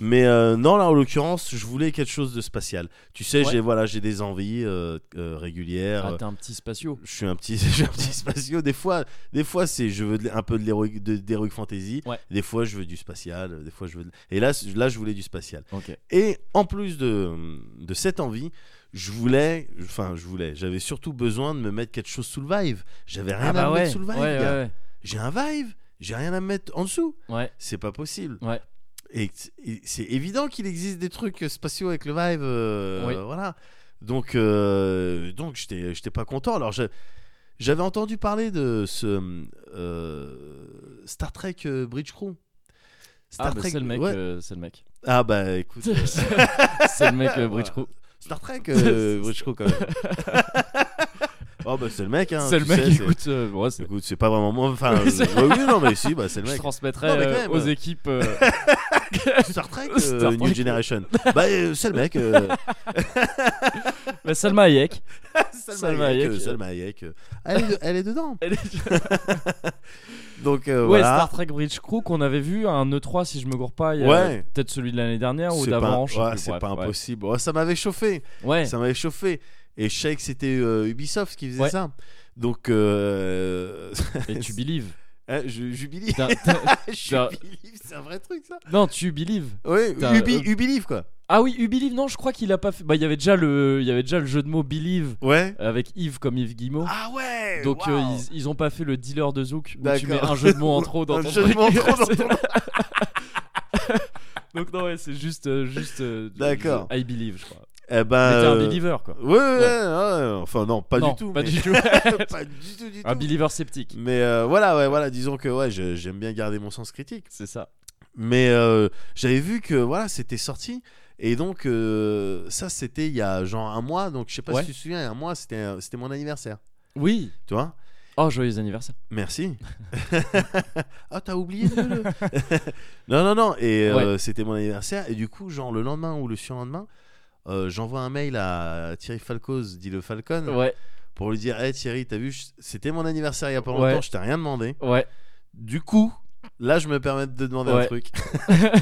Mais euh, non, là en l'occurrence, je voulais quelque chose de spatial. Tu sais,
Ouais.
j'ai voilà, j'ai des envies euh, euh, régulières.
Ah, t'es un petit spatio.
je suis un petit, [laughs] je suis un petit spatio. Des fois, des fois c'est je veux de l'- un peu de l'héroïque, de- d'heroic fantasy.
Ouais.
Des fois, je veux du spatial. Des fois, je veux. de- Et là, c- là, je voulais du spatial.
Ok.
Et en plus de, de cette envie, je voulais, enfin, je voulais, j'avais surtout besoin de me mettre quelque chose sous le vibe. J'avais rien à me
Ah bah ouais.
mettre sous le
ouais,
vibe.
ouais,
gars.
ouais.
J'ai un vibe, j'ai rien à me mettre en dessous.
Ouais.
C'est pas possible.
Ouais.
Et c- et c'est évident qu'il existe des trucs spatiaux avec le Vive. euh,
Oui.
Voilà. Donc, euh, donc j'étais, j'étais pas content. Alors, je- j'avais entendu parler de ce euh, Star Trek euh, Bridge Crew. Star
Ah, bah,
Trek-
c'est le mec.
ouais.
euh, c'est le
[laughs]
mec.
Ah, bah
[laughs]
écoute. euh,
c'est le mec euh, Bridge
Voilà.
Crew. [laughs]
Star Trek euh, Bridge Crew, quand même. oh, bah c'est le mec. Hein,
c'est le
tu
mec.
sais, c'est-
écoute, euh, ouais, c'est-
écoute, c'est pas vraiment moi. Enfin,
[laughs] Oui, c'est-
euh, oui, non, mais si, bah c'est le
je
mec.
transmettrai
Non, mais quand
euh,
même.
aux équipes. euh,
Star Trek,
[laughs] Star
euh,
Trek.
New Generation. bah, euh, c'est le mec. euh,
bah, Salma
[laughs]
Hayek. Salma
Salma Hayek.
Hayek.
euh, Salma Hayek, euh, Elle, est de- elle est dedans.
Elle est-
Donc euh,
Ouais,
voilà.
Star Trek Bridge Crew qu'on avait vu à un E3, si je me gourre pas. il y a
Ouais.
Peut-être celui de l'année dernière ou
C'est pas-
d'avant. je sais
ouais,
plus,
c'est
bref,
pas
ouais.
impossible. Oh, ça m'avait chauffé.
Ouais.
Ça m'avait chauffé. Et je sais que c'était euh, Ubisoft qui faisait
Ouais.
ça. Donc euh...
Et
[laughs]
tu believes.
hein, je j'ubilie. [laughs]
T'as- t'as- t'as-
c'est un vrai truc ça.
Non, tu believes.
Oui,
T'as-
Ubi,
euh,
Ubilive, quoi.
Ah oui, You Believe, non, je crois qu'il a pas fait. Bah, il y avait déjà le, il y avait déjà le jeu de mots Believe
Ouais.
avec Yves comme Yves Guimau.
Ah ouais.
Donc
waouh.
euh, ils, ils ont pas fait le dealer de Zouk où tu
D'accord.
mets un jeu de mots en
[laughs]
trop dans
Un
ton
jeu de
truc.
mots en trop dans ton-
[laughs] Donc non ouais, c'est juste euh, juste euh,
D'accord.
je- I believe je crois.
Eh
Mais
ben.
t'es un
euh,
believer quoi.
Ouais, ouais, ouais, ouais. Enfin non, pas
Non,
du tout.
Pas
mais- [laughs]
du tout.
pas du tout, du
un
tout.
believer sceptique.
Mais euh, voilà, ouais, voilà, disons que ouais, je- j'aime bien garder mon sens critique.
C'est ça.
Mais euh, j'avais vu que voilà, c'était sorti. Et donc, euh, ça, c'était il y a genre un mois. Donc, je sais pas
Ouais.
si tu te souviens, il y a un mois, c'était euh, c'était mon anniversaire.
Oui.
Tu vois
Oh joyeux anniversaire.
Merci.
[laughs]
ah, t'as oublié de le. [laughs] non, non, non. Et euh, c'était mon anniversaire. Et du coup, genre le lendemain ou le surlendemain, euh, j'envoie un mail à Thierry Falcoz, dit le Falcon,
Hmm. Ouais
pour lui dire Hey Thierry, t'as vu, je- c'était mon anniversaire il y a pas longtemps,
Ouais.
je t'ai rien demandé.
ouais.
Du coup, là, je me permets de te demander un
Ouais. [laughs]
truc.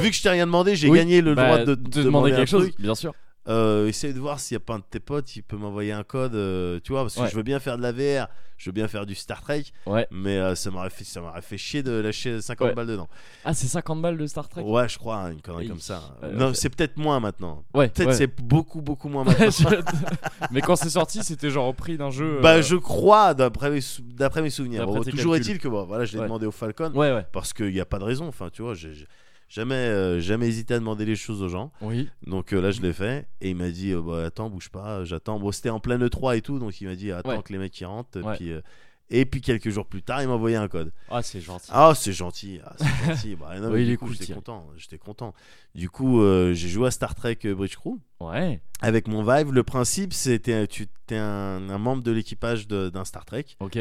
Vu que je t'ai rien demandé, j'ai
Oui,
gagné le
Bah,
droit de,
te
te
demander
un
quelque chose.
truc.
Bien sûr.
Euh, essaye de voir s'il y a pas un de tes potes qui peut m'envoyer un code, euh, tu vois, parce que
Ouais.
je veux bien faire de la VR, je veux bien faire du Star Trek,
Ouais.
mais euh, ça m'aurait fait, ça m'aurait fait chier de lâcher 50
Ouais.
balles dedans.
Ah c'est 50 balles de Star Trek.
Ouais, je crois, hein, une connerie
Et-
comme ça.
Euh, Ouais,
non,
ok.
c'est peut-être moins maintenant.
Ouais.
Peut-être
ouais.
c'est beaucoup,
[laughs]
beaucoup moins maintenant.
Je- [laughs] Mais quand c'est sorti, c'était genre au prix d'un jeu. euh,
Bah, je crois, d'après mes, sou- d'après mes souvenirs.
D'après
Bon,
tes
toujours
calculs.
est-il que bon, voilà, je l'ai
Ouais.
demandé au Falcon
Ouais ouais.
parce qu'il n'y a pas de raison. Enfin, tu vois, j'ai j'ai jamais, euh, jamais hésité à demander les choses aux gens.
Oui.
Donc euh, là,
Mm.
je l'ai fait et il m'a dit euh, bah, Attends, bouge pas, j'attends. Bon, c'était en plein E3 et tout, donc il m'a dit Attends
Ouais.
que les mecs ils rentrent.
Ouais.
Puis, euh, et puis quelques jours plus tard, il m'a envoyé un code.
Ah c'est gentil.
Ah, c'est gentil, ah,
[laughs]
c'est gentil. Bah, non,
Ouais,
mais
il
du
est
coup,
cool,
J'étais
Thierry.
content, j'étais content. Du coup, euh, j'ai joué à Star Trek euh, Bridge Crew
Ouais.
avec mon Vive. Le principe, c'était euh, tu es un, un membre de l'équipage de- d'un
[laughs]
Star Trek.
Ok.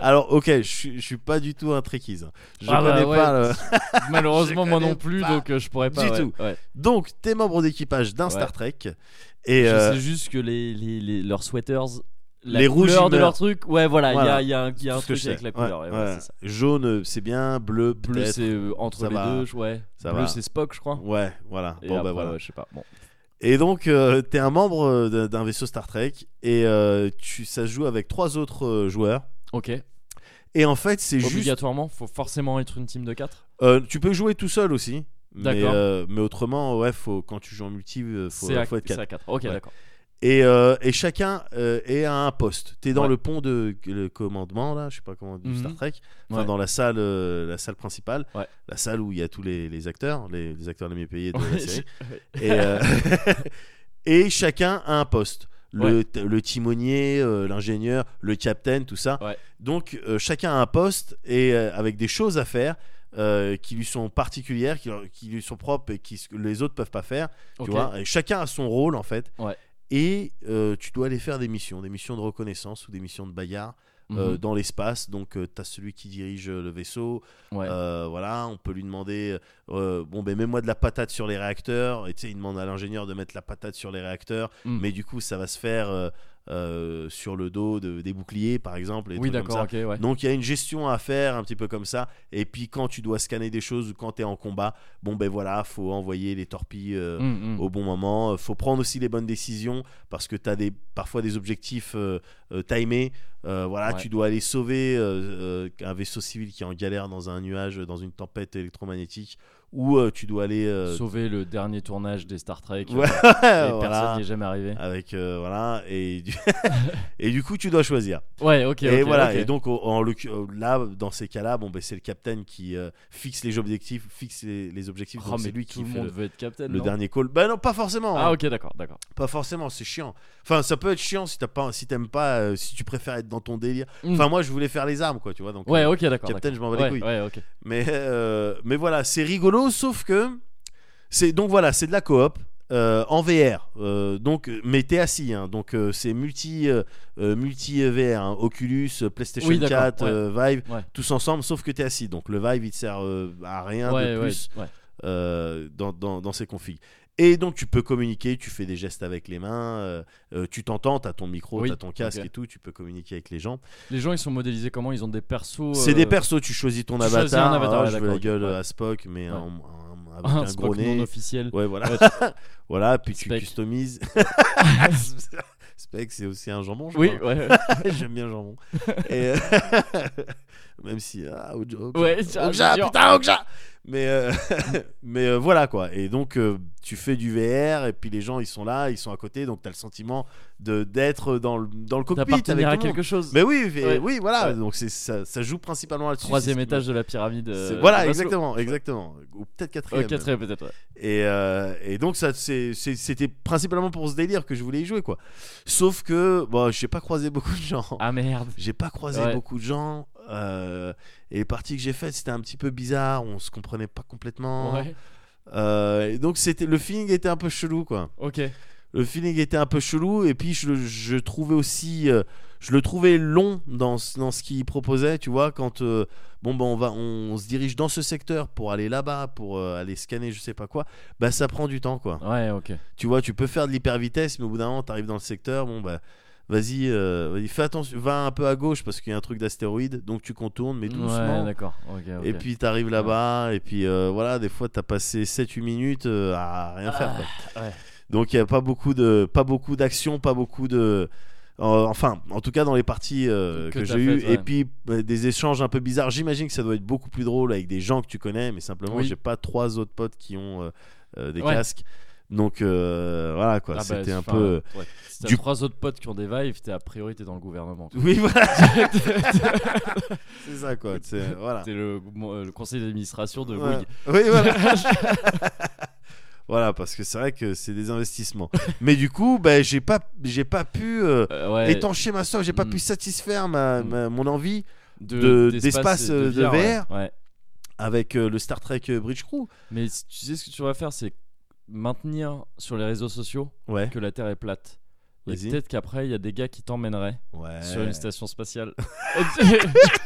Alors, ok, je suis- je suis pas du tout un Trekkies. hein. Je
Ah bah
connais
ouais.
pas le.
[laughs] Malheureusement,
[laughs] Je
moi
connais
non plus,
pas
donc euh, je pourrais pas.
du
ouais,
tout.
ouais.
Donc, t'es membre d'équipage d'un
Ouais.
Star Trek. Et,
Je
euh,
sais juste que les, les, les- leurs sweaters, la
Les rouges,
couleur de
ils meurent.
leur truc, ouais, voilà, il y a-
Voilà.
il y a, un- il y a un
tout ce que
truc
je
avec
sais.
la
Ouais,
couleur. et voilà,
ouais.
c'est ça.
Jaune, euh, c'est bien. Bleu,
Bleu,
peut-être.
c'est euh, entre
Ça
les
va.
deux, je- ouais.
Ça
Bleu,
va.
c'est Spock, je crois.
Ouais, voilà.
Et
bon,
après,
bah, voilà.
ouais, je sais pas. Bon.
Et donc, euh, t'es un membre euh, d'un- d'un vaisseau Star Trek et euh, tu, ça se joue avec trois autres euh, joueurs.
Ok.
Et en fait, c'est juste.
Obligatoirement, faut forcément être une team de 4.
euh, tu peux jouer tout seul aussi. Mais,
D'accord.
euh, mais autrement, ouais, faut, quand tu joues en multi, euh, faut,
C'est à,
faut être
c'est
quatre.
à quatre. Ok,
Ouais.
d'accord.
Et, euh, et chacun euh, est à un poste. T'es dans
Ouais.
le pont de le commandement, là, je sais pas comment, du
Mhm.
Star Trek. Enfin,
Ouais.
dans la salle, euh, la salle principale.
Ouais.
La salle où il y a tous les, les acteurs, les, les acteurs les mieux payés de
Ouais,
la série. Et, euh, [laughs] et chacun a un poste. Le, t- le timonier, euh, l'ingénieur, le capitaine, tout ça.
Ouais.
Donc euh, chacun a un poste et euh, avec des choses à faire. euh, qui lui sont particulières, qui, qui lui sont propres et qui les autres peuvent pas faire.
Ok.
Tu vois, et chacun a son rôle en fait.
Ouais.
Et euh, tu dois aller faire des missions, des missions de reconnaissance ou des missions de bagarre
Mhm.
euh, dans l'espace. Donc, tu as celui qui dirige euh, le vaisseau.
Ouais.
Euh, voilà, on peut lui demander euh, Bon, ben, mets-moi de la patate sur les réacteurs. Et tu sais, il demande à l'ingénieur de mettre la patate sur les réacteurs.
Mm.
Mais du coup, ça va se faire euh, euh, sur le dos de- des boucliers, par exemple. et
oui,
trucs comme ça.
d'accord, ok, ouais.
Donc il y a une gestion à faire un petit peu comme ça. Et puis quand tu dois scanner des choses ou quand tu es en combat, bon ben voilà, faut envoyer les torpilles euh,
Mm, mm.
au bon moment. Euh, Faut prendre aussi les bonnes décisions parce que tu as des, parfois des objectifs euh, euh, timés. Euh, voilà,
Ouais.
tu dois aller sauver euh, euh, un vaisseau civil qui est en galère dans un nuage, dans une tempête électromagnétique. Ou euh, tu dois aller... euh,
Sauver le dernier tournage des Star Trek.
Ouais,
euh, et
voilà,
Personne n'y est jamais arrivé.
Avec, euh, voilà,
[laughs]
et du... [laughs] et du coup, tu dois choisir.
Ouais, ok.
et
ok,
voilà,
ok.
et donc au- en l'occu- euh, là, dans ces cas-là, bon, ben, c'est le capitaine qui euh, fixe les objectifs, fixe les, les objectifs,
Oh,
donc
mais
c'est lui
tout
qui
le
fait
monde
le,
veut être capitaine.
le
non
dernier call. Bah non, pas forcément,
Ah,
hein.
ok, d'accord, d'accord.
pas forcément, c'est chiant. Enfin, ça peut être chiant si t'as pas, si t'aimes pas, euh, si tu préfères être dans ton délire.
Mm.
Enfin, moi, je voulais faire les armes, quoi, tu vois. Donc,
Ouais,
euh,
ok, d'accord.
capitaine, je m'en bats
d'accord.
les
Ouais, ouais,
couilles.
ok.
Mais, euh, mais voilà, c'est rigolo, sauf que c'est donc voilà, c'est de la coop. euh, en VR, euh, donc mais t'es assis, hein, donc euh, c'est multi euh, euh, multi euh, VR, hein, Oculus, euh, PlayStation
Oui, d'accord,
4, euh, Vive,
Ouais.
tous ensemble, sauf que t'es assis. Donc le Vive il te sert euh, à rien
Ouais,
de
ouais,
plus
ouais.
euh, dans, dans, dans ces configs. Et donc tu peux communiquer, tu fais des gestes avec les mains, euh, euh, tu t'entends, t'as ton micro,
Oui,
t'as ton casque
ok.
et tout, tu peux communiquer avec les gens.
Les gens, ils sont modélisés comment Ils ont des persos.
C'est
euh,
des persos, tu choisis ton
tu
avatar.
choisis un avatar,
Ah,
ouais,
je veux
d'accord,
la
ok,
gueule
ouais.
à Spock, mais
Ouais.
un- un- avec
Un
un gros
Spock non
nez.
officiel.
Ouais, voilà. [laughs]
Ouais.
voilà, puis tu
Spec. [laughs]
customises. Spec, c'est aussi un jambon, je
Oui,
crois. hein.
ouais.
[laughs] J'aime bien
[laughs]
le jambon. Et, euh, [laughs] Même si. Ah, Oja, Oja.
Ouais, ça,
Oja,
c'est sûr.
putain, Oja Mais, euh, [laughs] mais euh, voilà quoi. Et donc, euh, tu fais du VR, et puis les gens, ils sont là, ils sont à côté, donc t'as le sentiment de- d'être dans le, dans le cockpit avec tout le
D'appartenir à
monde.
quelque chose.
Mais oui, mais
Ouais.
oui, voilà.
Ouais.
Donc c'est ça, ça joue principalement là-dessus.
Troisième
c'est ce qui me-
étage de la pyramide. euh,
c'est- voilà,
de Maslow.
exactement, exactement. Ou peut-être
Ouais,
quatrième.
quatrième peut-être. ouais.
Et, euh, et donc ça, c'est- c'est- c'était principalement pour ce délire que je voulais y jouer, quoi. Sauf que, bon, j'ai pas croisé beaucoup de gens.
Ah merde.
J'ai pas croisé
Ouais.
beaucoup de gens. euh, et les parties que j'ai faites, c'était un petit peu bizarre. On se comprenait pas complètement.
Ouais.
Euh, et donc c'était, le feeling était un peu chelou, quoi
Ok.
le feeling était un peu chelou et puis je, je trouvais aussi euh, je le trouvais long dans, ce- dans ce qu'il proposait tu vois quand euh, bon ben on va on se dirige dans ce secteur pour aller là-bas pour euh, aller scanner je sais pas quoi bah ça prend du temps quoi
Ouais, ok.
tu vois tu peux faire de l'hyper vitesse mais au bout d'un moment t'arrives dans le secteur bon bah vas-y euh, vas-y, fais attention va un peu à gauche parce qu'il y a un truc d'astéroïde donc tu contournes mais doucement
Ouais, d'accord. Ok, ok. Ah.
et puis t'arrives là-bas, et puis euh, voilà, des fois t'as passé 7-8 minutes euh, à rien faire. quoi.
Ah, ouais.
Donc il n'y a pas beaucoup de, pas beaucoup d'action, pas beaucoup de. euh, enfin, en tout cas dans les parties euh,
Que
que,
t'as
j'ai eues,
faites, ouais.
et puis euh, des échanges un peu bizarres. J'imagine que ça doit être beaucoup plus drôle avec des gens que tu connais, mais simplement
Oui.
j'ai pas trois autres potes qui ont euh, euh, des
Ouais.
casques. Donc euh, voilà quoi,
Ah bah,
c'était un
enfin,
peu.
ouais. Si t'as
du-
trois autres potes qui ont des vibes, t'es à priorité dans le gouvernement.
[laughs]
[laughs]
Oui, voilà. c'est ça quoi. c'est- Voilà.
T'es le, mon- euh, le conseil d'administration de
Ouais.
Bouygues.
Oui,
[laughs]
voilà. [laughs] Voilà, parce que c'est vrai que c'est des investissements. Mais du coup, ben, j'ai pas, j'ai pas pu euh,
Euh, ouais,
étancher ma soif, j'ai pas
Mm.
pu satisfaire ma,
Mm.
ma- mon envie
de-
de-
d'espace
d'espace, euh, de
VR, ouais.
VR.
Ouais.
avec euh, le Star Trek euh, Bridge Crew.
Mais si- tu sais ce que tu vas faire, c'est maintenir sur les réseaux sociaux
Ouais.
que la Terre est plate. Et
Vas-y.
peut-être qu'après, il y a des gars qui t'emmèneraient
Ouais.
sur une station spatiale.
[laughs]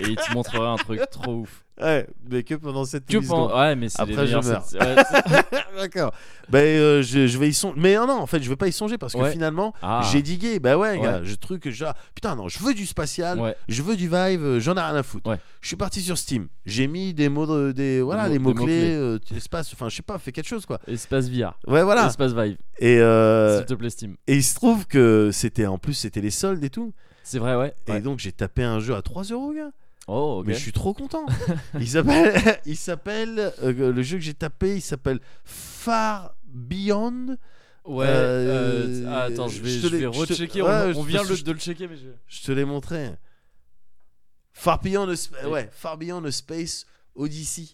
Et ils te montreraient un truc trop ouf.
Ouais, mais que pendant cette
Tu penses Ouais, mais c'est les
Après, je
meilleurs,
meurs.
c'est- ouais,
[laughs]
c'est-
D'accord. Ben, euh, je, je vais y songer. Mais non, non, en fait, je vais pas y songer parce que
Ouais.
finalement,
Ah.
j'ai digué. Bah ouais,
Ouais.
gars, je truc, je- ah, putain, non, je veux du spatial,
Ouais.
je veux du vibe, euh, j'en ai rien à foutre.
Ouais.
Je suis parti sur Steam, j'ai mis des mots, de- des voilà,
mots-
les
des
mots
mots-clés.
clés, espace, enfin, je sais pas, fais quelque chose quoi.
Espace VR.
Ouais, voilà.
Espace Vive.
Et, euh,
S'il te plaît, Steam.
et il se trouve que c'était en plus, c'était les soldes et tout.
C'est vrai, ouais.
Et
Ouais.
donc j'ai tapé un jeu à 3 euros, gars.
Oh, ok.
Mais je suis trop
[laughs]
content. il s'appelle, [laughs] il s'appelle, euh, le jeu que j'ai tapé, il s'appelle Far Beyond.
Ouais.
Euh,
euh, ah, attends, je vais,
je te
je
l'ai-
vais
je te-
rechecker. on-
ouais,
on,
je-
vient
je-
le- de le checker, mais je.
Je te l'ai montré. Far Beyond the, Sp-
Oui.
ouais, Far Beyond the Space Odyssey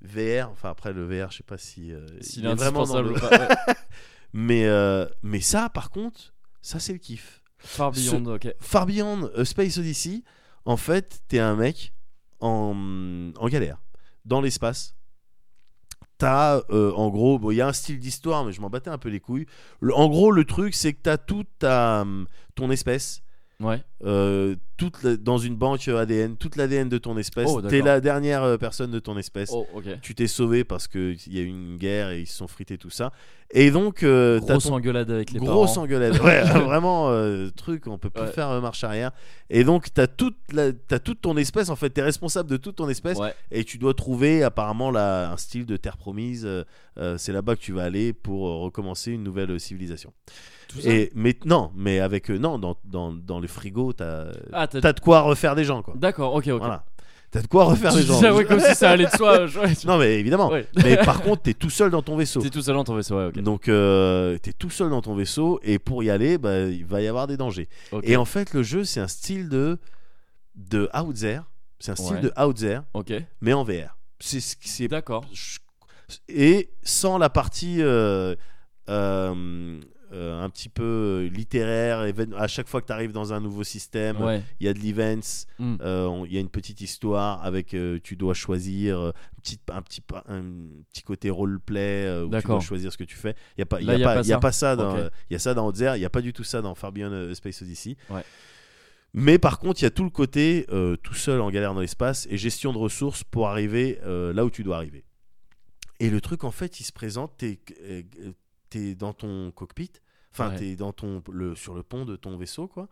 VR. Enfin après le VR, je sais pas si euh,
S'il
il
est
est vraiment dans
indispensable ou pas.
le- [laughs]
ouais.
Mais euh, mais ça par contre, ça c'est le kiff.
Far
Ce-
Beyond, ok.
Far Beyond a Space Odyssey, en fait, t'es un mec en, en galère. dans l'espace. T'as, euh, en gros, bon, il y a un style d'histoire, mais je m'en battais un peu les couilles. Le- en gros, le truc, c'est que t'as toute ta, hum, ton espèce,
Ouais.
euh, toute la- dans une banque ADN, toute l'ADN de ton espèce.
Oh,
T'es
d'accord.
la dernière euh, personne de ton espèce.
Oh, ok.
Tu t'es sauvé parce qu'il y a eu une guerre et ils se sont frités, tout ça. Et donc, euh, t'as
Grosse
ton-
engueulade avec les
grosse
parents.
engueulade.
[laughs]
Ouais, vraiment, euh, truc, on peut plus
Ouais.
faire euh, marche arrière. Et donc, t'as toute, la- t'as toute ton espèce, en fait, t'es responsable de toute ton espèce.
Ouais.
Et tu dois trouver apparemment la- un style de terre promise. euh, euh, c'est là-bas que tu vas aller pour euh, recommencer une nouvelle euh, civilisation.
Tout ça.
Et, mais non, mais avec. euh, non, dans, dans, dans le frigo, t'as,
Ah, t'as-
t'as de quoi refaire des gens, quoi.
D'accord, ok, ok.
Voilà. T'as de quoi refaire
Tu
des gens.
disais, ouais,
[laughs]
comme si ça allait de soi. je- ouais, tu-
Non, mais évidemment.
ouais.
Mais
[laughs]
par contre, t'es tout seul dans ton vaisseau.
T'es tout seul dans ton vaisseau, ouais, ok.
Donc, euh, t'es tout seul dans ton vaisseau et pour y aller, bah, il va y avoir des dangers.
Ok.
Et en fait, le jeu, c'est un style de de Outzer, c'est un style
Ouais.
de Outzer,
Ok,
mais en VR. C'est ce qui- c'est
d'accord.
et sans la partie euh, euh, euh, un petit peu littéraire. évén- À chaque fois que t'arrives dans un nouveau système, il
Ouais.
y a de l'events,
Mm.
euh, on- il y a une petite histoire avec euh, tu dois choisir euh, un petit, un petit, pa- un petit côté roleplay euh, où tu
D'accord.
dois choisir ce que tu fais. Il n'y a pas, il y
Là,
a pas, il y a
ça.
pas ça. dans-
Ok.
Il y a ça dans Outzer, il n'y a pas du tout ça dans Far Beyond euh, Space Odyssey.
Ouais.
Mais par contre, il y a tout le côté euh, tout seul en galère dans l'espace et gestion de ressources pour arriver euh, là où tu dois arriver. Et le truc, en fait, il se présente, t'es euh, t'es dans ton cockpit, enfin,
Ouais.
t'es dans ton, le, sur le pont de ton vaisseau, quoi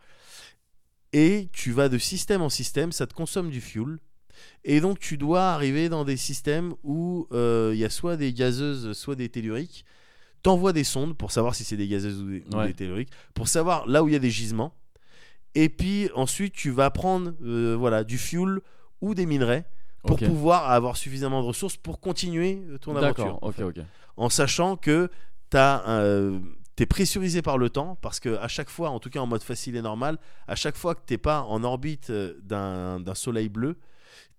et tu vas de système en système, ça te consomme du fuel. Et donc tu dois arriver dans des systèmes où euh, il y a soit des gazeuses, soit des telluriques. T'envoies des sondes pour savoir si c'est des gazeuses ou des, ou
Ouais.
des telluriques, pour savoir là où il y a des gisements. Et puis ensuite tu vas prendre euh, voilà du fuel ou des minerais pour
Ok.
pouvoir avoir suffisamment de ressources pour continuer euh, ton aventure.
D'accord, ok, ok.
En sachant que t'as un- t'es pressurisé par le temps parce que à chaque fois, en tout cas en mode facile et normal, à chaque fois que t'es pas en orbite euh, d'un d'un soleil bleu,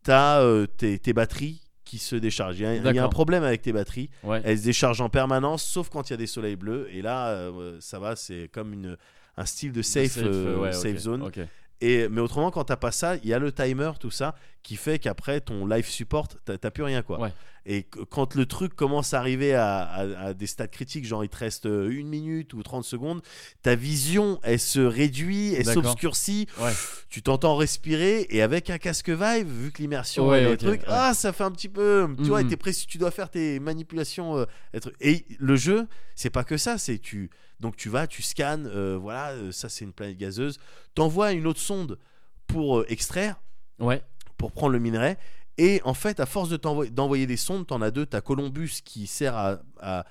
t'as euh, tes, tes batteries qui se déchargent. Il y a- il y, a un
D'accord.
problème avec tes batteries.
Ouais.
Elles se déchargent en permanence, sauf quand il y a des soleils bleus. Et là, euh, ça va, c'est comme une, un style de safe, euh,
ouais,
safe
ok,
zone.
ok.
Et, mais autrement, quand t'as pas ça, il y a le timer, tout ça, qui fait qu'après ton life support, t'as t'as plus rien quoi.
Ouais.
Et qu- quand le truc commence à arriver à, à- à des stades critiques, genre il te reste euh, une minute ou 30 secondes, ta vision elle se réduit, elle
D'accord.
s'obscurcit,
Ouais.
tu t'entends respirer et avec un casque Vive, vu que l'immersion
Ouais,
et les
ok,
trucs,
ouais.
ah ça fait un petit peu, tu vois, et
Mhm.
t'es pressé, tu dois faire tes manipulations. euh, les trucs. et le jeu, c'est pas que ça, c'est tu. Donc tu vas, tu scannes, euh, voilà, euh, ça c'est une planète gazeuse, t'envoies une autre sonde pour euh, extraire,
Ouais,
pour prendre le minerai. Et en fait, à force de t'envoyer- d'envoyer des sondes, t'en as deux. T'as Columbus qui sert à, à,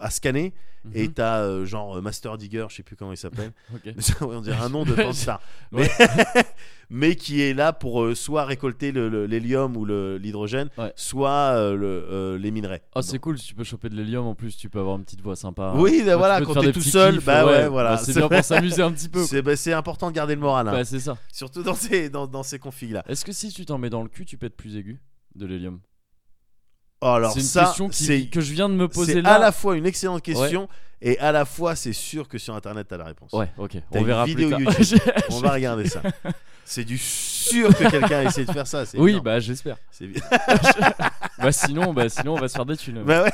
à scanner, et
Mhm.
t'as euh, genre euh, Master Digger, je sais plus comment il s'appelle.
ok.
[laughs] Ouais, on dirait un nom de pansar. Mais,
[laughs] Ouais.
[laughs] mais qui est là pour euh, soit récolter le- le- l'hélium ou le- l'hydrogène,
Ouais.
soit euh, le- euh, les minerais.
Oh, c'est cool, tu peux choper de l'hélium en plus, tu peux avoir une petite voix sympa. hein.
Oui, bah
Toi, tu
voilà,
peux te
quand
faire
t'es
des
tout
petits
seul,
kiffs,
bah ouais,
bah,
voilà.
c'est
[laughs]
bien pour s'amuser un petit peu.
C'est bah, c'est important de garder le moral, hein.
Bah, c'est ça.
surtout dans ces, dans, dans ces configs-là.
Est-ce que si tu t'en mets dans le cul, tu peux être plus aigu de l'hélium
Oh, Alors
C'est une
ça,
question qui-
c'est
que je viens de me poser
c'est
là.
à la fois une excellente question et à la fois c'est sûr que sur Internet, t'as la réponse.
Ouais, ok.
T'as
On
une
verra
vidéo
plus tard. [laughs]
YouTube.
J'ai-
On va
[laughs]
regarder ça. C'est du sûr que quelqu'un a essayé de faire ça. c'est
Oui,
énorme.
bah j'espère.
[laughs] C'est-
Bah sinon, bah sinon, on va se faire des thunes. [laughs]
Bah ouais.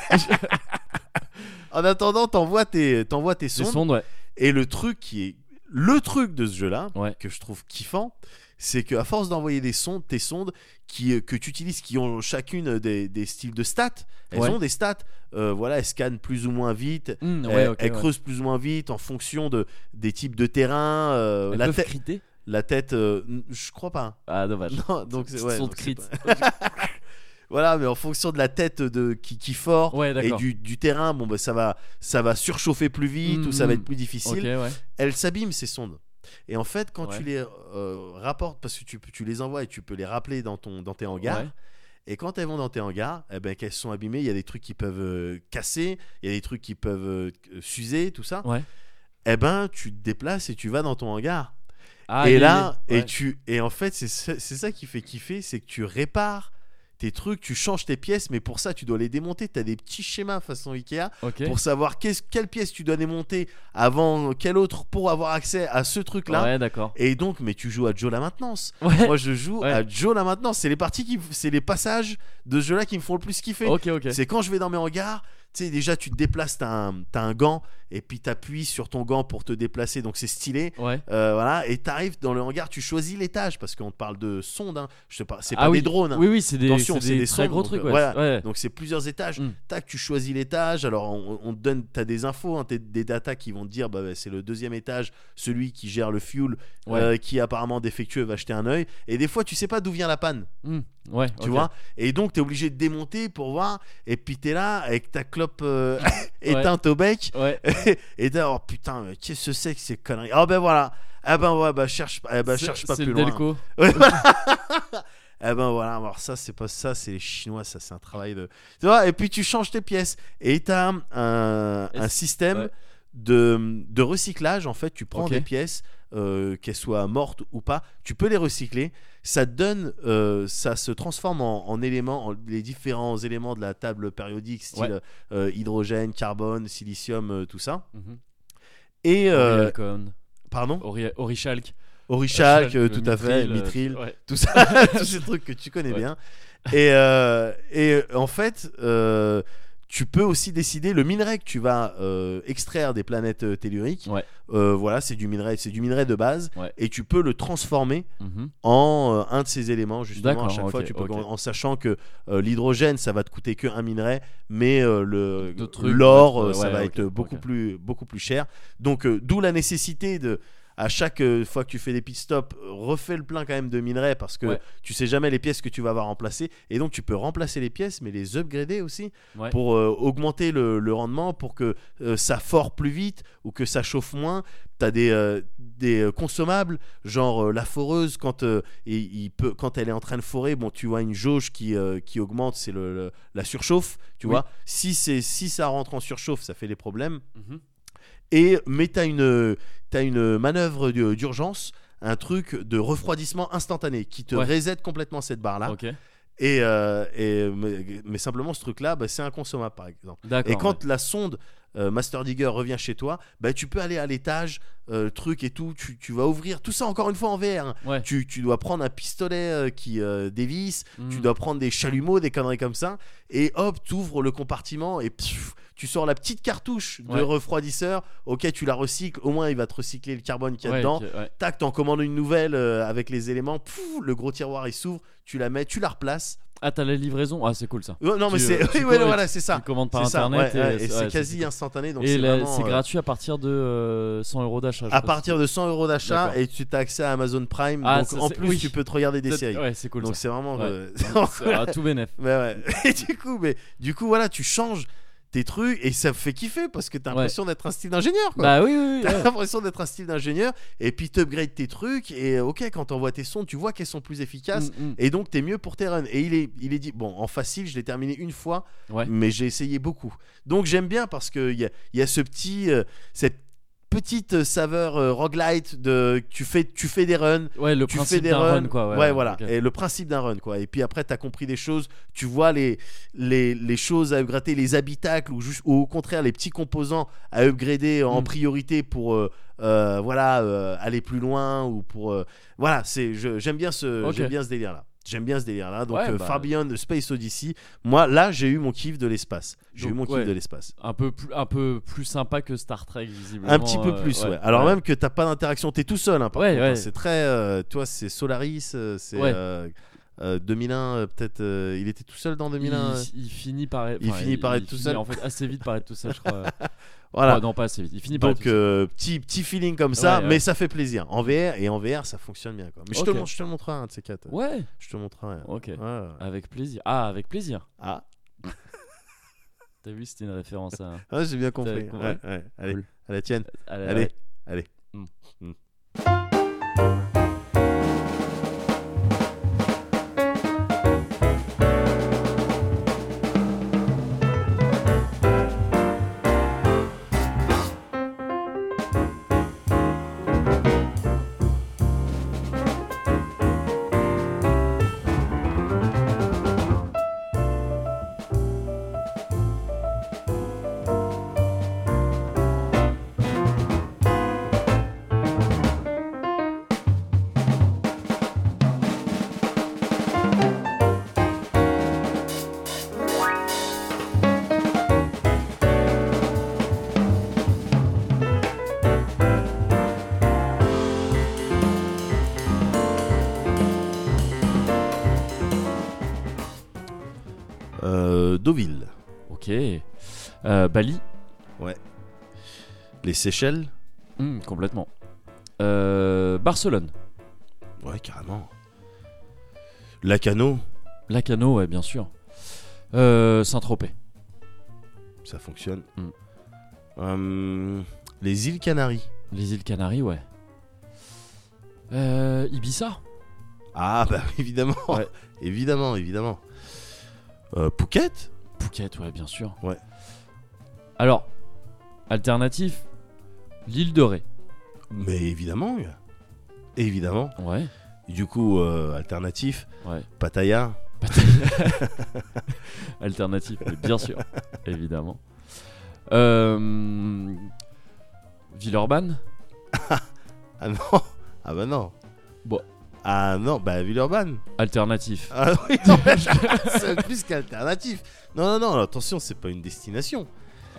en attendant, t'envoies tes, t'envoies tes
Des
sondes.
sondes, ouais.
Et le truc qui est le truc de ce jeu-là,
Ouais.
que je trouve kiffant, c'est que à force d'envoyer des sondes, tes sondes qui euh, que tu utilises, qui ont chacune des, des styles de stats, elles
Ouais.
ont des stats. euh, voilà, elles scannent plus ou moins vite.
Hmm, ouais,
elles,
ok,
elles
ouais.
creusent plus ou moins vite en fonction de des types de terrain. euh,
Elles
la,
peuvent
tête
criter
la tête, euh, n- je crois pas. [laughs]
Ah, dommage.
Non, donc c'est
Petites
ouais,
sondes
donc c'est
crit.
pas- voilà, mais en fonction de la tête de qui, qui fort
Ouais,
et
d'accord.
du, du terrain, bon bah ça va, ça va surchauffer plus vite
Mm,
ou ça va
mm.
être plus difficile.
Ok, ouais.
Elles s'abîment ces sondes. Et en fait, quand
Ouais.
tu les euh, rapportes, parce que tu, tu les envoies et tu peux les rappeler dans ton dans tes hangars.
Ouais.
Et quand elles vont dans tes hangars, eh ben qu'elles sont abîmées, il y a des trucs qui peuvent euh, casser, il y a des trucs qui peuvent euh, s'user, tout ça.
Ouais.
Eh ben tu te déplaces et tu vas dans ton hangar
Ah,
et
il est-
là,
ouais.
et tu, et en fait, c'est ça c'est ça qui fait kiffer, c'est que tu répares tes trucs, tu changes tes pièces, mais pour ça, tu dois les démonter. Tu as des petits schémas façon Ikea
Ok.
pour savoir qu'est-ce- quelle pièce tu dois démonter avant quelle autre pour avoir accès à ce truc-là.
Ouais, d'accord.
Et donc, mais tu joues à Joe
[laughs]
la maintenance.
Ouais.
Moi, je joue
Ouais.
à Joe la maintenance. C'est les parties qui, c'est les passages de ce jeu-là qui me font le plus kiffer.
Ok, ok.
C'est quand je vais dans mes hangars, tu sais, déjà tu te déplaces, t'as un, t'as un gant, et puis t'appuies sur ton gant pour te déplacer, donc c'est stylé.
Ouais.
Euh, voilà, et t'arrives dans le hangar, tu choisis l'étage, parce qu'on te parle de sondes, hein. je te parle, c'est pas
Ah
des
oui.
drones. hein.
Oui, oui, c'est des,
Attention,
c'est
c'est
des
des
très
sondes,
gros
donc,
trucs.
euh,
Ouais.
voilà.
Ouais.
Donc c'est plusieurs étages.
Mm.
Tac, tu choisis l'étage. Alors on, on te donne, t'as des infos, hein, t'as des datas qui vont te dire, bah, bah, c'est le deuxième étage, celui qui gère le fuel,
Ouais.
euh, qui est apparemment défectueux, va jeter un œil. Et des fois, tu sais pas d'où vient la panne,
Hmm. Ouais.
tu
ok.
vois. Et donc t'es obligé de démonter pour voir. Et puis t'es là avec ta clope euh, [laughs] éteinte au bec. [laughs]
Ouais.
et t'es oh putain, mais qu'est-ce que c'est que ces conneries Oh ben voilà. Ah ben ouais, bah cherche, eh ben,
C'est-
cherche pas
C'est
plus
le
loin.
Delco.
Ouais, voilà. Eh ben voilà, alors ça c'est pas ça, c'est les Chinois, ça c'est un travail de. Tu vois, et puis tu changes tes pièces. Et t'as un, un,
Est-ce-
un système
ouais.
de, de recyclage, en fait, tu prends
Ok.
des pièces, euh, qu'elles soient mortes ou pas, tu peux les recycler, ça te donne, euh, ça se transforme en, en éléments, en- les différents éléments de la table périodique, style
Ouais.
euh, hydrogène, carbone, silicium, euh, tout ça.
Mhm.
Et, euh,
Oriel Cohen.
pardon,
Ori- Orichalc.
Orishak, euh,
Euh,
tout à fait,
euh,
Mithril,
ouais.
tout ça, [laughs] tous ces trucs que tu connais
Ouais.
bien. Et, euh, et en fait, euh, tu peux aussi décider le minerai que tu vas euh, extraire des planètes euh, telluriques.
Ouais.
Euh, voilà, c'est du minerai, c'est du minerai de base,
Ouais.
et tu peux le transformer
Mhm.
en euh, un de ces éléments justement. À
D'accord,
chaque fois,
ok,
tu peux
ok.
en, en sachant que euh, l'hydrogène, ça va te coûter que un minerai, mais euh, le
D'autres trucs,
l'or,
d'autres-
euh, ça
ouais,
va
ok,
être beaucoup
ok.
plus beaucoup plus cher. Donc, euh, d'où la nécessité de à chaque euh, fois que tu fais des pit stops, euh, refais le plein quand même de minerais parce que
Ouais.
tu sais jamais les pièces que tu vas avoir remplacées. Et donc tu peux remplacer les pièces, mais les upgrader aussi
Ouais.
pour euh, augmenter le, le rendement, pour que euh, ça fore plus vite ou que ça chauffe moins. T'as des, euh, des euh, consommables, genre euh, la foreuse, quand, euh, et il peut, quand elle est en train de forer, bon, tu vois une jauge qui, euh, qui augmente, c'est le, le- la surchauffe, tu
Oui.
vois. Si, c'est- si ça rentre en surchauffe, ça fait des problèmes.
Mhm.
Et, mais t'as une, t'as une manœuvre d'u- d'urgence, un truc de refroidissement instantané qui te
Ouais.
reset complètement cette barre-là.
Ok.
Et, euh, et- mais, mais simplement, ce truc-là, bah, c'est inconsommable, par exemple.
D'accord.
Et quand la sonde euh, Master Digger revient chez toi, bah, tu peux aller à l'étage, euh, truc et tout, tu, tu vas ouvrir tout ça encore une fois en VR. hein.
Ouais.
Tu, tu dois prendre un pistolet euh, qui euh, dévisse,
Mhm.
tu dois prendre des chalumeaux, des conneries comme ça, et hop, tu ouvres le compartiment et pfff, tu sors la petite cartouche de
Ouais.
refroidisseur, ok, tu la recycles, au moins il va te recycler le carbone qu'il y a
Ouais,
dedans,
ok, ouais.
tac, t'en commandes une nouvelle euh, avec les éléments, Pfff, le gros tiroir il s'ouvre, tu la mets, tu la replaces.
Ah, t'as la livraison. Ah, c'est cool ça.
Oh, non, mais
Tu,
c'est. [laughs]
euh, tu
oui, ouais,
cours et
voilà, c'est ça.
Tu commandes par
C'est ça,
internet
ouais, ouais, et
ouais,
c'est
ouais,
quasi
cool.
instantané. Donc
Et
c'est
la-
vraiment,
c'est
euh,
gratuit à partir de euh, 100 euros d'achat. je
À
crois.
partir de 100 euros d'achat
D'accord.
et tu as accès à Amazon Prime.
Ah,
donc
ça,
en
c'est-
plus,
oui.
tu peux te regarder des
Peut-être-
séries.
Ouais, c'est cool
donc
ça.
c'est vraiment.
Ouais.
euh,
[laughs] C'est à tout bénéf.
[laughs] mais ouais. [laughs] Et du coup, mais du coup, voilà, tu changes tes trucs et ça fait kiffer parce que t'as
Ouais.
l'impression d'être un style d'ingénieur. quoi
Bah oui, oui, oui.
[laughs] T'as
ouais.
l'impression d'être un style d'ingénieur et puis t'upgrades tes trucs et euh, ok quand t'envoies tes sons tu vois qu'elles sont plus efficaces
Mm, mm.
et donc t'es mieux pour tes runs et il est, il est dit bon en facile je l'ai terminé une fois
Ouais.
mais j'ai essayé beaucoup. Donc j'aime bien parce que il y a, il y a ce petit, euh, cette petite saveur euh, roguelite de tu fais, tu fais des runs.
Ouais, le
Tu fais
principe
des
d'un
runs,
run, quoi. Ouais,
voilà.
ok.
Et le principe d'un run, quoi. Et puis après, t'as compris des choses, tu vois les, les, les choses à upgrader, les habitacles ou, juste, ou au contraire les petits composants à upgrader en
Mm.
priorité pour euh, euh, voilà euh, aller plus loin ou pour euh, voilà. C'est je- j'aime bien ce
Ok.
j'aime bien ce délire là. J'aime bien ce délire là. Donc
Ouais,
euh,
bah.
Far Beyond Space Odyssey, moi là j'ai eu mon kiff de l'espace. J'ai eu
Donc,
mon kiff
ouais.
de l'espace.
Un peu, plus, un peu plus sympa que Star Trek, visiblement.
Un petit peu
euh,
plus, ouais. Alors
ouais.
même que t'as pas d'interaction, t'es tout seul. Hein, par
Ouais,
contre,
ouais.
hein. C'est très, euh, toi, c'est Solaris, euh, c'est
Ouais.
euh, euh, 2001, euh, peut-être. euh, il était tout seul dans 2001. euh.
Il, il finit par être,
il
enfin,
finit par être tout
finit
seul.
En fait, assez vite par être tout seul, je crois.
[laughs] Voilà.
Ouais, non, pas assez vite. Il finit par être
Donc
tout seul.
euh, petit petit feeling comme ça,
Ouais, ouais.
mais ça fait plaisir. En VR et en VR, ça fonctionne bien. Quoi. Mais je te
Ok.
montre, je te le montrerai un de ces quatre. euh.
Ouais,
Je te montrerai. un.
ok.
Ouais, ouais.
Avec plaisir. Ah, avec plaisir.
Ah,
T'as vu, c'était une référence à.
Ah. ouais, j'ai bien compris.
compris.
Ouais, ouais. Allez,
Cool. Euh,
à la tienne.
à la-
Allez, allez.
Mm.
Mm. Euh, Deauville,
Ok. Euh, Bali,
les Seychelles.
Hmm, complètement. Euh, Barcelone,
Ouais, carrément. Lacano,
Lacano, ouais, bien sûr. Euh, Saint-Tropez,
ça fonctionne.
Mm.
Euh, les îles Canaries.
les îles Canaries, ouais. Euh, Ibiza,
Ah, bah [laughs] évidemment.
Ouais.
évidemment, évidemment. Euh, Phuket
Phuket, ouais, bien sûr.
Ouais.
Alors, alternatif, l'île de Ré.
Mais évidemment. gars. Évidemment.
Ouais.
Du coup, euh, alternatif,
Ouais.
Pattaya.
Alternatif, mais bien
[laughs]
sûr, évidemment. Euh, Villeurbanne,
Ah [laughs] non Ah bah non
Bon.
Ah non, bah Villeurbanne
alternatif.
Ah [laughs] oui, non, mais c'est plus qu'alternatif Non, non, non, attention, c'est pas une destination.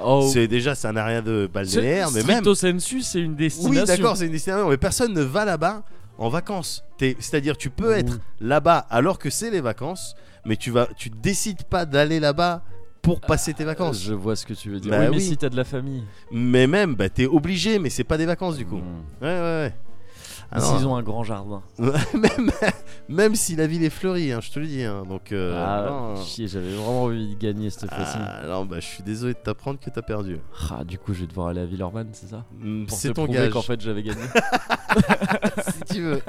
Oh,
C'est déjà, ça n'a rien de balnéaire, mais même...
stricto sensu, c'est une destination.
Oui, d'accord, c'est une destination, mais personne ne va là-bas en vacances. T'es- C'est-à-dire, tu peux être là-bas alors que c'est les vacances, mais tu vas, tu décides pas d'aller là-bas pour passer tes vacances.
Ah, Euh, Je vois ce que tu veux dire.
Bah
oui, mais
oui.
si t'as de la famille.
Mais même, bah, t'es obligé, mais c'est pas des vacances du coup.
Hmm.
Ouais, ouais, ouais. Ah
Mais
non.
S'ils ont un grand jardin.
[laughs] même, même si la ville est fleurie, hein, je te le dis. hein, donc, euh,
ah,
non,
chier, j'avais vraiment envie de gagner cette fois-ci.
Ah, non, bah, je suis désolé de t'apprendre que t'as perdu.
Ah, du coup, je vais devoir aller à Villeurbanne, c'est ça
Mm,
Pour
C'est
te
ton
prouver
gage,
qu'en fait j'avais
[laughs]
gagné.
si
[laughs]
tu veux.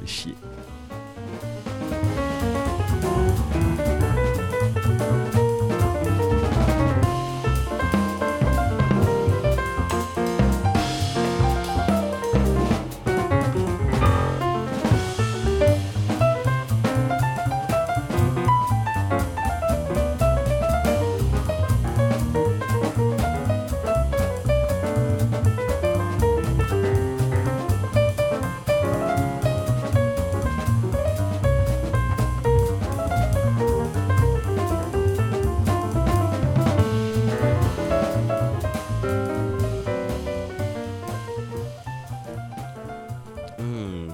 Fais chier.
Mm,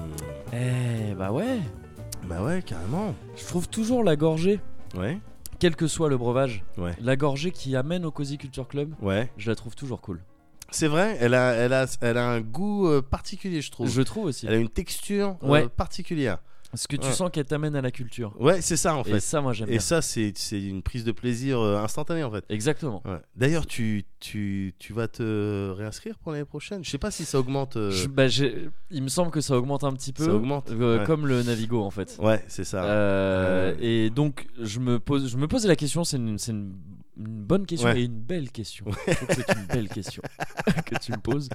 Eh, bah ouais.
Bah ouais, carrément.
Je trouve toujours la gorgée,
Ouais,
quel que soit le breuvage,
ouais,
la gorgée qui amène au Cozy Culture Club,
ouais.
je la trouve toujours cool.
C'est vrai, elle a, elle, a, elle a un goût euh, particulier, je trouve.
Je trouve aussi.
Elle a une texture euh,
Ouais.
particulière.
Ce que tu
Ouais.
sens qu'elle t'amène à la culture.
Ouais, c'est ça en
Et
fait.
ça, moi, j'aime
Et
bien.
ça, c'est c'est une prise de plaisir euh, instantanée en fait.
Exactement.
Ouais. D'ailleurs, tu, tu, tu vas te réinscrire pour l'année prochaine Je sais pas si ça augmente. euh,
Je- bah, j'ai- il me semble que ça augmente un petit peu.
Ça augmente,
euh,
ouais.
Comme le Navigo, en fait.
Ouais, c'est ça.
Euh,
Euh,
Et donc, je me pose, je me posais la question. C'est une, c'est une- une bonne question
Ouais.
et une belle question. Je trouve que c'est une belle question [laughs] que tu me poses.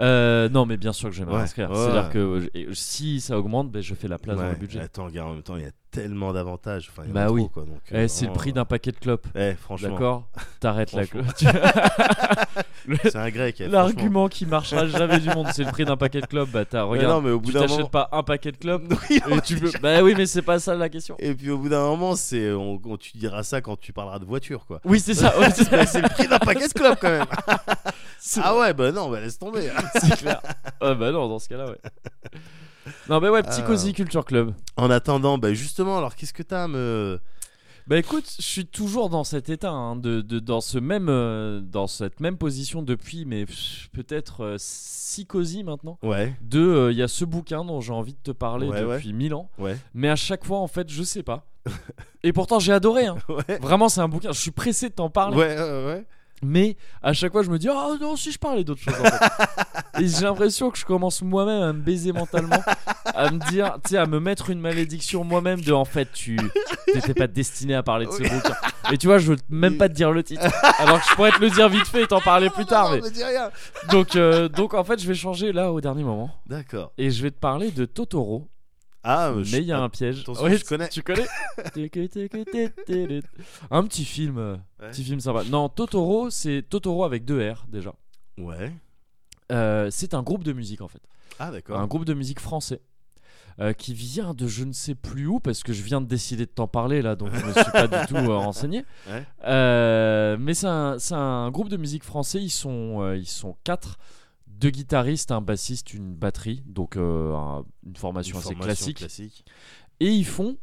Euh, non, mais bien sûr que je vais me
Ouais,
réinscrire.
ouais.
C'est-à-dire que je- et euh, si ça augmente, ben, je fais la place dans
Ouais,
le budget.
Attends, gars, en même temps, il y a tellement d'avantages. Enfin, il y en a
Bah
trop,
oui.
quoi, donc,
Eh,
euh,
c'est le
vraiment,
prix d'un paquet de clopes.
euh, Eh, franchement.
D'accord T'arrêtes la
Franchement.
clope.
[laughs] C'est un grec. eh,
L'argument qui marchera jamais du monde, c'est le prix d'un paquet de clopes. Bah, t'as,
franchement. Mais
regarde,
Eh, non, mais au bout
tu
d'un
t'achètes
moment.
pas un paquet de clopes.
[laughs] Oui,
Et tu peux... Bah oui, mais c'est pas ça la question.
Et puis au bout d'un moment, c'est on, on- tu diras ça quand tu parleras de voiture, quoi.
Oui, c'est [laughs] ça. ouais, c'est
[laughs] Mais Bah, c'est le prix d'un paquet de clopes, [laughs] quand même.
C'est-
ah ouais, bah non, bah laisse [laughs] tomber.
c'est clair. Ah bah non, dans ce cas-là, ouais. Non, bah ouais, petit
Ah.
Cozy Culture Club.
En attendant, bah justement, alors qu'est-ce que t'as à me.
Bah écoute, je suis toujours dans cet état, hein, de, de- dans, ce même, euh, dans cette même position depuis, mais pff, peut-être euh, si Cozy maintenant.
Ouais,
De, euh, il y a ce bouquin dont j'ai envie de te parler
Ouais, ouais.
depuis mille ans,
ouais,
mais à chaque fois, en fait, je sais pas. Et pourtant, j'ai adoré. hein.
[laughs] ouais.
Vraiment, c'est un bouquin. Je suis pressé de t'en parler.
Ouais, ouais, ouais.
Mais à chaque fois, je me dis, ah non, si je parlais d'autre chose. en
[laughs]
fait. Et j'ai l'impression que je commence moi-même à me baiser mentalement, à me dire, tu sais, à me mettre une malédiction moi-même de en fait, tu n'étais pas destiné à parler de ce
Oui.
bouquin. Et tu vois, je veux même pas te dire le titre. Alors que je pourrais te le dire vite fait et t'en parler plus tard.
Ah,
Mais...
Non, non, me dis rien.
Donc, euh, donc en fait, je vais changer là au dernier moment.
D'accord.
Et je vais te parler de Totoro.
Ah,
mais
je-
il y a un piège.
attention, je connais.
Tu connais Un petit film. euh,
Ouais.
Petit film sympa. Non, Totoro, c'est Totoro avec deux R déjà.
Ouais.
Euh, c'est un groupe de musique en fait.
Ah,
Un
d'accord.
groupe de musique français. euh, qui vient de je ne sais plus où parce que je viens de décider de t'en parler là donc je ne suis pas du tout
[laughs]
euh, renseigné
Ouais.
Euh, mais c'est un, c'est un groupe de musique français ils sont, euh, ils sont quatre deux guitaristes un bassiste une batterie donc euh, un- une
Une
formation assez
formation
classique et ils font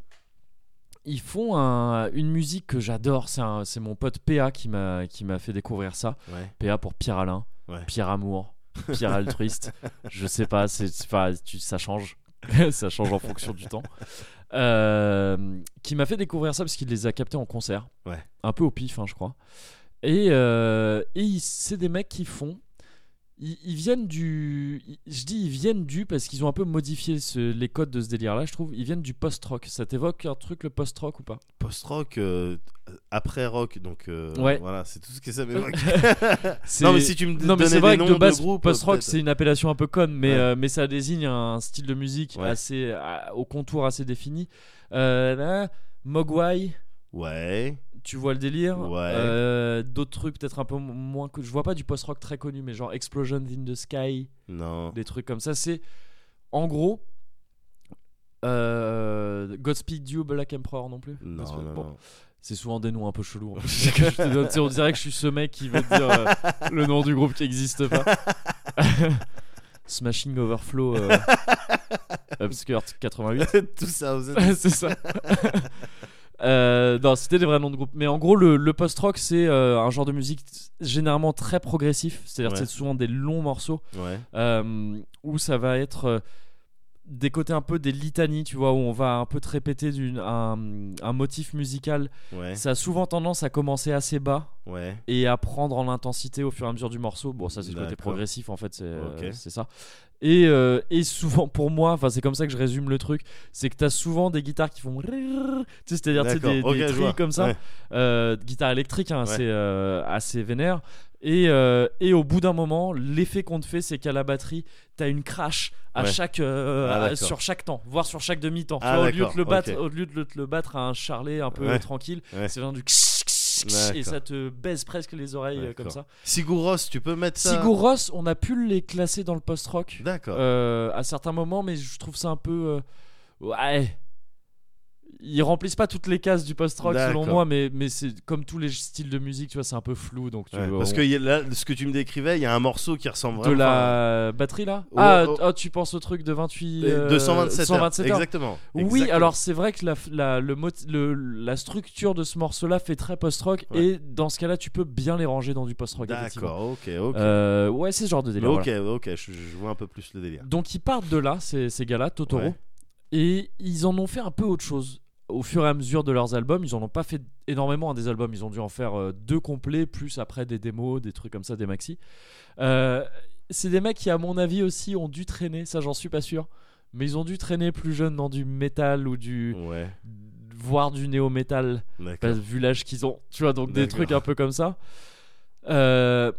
ils font un- une musique que j'adore. C'est un- c'est mon pote PA qui m'a qui m'a fait découvrir ça.
Ouais.
PA pour Pierre Alain,
Ouais.
Pierre Amour,
[laughs]
Pierre Altruiste. je sais pas, c'est, c'est- enfin, tu- ça change. [laughs] ça change en fonction du temps. Euh, qui m'a fait découvrir ça parce qu'il les a captés en concert.
Ouais.
Un peu au pif, hein, je crois. Et, euh, et ils- c'est des mecs qui font. Ils, ils viennent du. ils- Je dis ils viennent du parce qu'ils ont un peu modifié ce- les codes de ce délire-là, je trouve. Ils viennent du post-rock. Ça t'évoque un truc, le post-rock ou pas
Post-rock, euh, après rock, donc euh,
Ouais.
voilà, c'est tout ce que ça [laughs] m'évoque.
C'est-
non, mais si tu me
Non, mais
donnais
c'est vrai
des
que de
noms
base,
de groupes,
post-rock,
peut-être.
c'est une appellation un peu conne, mais,
Ouais.
euh, mais ça désigne un style de musique
Ouais.
assez, à- au contour assez défini. Euh, là, Mogwai,
Ouais,
tu vois le délire.
Ouais.
Euh, D'autres trucs, peut-être un peu mo- moins. que- Je vois pas du post-rock très connu, mais genre Explosion in the Sky,
non.
des trucs comme ça. C'est en gros. euh, Godspeed You, Black Emperor non plus
Non,
Parce que-
non,
bon,
non.
C'est souvent des noms un peu chelous. [laughs] en plus, que je te donne. Tu sais, on dirait que je suis ce mec qui veut te dire euh, le nom du groupe qui n'existe pas. Smashing Overflow euh, Upskirt 88.
[laughs] Tout ça, vous êtes-
[laughs] c'est ça. Euh, non, c'était des vrais noms de groupe. Mais en gros, le, le post-rock, c'est euh, un genre de musique généralement très progressif. C'est-à-dire que
Ouais.
c'est souvent des longs morceaux
Ouais,
euh, où ça va être euh, des côtés un peu des litanies, tu vois, où on va un peu te répéter d'une- un, un motif musical.
ouais,
Ça a souvent tendance à commencer assez bas
ouais.
et à prendre en intensité au fur et à mesure du morceau. Bon, ça c'est le côté
D'accord.
progressif en fait, c'est euh,
Ok.
c'est ça. Et, euh, et souvent pour moi, enfin c'est comme ça que je résume le truc, c'est que t'as souvent des guitares qui font, tu sais, c'est-à-dire tu sais,
D'accord,
des,
ok,
des
je
trilles
vois.
comme ça,
Ouais.
euh, guitare électrique hein,
Ouais.
assez, euh, assez vénère. Et, euh, et au bout d'un moment, l'effet qu'on te fait, c'est qu'à la batterie, t'as une crash à
Ouais.
chaque, euh,
Ah,
à-
d'accord.
sur chaque temps, voire sur chaque demi-temps. Tu
Ah,
vois, au, lieu de
d'accord,
le battre,
ok.
au lieu de le battre à un charlet un peu
Ouais.
tranquille,
Ouais.
c'est vraiment du kss, kss, kss, et
D'accord.
ça te baise presque les oreilles euh, comme
D'accord.
ça.
Sigur Rós, tu peux mettre ça
Sigur Rós, on a pu les classer dans le post-rock
D'accord.
euh, à certains moments, mais je trouve ça un peu. euh, ouais. Ils remplissent pas toutes les cases du post-rock selon
D'accord.
moi, mais, mais c'est comme tous les styles de musique, tu vois, c'est un peu flou. Donc tu
Ouais,
vois,
parce
on-
que y a là, ce que tu me décrivais, il y a un morceau qui ressemble
De
vraiment
la batterie là
Oh,
ah,
oh.
ah, tu penses au truc de 28.
Et
euh,
227 heures.
127 heures.
Exactement.
Oui,
Exactement.
alors c'est vrai que la, f- la- le mot- le- la structure de ce morceau-là fait très post-rock,
Ouais.
et dans ce cas-là, tu peux bien les ranger dans du post-rock. effectivement.
D'accord, ok, ok.
Euh, ouais, c'est ce genre de
Mais
délire.
ok,
voilà.
ok, je, je vois un peu plus le délire.
Donc ils partent de là, ces, ces gars-là, Totoro,
Ouais.
et ils en ont fait un peu autre chose. Au fur et à mesure de leurs albums, ils en ont pas fait énormément hein, des albums, ils ont dû en faire euh, deux complets, plus après des démos, des trucs comme ça, des maxi. Euh, c'est des mecs qui, à mon avis aussi, ont dû traîner, ça j'en suis pas sûr, mais ils ont dû traîner plus jeunes dans du métal ou du...
Ouais,
voire du néo-métal. Bah,
d'accord.
vu l'âge qu'ils ont, tu vois, donc des
D'accord.
trucs un peu comme ça. Euh,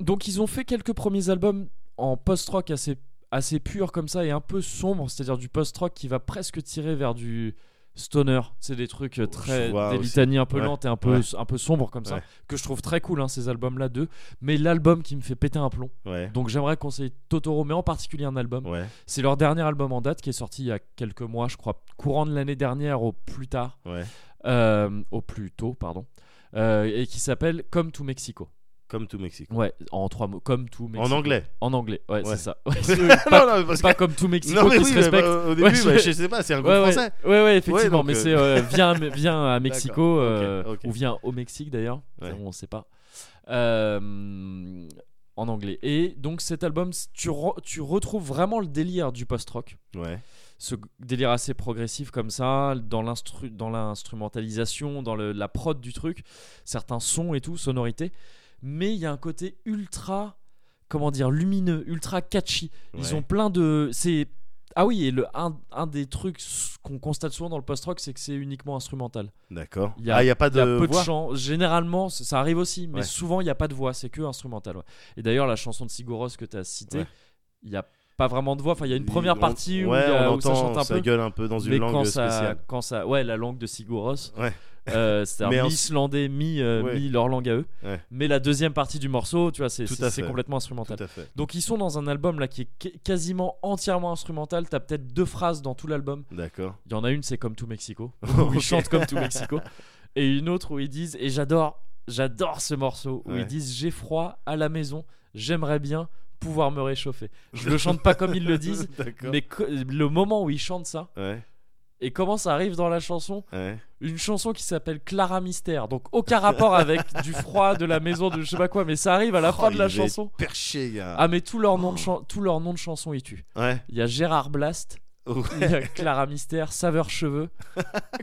donc ils ont fait quelques premiers albums en post-rock assez, assez pur comme ça et un peu sombre, c'est-à-dire du post-rock qui va presque tirer vers du stoner, c'est des trucs euh, très
Oh, Je vois
des
aussi.
litanies un peu
Ouais.
lentes et un peu
Ouais.
un peu sombres comme ça
Ouais.
que je trouve très cool hein, ces albums là deux, mais l'album qui me fait péter un plomb.
Ouais,
Donc j'aimerais conseiller Totoro mais en particulier un album.
ouais,
C'est leur dernier album en date qui est sorti il y a quelques mois, je crois courant de l'année dernière au plus tard
ouais.
euh, au plus tôt, pardon, euh, et qui s'appelle Comme to Mexico.
Comme tout Mexique.
Ouais, en trois mots, Comme to Mexico. [laughs]
En anglais.
En anglais, ouais,
Ouais.
c'est
[laughs]
ça. Ouais,
non,
c'est-
non,
pas,
mais parce que.
pas Comme to Mexico
Non, mais
qui
oui,
se
mais
respecte.
bah, au début,
Ouais,
bah,
je-
je sais pas, c'est un groupe
Ouais, ouais,
français.
ouais, ouais, effectivement,
donc,
mais
euh,
c'est euh,
[laughs]
viens, à- viens à Mexico
ok,
euh,
ok.
ou viens au Mexique d'ailleurs,
Ouais.
Ça, on sait pas. Euh, en anglais. Et donc cet album, tu, re- tu retrouves vraiment le délire du post-rock.
Ouais,
ce g- délire assez progressif comme ça, dans l'instru- dans l'instrumentalisation, dans le- la prod du truc, certains sons et tout, sonorités. Mais il y a un côté ultra, comment dire, lumineux, ultra catchy. Ils
Ouais.
ont plein de. C'est. Ah oui, et le, un, un des trucs s- qu'on constate souvent dans le post-rock, c'est que c'est uniquement instrumental.
d'accord.
Il y a-
ah, il n'y a pas
Il y
de
a peu de
voix
chants. Généralement, c- ça arrive aussi, mais
Ouais.
souvent, il n'y a pas de voix, c'est que instrumental. ouais. Et d'ailleurs, la chanson de Sigur Rós que tu as citée,
Ouais.
il n'y a pas vraiment de voix. Enfin, il y a une première
On-
partie où,
ouais,
il y a-
on
où ça
entend,
chante un
ça
peu
gueule un peu dans une
mais
langue
quand ça,
spéciale.
quand ça, ouais, la langue de Sigur Rós.
Ouais.
Euh, c'est
[laughs] Mais en-
mi-islandais, mi, euh,
Ouais.
mi leur langue à eux.
Ouais.
Mais la deuxième partie du morceau, tu vois, c'est
Tout
c'est-
à
c'est
fait.
complètement
Tout
instrumental.
à fait.
Donc ils sont dans un album là qui est qu- quasiment entièrement instrumental. T'as peut-être deux phrases dans tout l'album.
D'accord.
Il y en a une, c'est comme tout
[laughs]
Mexico. Où
Ok.
ils chantent
[laughs]
comme tout Mexico. Et une autre où ils disent, et j'adore, j'adore ce morceau, où
Ouais.
ils disent j'ai froid à la maison, j'aimerais bien pouvoir me
[laughs]
réchauffer. Je le chante pas comme [laughs] ils le disent,
D'accord.
mais co- le moment où ils chantent ça
Ouais,
et comment ça arrive dans la chanson,
ouais.
une chanson qui s'appelle Clara Mystère. Donc aucun rapport
[laughs]
avec du froid, de la maison, de je sais pas quoi, mais ça arrive à la
Oh,
fin de la
il Oh. va être
chanson.
Perché, gars.
Ah mais tous leurs noms de, chan- tous leurs noms de chansons ils tuent.
Ouais.
Il y a Gérard Blast, il y
[laughs] Ouais.
a Clara Mystère, Saveur Cheveux,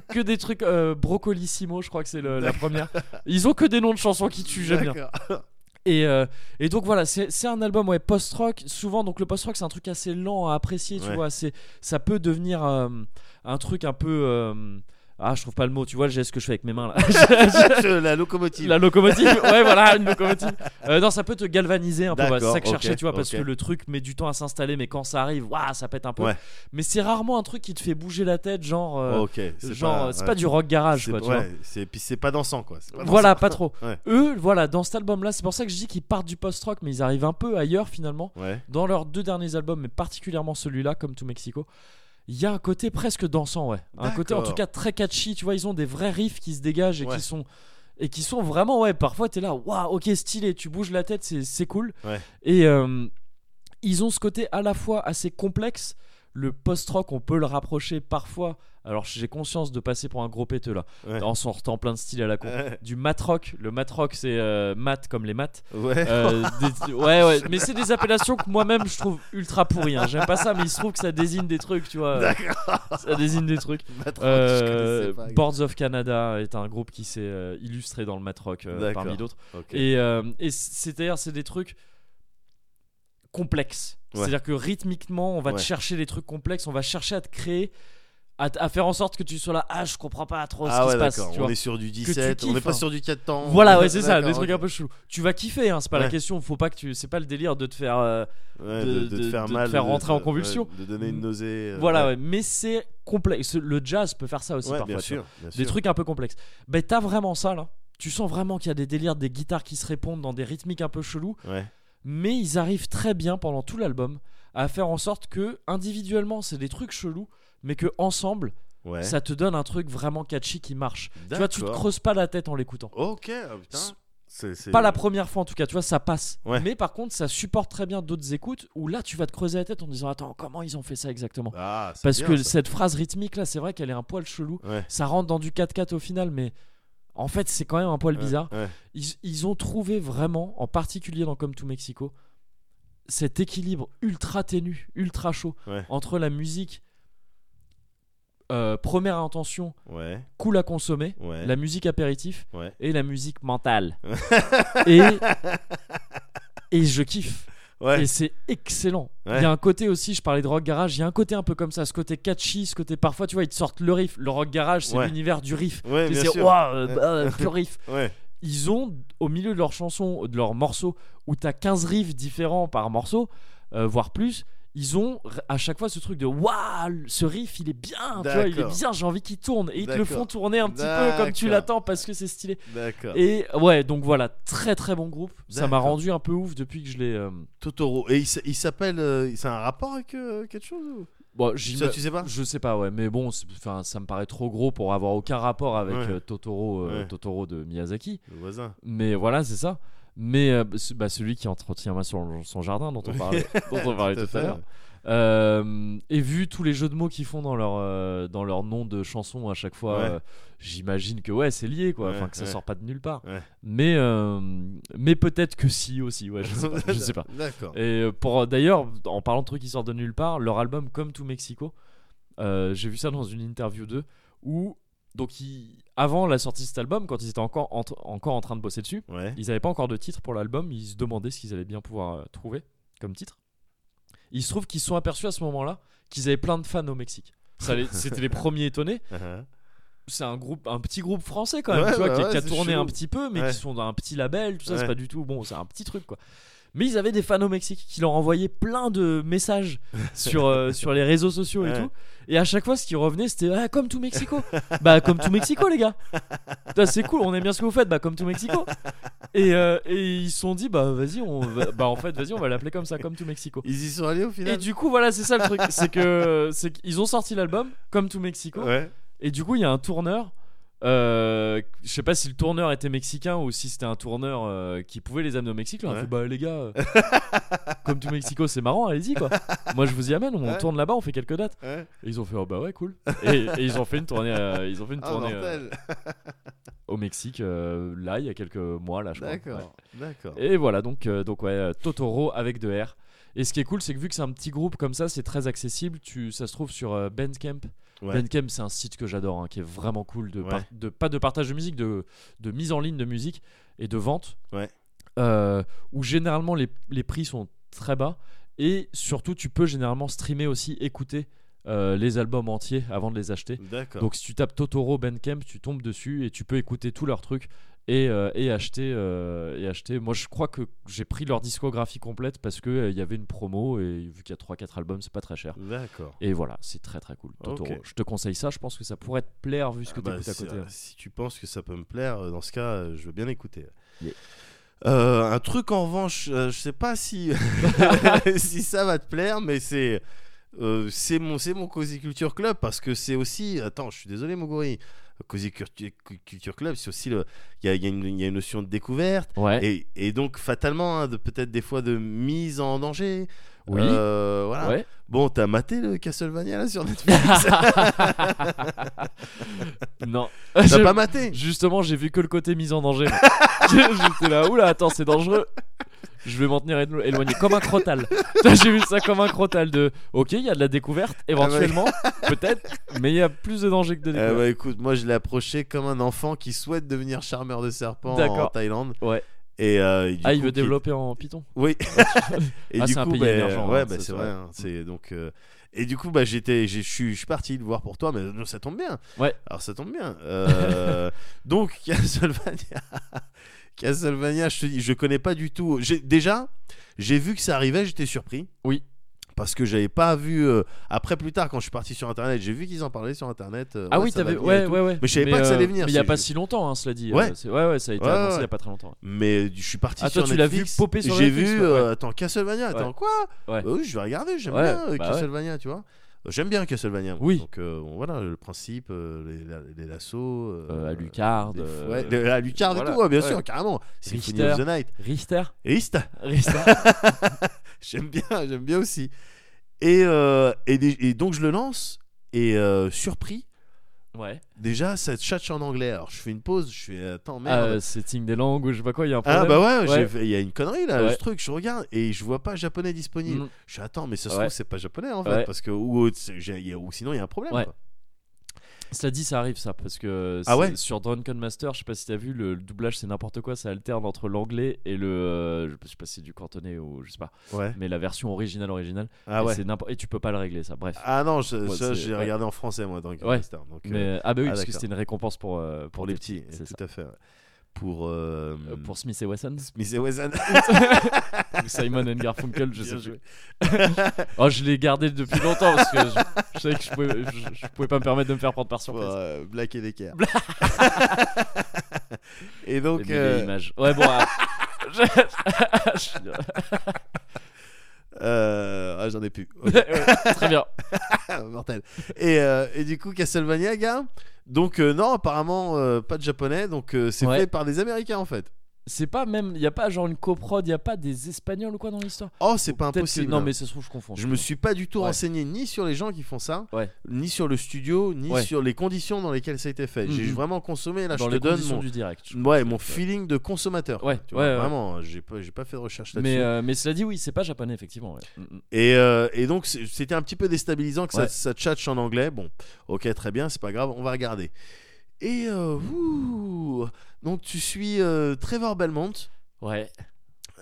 que des trucs euh, Brocolissimo, je crois que c'est le- la première. Ils ont que des noms de chansons qui tuent, j'aime bien. [laughs]
[laughs] D'accord.
Et, euh, et donc voilà, c'est c'est un album ouais, post-rock. Souvent, donc le post-rock, c'est un truc assez lent à apprécier, tu
Ouais.
vois. C'est, ça peut devenir euh, un truc un peu. euh, ah, je trouve pas le mot, tu vois, j'ai ce que je fais avec mes mains là.
la
[laughs]
locomotive.
La locomotive, ouais, voilà, une
[laughs]
locomotive. Euh, non, ça peut te galvaniser un peu, voilà, c'est ça que je
D'accord,
cherchais,
ok,
tu vois, parce
ok.
que le truc met du temps à s'installer, mais quand ça arrive, waouh, ça pète un peu.
Ouais.
Mais c'est rarement un truc qui te fait bouger la tête, genre. euh,
ok. C'est
genre,
pas,
c'est
ouais.
pas du rock garage,
C'est-
quoi, tu vois.
ouais, c'est puis c'est pas dansant quoi. C'est pas
Voilà, pas trop.
Ouais.
Eux, voilà, dans cet album-là, c'est pour ça que je dis qu'ils partent du post-rock, mais ils arrivent un peu ailleurs finalement.
dansant. Ouais.
Dans leurs deux derniers albums, mais particulièrement celui-là, comme tout Mexico, il y a un côté presque dansant, ouais. Un côté en
D'accord.
tout cas très catchy, tu vois, ils ont des vrais riffs qui se dégagent et
Ouais.
qui sont. Et qui sont vraiment, ouais, parfois t'es là, waouh, ok, stylé, tu bouges la tête, c'est- c'est cool.
Ouais.
Et euh, ils ont ce côté à la fois assez complexe, le post-rock, on peut le rapprocher parfois. Alors j'ai conscience de passer pour un gros péteux là,
Ouais. Euh.
en sortant plein de styles à la con
Ouais.
du matrock. Le matrock, c'est euh, mat comme les maths.
[laughs] Ouais.
Euh,
[laughs]
des- ouais, ouais. Mais c'est des appellations que moi-même je trouve ultra pourries. hein. J'aime pas ça, mais il se trouve que ça désigne des trucs, tu
[laughs]
vois. Ça désigne des trucs.
Matrock,
Euh,
je Oh, connaissais pas, gars.
Boards of Canada est un groupe qui s'est euh, illustré dans le matrock euh,
D'accord.
parmi d'autres.
Ok.
Et, euh, et c'est-à-dire, c'est des trucs complexes.
Ouais.
C'est-à-dire que rythmiquement, on va
Ouais.
te chercher des trucs complexes, on va chercher à te créer, à, t- à faire en sorte que tu sois là. Ah, je comprends pas trop ce
Ah
qui
ouais,
se passe.
d'accord.
tu
On
vois.
est sur du 17, on
kiffes,
n'est pas
hein.
sur du 4 ans.
Voilà, ouais, c'est ça, des
D'accord,
trucs un peu chelous. Tu vas kiffer, hein, c'est pas la
Ouais.
question. Faut pas que tu, c'est pas le délire de te faire, euh,
Ouais, de,
de-
de te
de-
faire
de te
mal,
faire
de-
rentrer en
de- ouais,
convulsion.
de donner une nausée. euh,
voilà. ouais, Mais c'est complexe. Le jazz peut faire ça aussi
Ouais,
parfois.
bien
tu vois.
sûr. bien
Des
sûr.
trucs un peu complexes. Ben t'as vraiment ça là. Tu sens vraiment qu'il y a des délires, des guitares qui se répondent dans des rythmiques un peu chelous.
Ouais.
Mais ils arrivent très bien pendant tout l'album à faire en sorte que individuellement c'est des trucs chelous, mais que ensemble
Ouais.
ça te donne un truc vraiment catchy qui marche. Tu vois, tu te
D'accord.
creuses pas la tête en l'écoutant.
Ok, ah, putain.
S-
C'est- c'est-
pas la première fois en tout cas, tu vois, ça passe.
Ouais.
Mais par contre, ça supporte très bien d'autres écoutes où là, tu vas te creuser la tête en disant Attends, comment ils ont fait ça exactement
Ah, c'est
Parce
bien,
que
ça.
cette phrase rythmique là, c'est vrai qu'elle est un poil chelou.
Ouais.
Ça rentre dans du 4-4 au final, mais en fait, c'est quand même un poil
Ouais,
bizarre.
ouais.
Ils, ils ont trouvé vraiment, en particulier dans Comme to Mexico, cet équilibre ultra ténu, ultra chaud
Ouais.
entre la musique euh, première intention,
Ouais.
cool à consommer,
Ouais.
la musique apéritif
Ouais.
et la musique
[laughs]
mentale. et, et je kiffe.
Ouais.
Et c'est excellent. Il
Ouais.
y a un côté aussi, je parlais de rock garage, il y a un côté un peu comme ça, ce côté catchy, ce côté parfois, tu vois, ils te sortent le riff. Le rock garage, c'est
Ouais.
l'univers du riff.
Ouais,
Et
bien
c'est
sûr.
ouah, euh, bah, euh, pur riff.
Ouais.
Ils ont, au milieu de leurs chansons, de leurs morceaux, où t'as 15 riffs différents par morceau, euh, voire plus. Ils ont r- à chaque fois ce truc de waouh, ce riff il est bien, tu vois, il est
D'accord.
bien, j'ai envie qu'il tourne et ils te le
D'accord.
font tourner un petit peu comme tu
D'accord.
l'attends parce que c'est stylé.
D'accord.
Et ouais, donc voilà, très très bon groupe. Ça m'a
D'accord.
rendu un peu ouf depuis que je l'ai. euh,
Totoro. Et il s- il s'appelle. euh, C'est un rapport avec euh, quelque chose ou-
Bon, j'y
Ça,
me-
tu sais pas
je sais pas, ouais, mais bon, c'est- enfin, ça me paraît trop gros pour avoir aucun rapport avec
Ouais.
euh, Totoro, euh,
Ouais.
Totoro de Miyazaki.
Le voisin.
Mais voilà, c'est ça. Mais euh, ce- bah, celui qui entretient ma- son, son jardin dont on
Oui.
parlait, dont on
[laughs]
parlait
Tout
tout,
à
à
fait.
l'heure. Euh, et vu tous les jeux de mots qu'ils font dans leur, euh, dans leur nom de chanson à chaque fois,
Ouais.
euh, j'imagine que ouais, c'est lié quoi,
Ouais,
enfin que ça
ouais.
sort pas de nulle part.
Ouais.
Mais, euh, mais peut-être que si aussi, ouais, je sais
[laughs]
pas. je sais pas.
D'accord.
Et euh, pour euh, d'ailleurs, en parlant de trucs qui sortent de nulle part, leur album Comme to Mexico, euh, j'ai vu ça dans une interview d'eux où donc ils- avant la sortie de cet album, quand ils étaient encore en, encore en train de bosser dessus,
Ouais.
ils n'avaient pas encore de titre pour l'album, ils se demandaient ce qu'ils allaient bien pouvoir euh, trouver comme titre. Il se trouve qu'ils se sont aperçus à ce moment-là qu'ils avaient plein de fans au Mexique. Ça les- C'était les premiers étonnés.
Uh-huh.
C'est un groupe, un petit groupe français quand même,
Ouais,
tu vois,
bah
qui,
ouais,
qui a
c'est
tourné
chelou.
un petit peu, mais
Ouais.
qui sont dans un petit label, tout ça,
Ouais.
c'est pas du tout bon, c'est un petit truc quoi. Mais ils avaient des fans au Mexique qui leur envoyaient plein de
[laughs]
messages sur, euh, sur les réseaux sociaux et
Ouais.
tout. Et à chaque fois, ce qui revenait, c'était ah, comme tout Mexico. bah, comme tout Mexico, les gars. Putain, c'est cool, on aime bien ce que vous faites, bah, comme tout Mexico. Et, euh, et ils se sont dit, bah, vas-y, on va- bah, en fait, vas-y, on va l'appeler comme ça, comme tout Mexico.
Ils y sont allés au final
Et du coup, voilà, c'est ça le truc. C'est que c'est qu'ils ont sorti l'album, comme tout Mexico.
Ouais.
Et du coup, il y a un tourneur Euh, je sais pas si le tourneur était mexicain ou si c'était un tourneur euh, qui pouvait les amener au Mexique. Là,
Ouais.
fait, bah les gars, euh, comme du Mexico, c'est marrant, allez-y quoi. Moi, je vous y amène, on
Ouais.
tourne là-bas, on fait quelques dates.
Hein
Et ils ont fait, oh bah ouais, cool. Et, et ils ont fait une tournée, euh, ils ont fait une
ah,
tournée euh,
mortel.
au Mexique euh, là, il y a quelques mois là, je crois. Ouais.
D'accord, d'accord.
Et voilà, donc, euh, donc ouais, euh, Totoro avec deux R. Et ce qui est cool, c'est que vu que c'est un petit groupe comme ça, c'est très accessible. Tu, ça se trouve sur euh, Bandcamp.
Ouais.
Bandcamp, c'est un site que j'adore, hein, qui est vraiment cool de,
Ouais.
par- de pas de partage de musique, de, de mise en ligne de musique et de vente.
Ouais.
Euh, où généralement les, les prix sont très bas et surtout tu peux généralement streamer aussi, écouter euh, les albums entiers avant de les acheter.
D'accord.
Donc si tu tapes Totoro Bandcamp, tu tombes dessus et tu peux écouter tous leurs trucs et, euh, et acheter euh, et acheter. Moi je crois que j'ai pris leur discographie complète parce que euh, il y avait une promo et vu qu'il y a 3 4 albums, c'est pas très cher.
D'accord.
Et voilà, c'est très très cool. Totoro,
Ok.
je te conseille ça, je pense que ça pourrait te plaire vu ce que
Ah bah,
t'écoutes à
si-
côté. hein.
ah, Si tu penses que ça peut me plaire, euh, dans ce cas, euh, je veux bien écouter.
Yeah.
Euh, un truc en revanche, euh, je sais
[laughs]
pas si [laughs] si ça va te plaire, mais c'est euh, c'est mon c'est mon Cozy Culture Club parce que c'est aussi attends, je suis désolé Mogori, Cozy Cultu- Culture Club, c'est aussi le il y a, il y a une il y a une notion de découverte
Ouais.
et, et donc fatalement hein, de peut-être des fois de mise en danger.
Oui.
Euh, voilà. [laughs]
Ouais. [laughs]
Bon, t'as maté le Castlevania là sur Netflix
non.
T'as
[laughs] Je-
pas maté
Justement, j'ai vu que le côté mise en danger. [laughs] J'étais là, oula, attends, c'est dangereux. Je vais m'en tenir élo- éloigné, comme un crotal. Ça, [laughs] J'ai vu ça comme un crotal de. Ok, il y a de la
Ah
découverte, éventuellement, peut-être, mais il y a plus de danger que de
Eh
découverte.
bah écoute, moi je l'ai approché comme un enfant qui souhaite devenir charmeur de serpents en
D'accord.
Thaïlande.
Ouais.
Et euh, et du
ah, il
coup,
veut
qui-
développer en Python. [laughs]
Oui. et
Ah,
du
c'est un
coup,
pays
bah,
émergent,
ouais,
hein,
bah,
ça,
c'est
c'est
vrai.
vrai.
hein. C'est donc. euh, Et du coup, bah j'étais, j'ai- je suis, je suis parti le voir pour toi, mais non, ça tombe bien.
Ouais.
Alors ça tombe bien.
[laughs]
Euh, donc Castlevania, [laughs] Castlevania, je te dis, je connais pas du tout. J'ai- Déjà, j'ai vu que ça arrivait, j'étais surpris.
Oui.
Parce que j'avais pas vu. euh, Après, plus tard, quand je suis parti sur internet, j'ai vu qu'ils en parlaient sur internet. euh,
Ah oui,
ça va
t'avais.
venir et
Ouais,
tout.
ouais, ouais.
Mais je savais pas que ça allait
euh,
venir,
Mais il y a
c'est-
pas si longtemps, hein, cela dit.
Ouais.
euh, c'est- ouais, ouais, ça a été
Ouais,
annoncé
ouais.
il y a pas très longtemps. hein.
Mais je suis parti
Ah,
sur
toi, tu l'as
Netflix.
vu popper sur
J'ai
Netflix,
vu,
ouais,
euh, attends, Castlevania, attends,
Ouais.
quoi
Ouais.
Bah oui, je vais regarder, j'aime
Ouais,
bien euh,
bah ouais.
Castlevania, tu vois. Euh, J'aime bien Castlevania.
Oui.
Donc euh, bon, voilà, le principe, euh, les, la- les lassos. euh,
Euh, Alucard,
les-
euh,
ouais, le- Alucard et
voilà.
tout, ouais, bien
Ouais.
sûr, carrément. Symphony
Richter.
of the Night.
Richter
Et Ista,
Richter
[laughs] j'aime bien, j'aime bien aussi. Et, euh, et, des- et donc je le lance, et euh, surpris,
Ouais.
déjà, ça chatche en anglais. Alors je fais une pause, je fais, attends, merde.
Euh, c'est Ting des langues ou je sais pas quoi, il y a un problème.
Ah bah ouais, j'ai
Ouais.
fait- il y a une connerie là,
Ouais.
ce truc, je regarde et je vois pas japonais disponible.
Mm.
Je suis attends, mais ça se
Ouais.
trouve c'est pas japonais en fait
Ouais.
parce que ou, c'est- j'ai- il y a- ou sinon il y a un problème.
Ouais.
quoi.
Cela dit, ça arrive ça, parce que
Ah
c'est-
ouais
sur Drunken Master, je sais pas si t'as vu, le, le doublage c'est n'importe quoi, ça alterne entre l'anglais et le. euh, je sais pas si c'est du cantonais ou je sais pas,
Ouais.
mais la version originale originale.
Ah
et,
ouais.
c'est n'importe- et tu peux pas le régler ça, bref.
Ah non, je-
Ouais,
ça
c'est-
j'ai
ouais.
regardé en français moi donc,
Ouais.
Star, donc, euh,
mais, ah bah oui,
ah,
parce que
d'accord.
c'était une récompense pour, euh,
pour les petits,
c'est
tout à fait. ouais. Pour euh,
Euh,
[laughs]
pour Smith et Wesson
Smith et
[laughs]
Wesson.
ou Simon and Garfunkel, je sais
Bien
plus. oh, je l'ai gardé depuis longtemps parce que je, je savais que je pouvais, je- je pouvais pas me permettre de me faire prendre par
pour
surprise.
euh, Black et Decker. [laughs] et donc
Les
euh,
vieilles images. Ouais, bon.
[laughs]
ah, [laughs] je- je-
euh, ah, j'en ai plus.
[laughs]
Ok.
ouais, très bien.
Ah, mortel. Et, euh, et du coup, Castlevania, gars. Donc, euh, non, apparemment, euh, pas de japonais. Donc, euh, c'est
Ouais.
fait par des américains en fait.
C'est pas même, il y a pas genre une coprod, il y a pas des Espagnols ou quoi dans l'histoire
Oh, c'est pas
Peut-être
impossible.
que- Non mais ça se trouve je confonds.
je me suis pas du tout
Ouais.
renseigné ni sur les gens qui font ça,
Ouais.
ni sur le studio, ni
Ouais.
sur les conditions dans lesquelles ça a été fait. J'ai
Mhm.
vraiment consommé. Là,
dans
je
les
te donne
conditions
mon,
du direct. je
ouais,
crois.
mon feeling de consommateur.
Ouais,
tu
ouais,
vois,
ouais.
Vraiment, j'ai pas, j'ai pas fait de recherche là-dessus.
Mais euh, mais cela dit oui, c'est pas japonais effectivement. ouais. Mm, mm.
Et, euh, et donc c'est- c'était un petit peu déstabilisant que
Ouais.
ça, ça tchatche en anglais. Bon, ok, très bien, c'est pas grave, on va regarder. Et euh, ouh, donc tu suis euh, Trevor Belmont,
Ouais.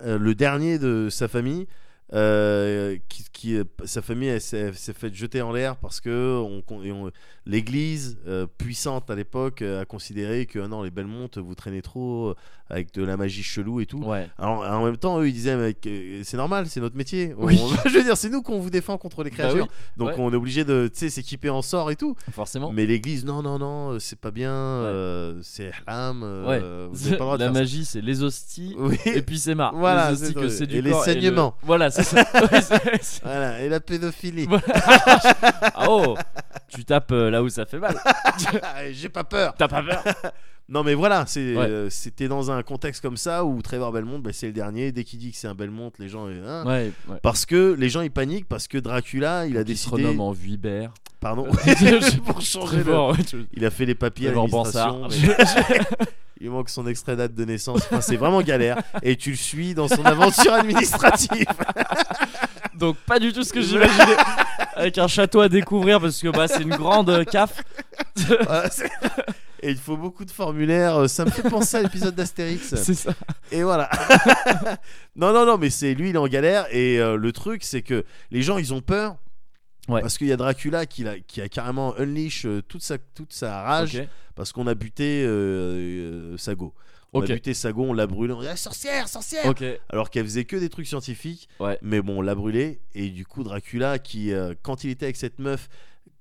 euh, le dernier de sa famille. euh, qui, qui, euh, sa famille elle s'est s'est faite jeter en l'air parce que on, con- et on- l'église euh, puissante à l'époque euh, a considéré que ah non les Belmont vous traînez trop euh, avec de la magie chelou et tout
Ouais.
alors, en même temps, eux, ils disaient, mais, euh, c'est normal, c'est notre métier. On-
Oui.
[laughs] je veux dire, c'est nous qu'on vous défend contre les
Bah
créatures. Donc,
ouais.
on est obligé de tu sais, s'équiper en sort et tout.
[laughs] Forcément.
Mais l'église, non, non, non, euh, c'est pas bien, euh, c'est haram, euh, vous n'avez pas le droit de
la
faire ça.
magie c'est les hosties
Oui.
et puis c'est marre.
Voilà,
les
c'est
hosties
ça.
que c'est du
Et les
corps le-
saignements.
Voilà, c'est ça-
[laughs]
[laughs] ouais, c'est- c'est-
Voilà, et la pédophilie. [laughs]
Ah oh, tu tapes euh, là où ça fait mal.
Ah, J'ai pas peur.
T'as pas
[laughs]
peur
Non, mais voilà, c'est,
Ouais.
euh, c'était dans un contexte comme ça où Trevor Belmont, bah, c'est le dernier. Dès qu'il dit que c'est un Belmont, les gens. euh, hein.
Ouais, ouais.
Parce que les gens ils paniquent parce que Dracula il a
Qui se
décidé.
renomme en Vuibert.
Pardon.
[laughs]
[laughs]
Je-
pour changer
Très
le-
fort. ouais, tu-
Il a fait les papiers à
Trevor
l'administration.
Bansard. [laughs]
mais- [laughs] Il manque son extrait date de naissance. Enfin, c'est vraiment galère. Et tu le suis dans son aventure
[laughs]
administrative.
Donc pas du tout ce que
[laughs]
j'imaginais. Avec un château à découvrir parce que bah, c'est une grande euh, CAF.
Voilà, c'est- [laughs] Et il faut beaucoup de formulaires. euh, Ça me fait penser à l'épisode
[laughs]
d'Astérix.
C'est ça.
Et voilà. [laughs] non, non, non, mais c'est lui, il est en galère. Et euh, le truc, c'est que les gens, ils ont peur.
Ouais.
Parce qu'il y a Dracula qui a, qui a carrément unleash euh, toute sa, toute sa rage.
Ok.
Parce qu'on a buté euh, euh, Sago. On
Ok.
a buté Sago, on l'a brûlé. On dit, Ah, sorcière, sorcière
Ok.
Alors qu'elle faisait que des trucs scientifiques.
Ouais.
Mais bon, on l'a brûlé. Et du coup, Dracula, qui, euh, quand il était avec cette meuf,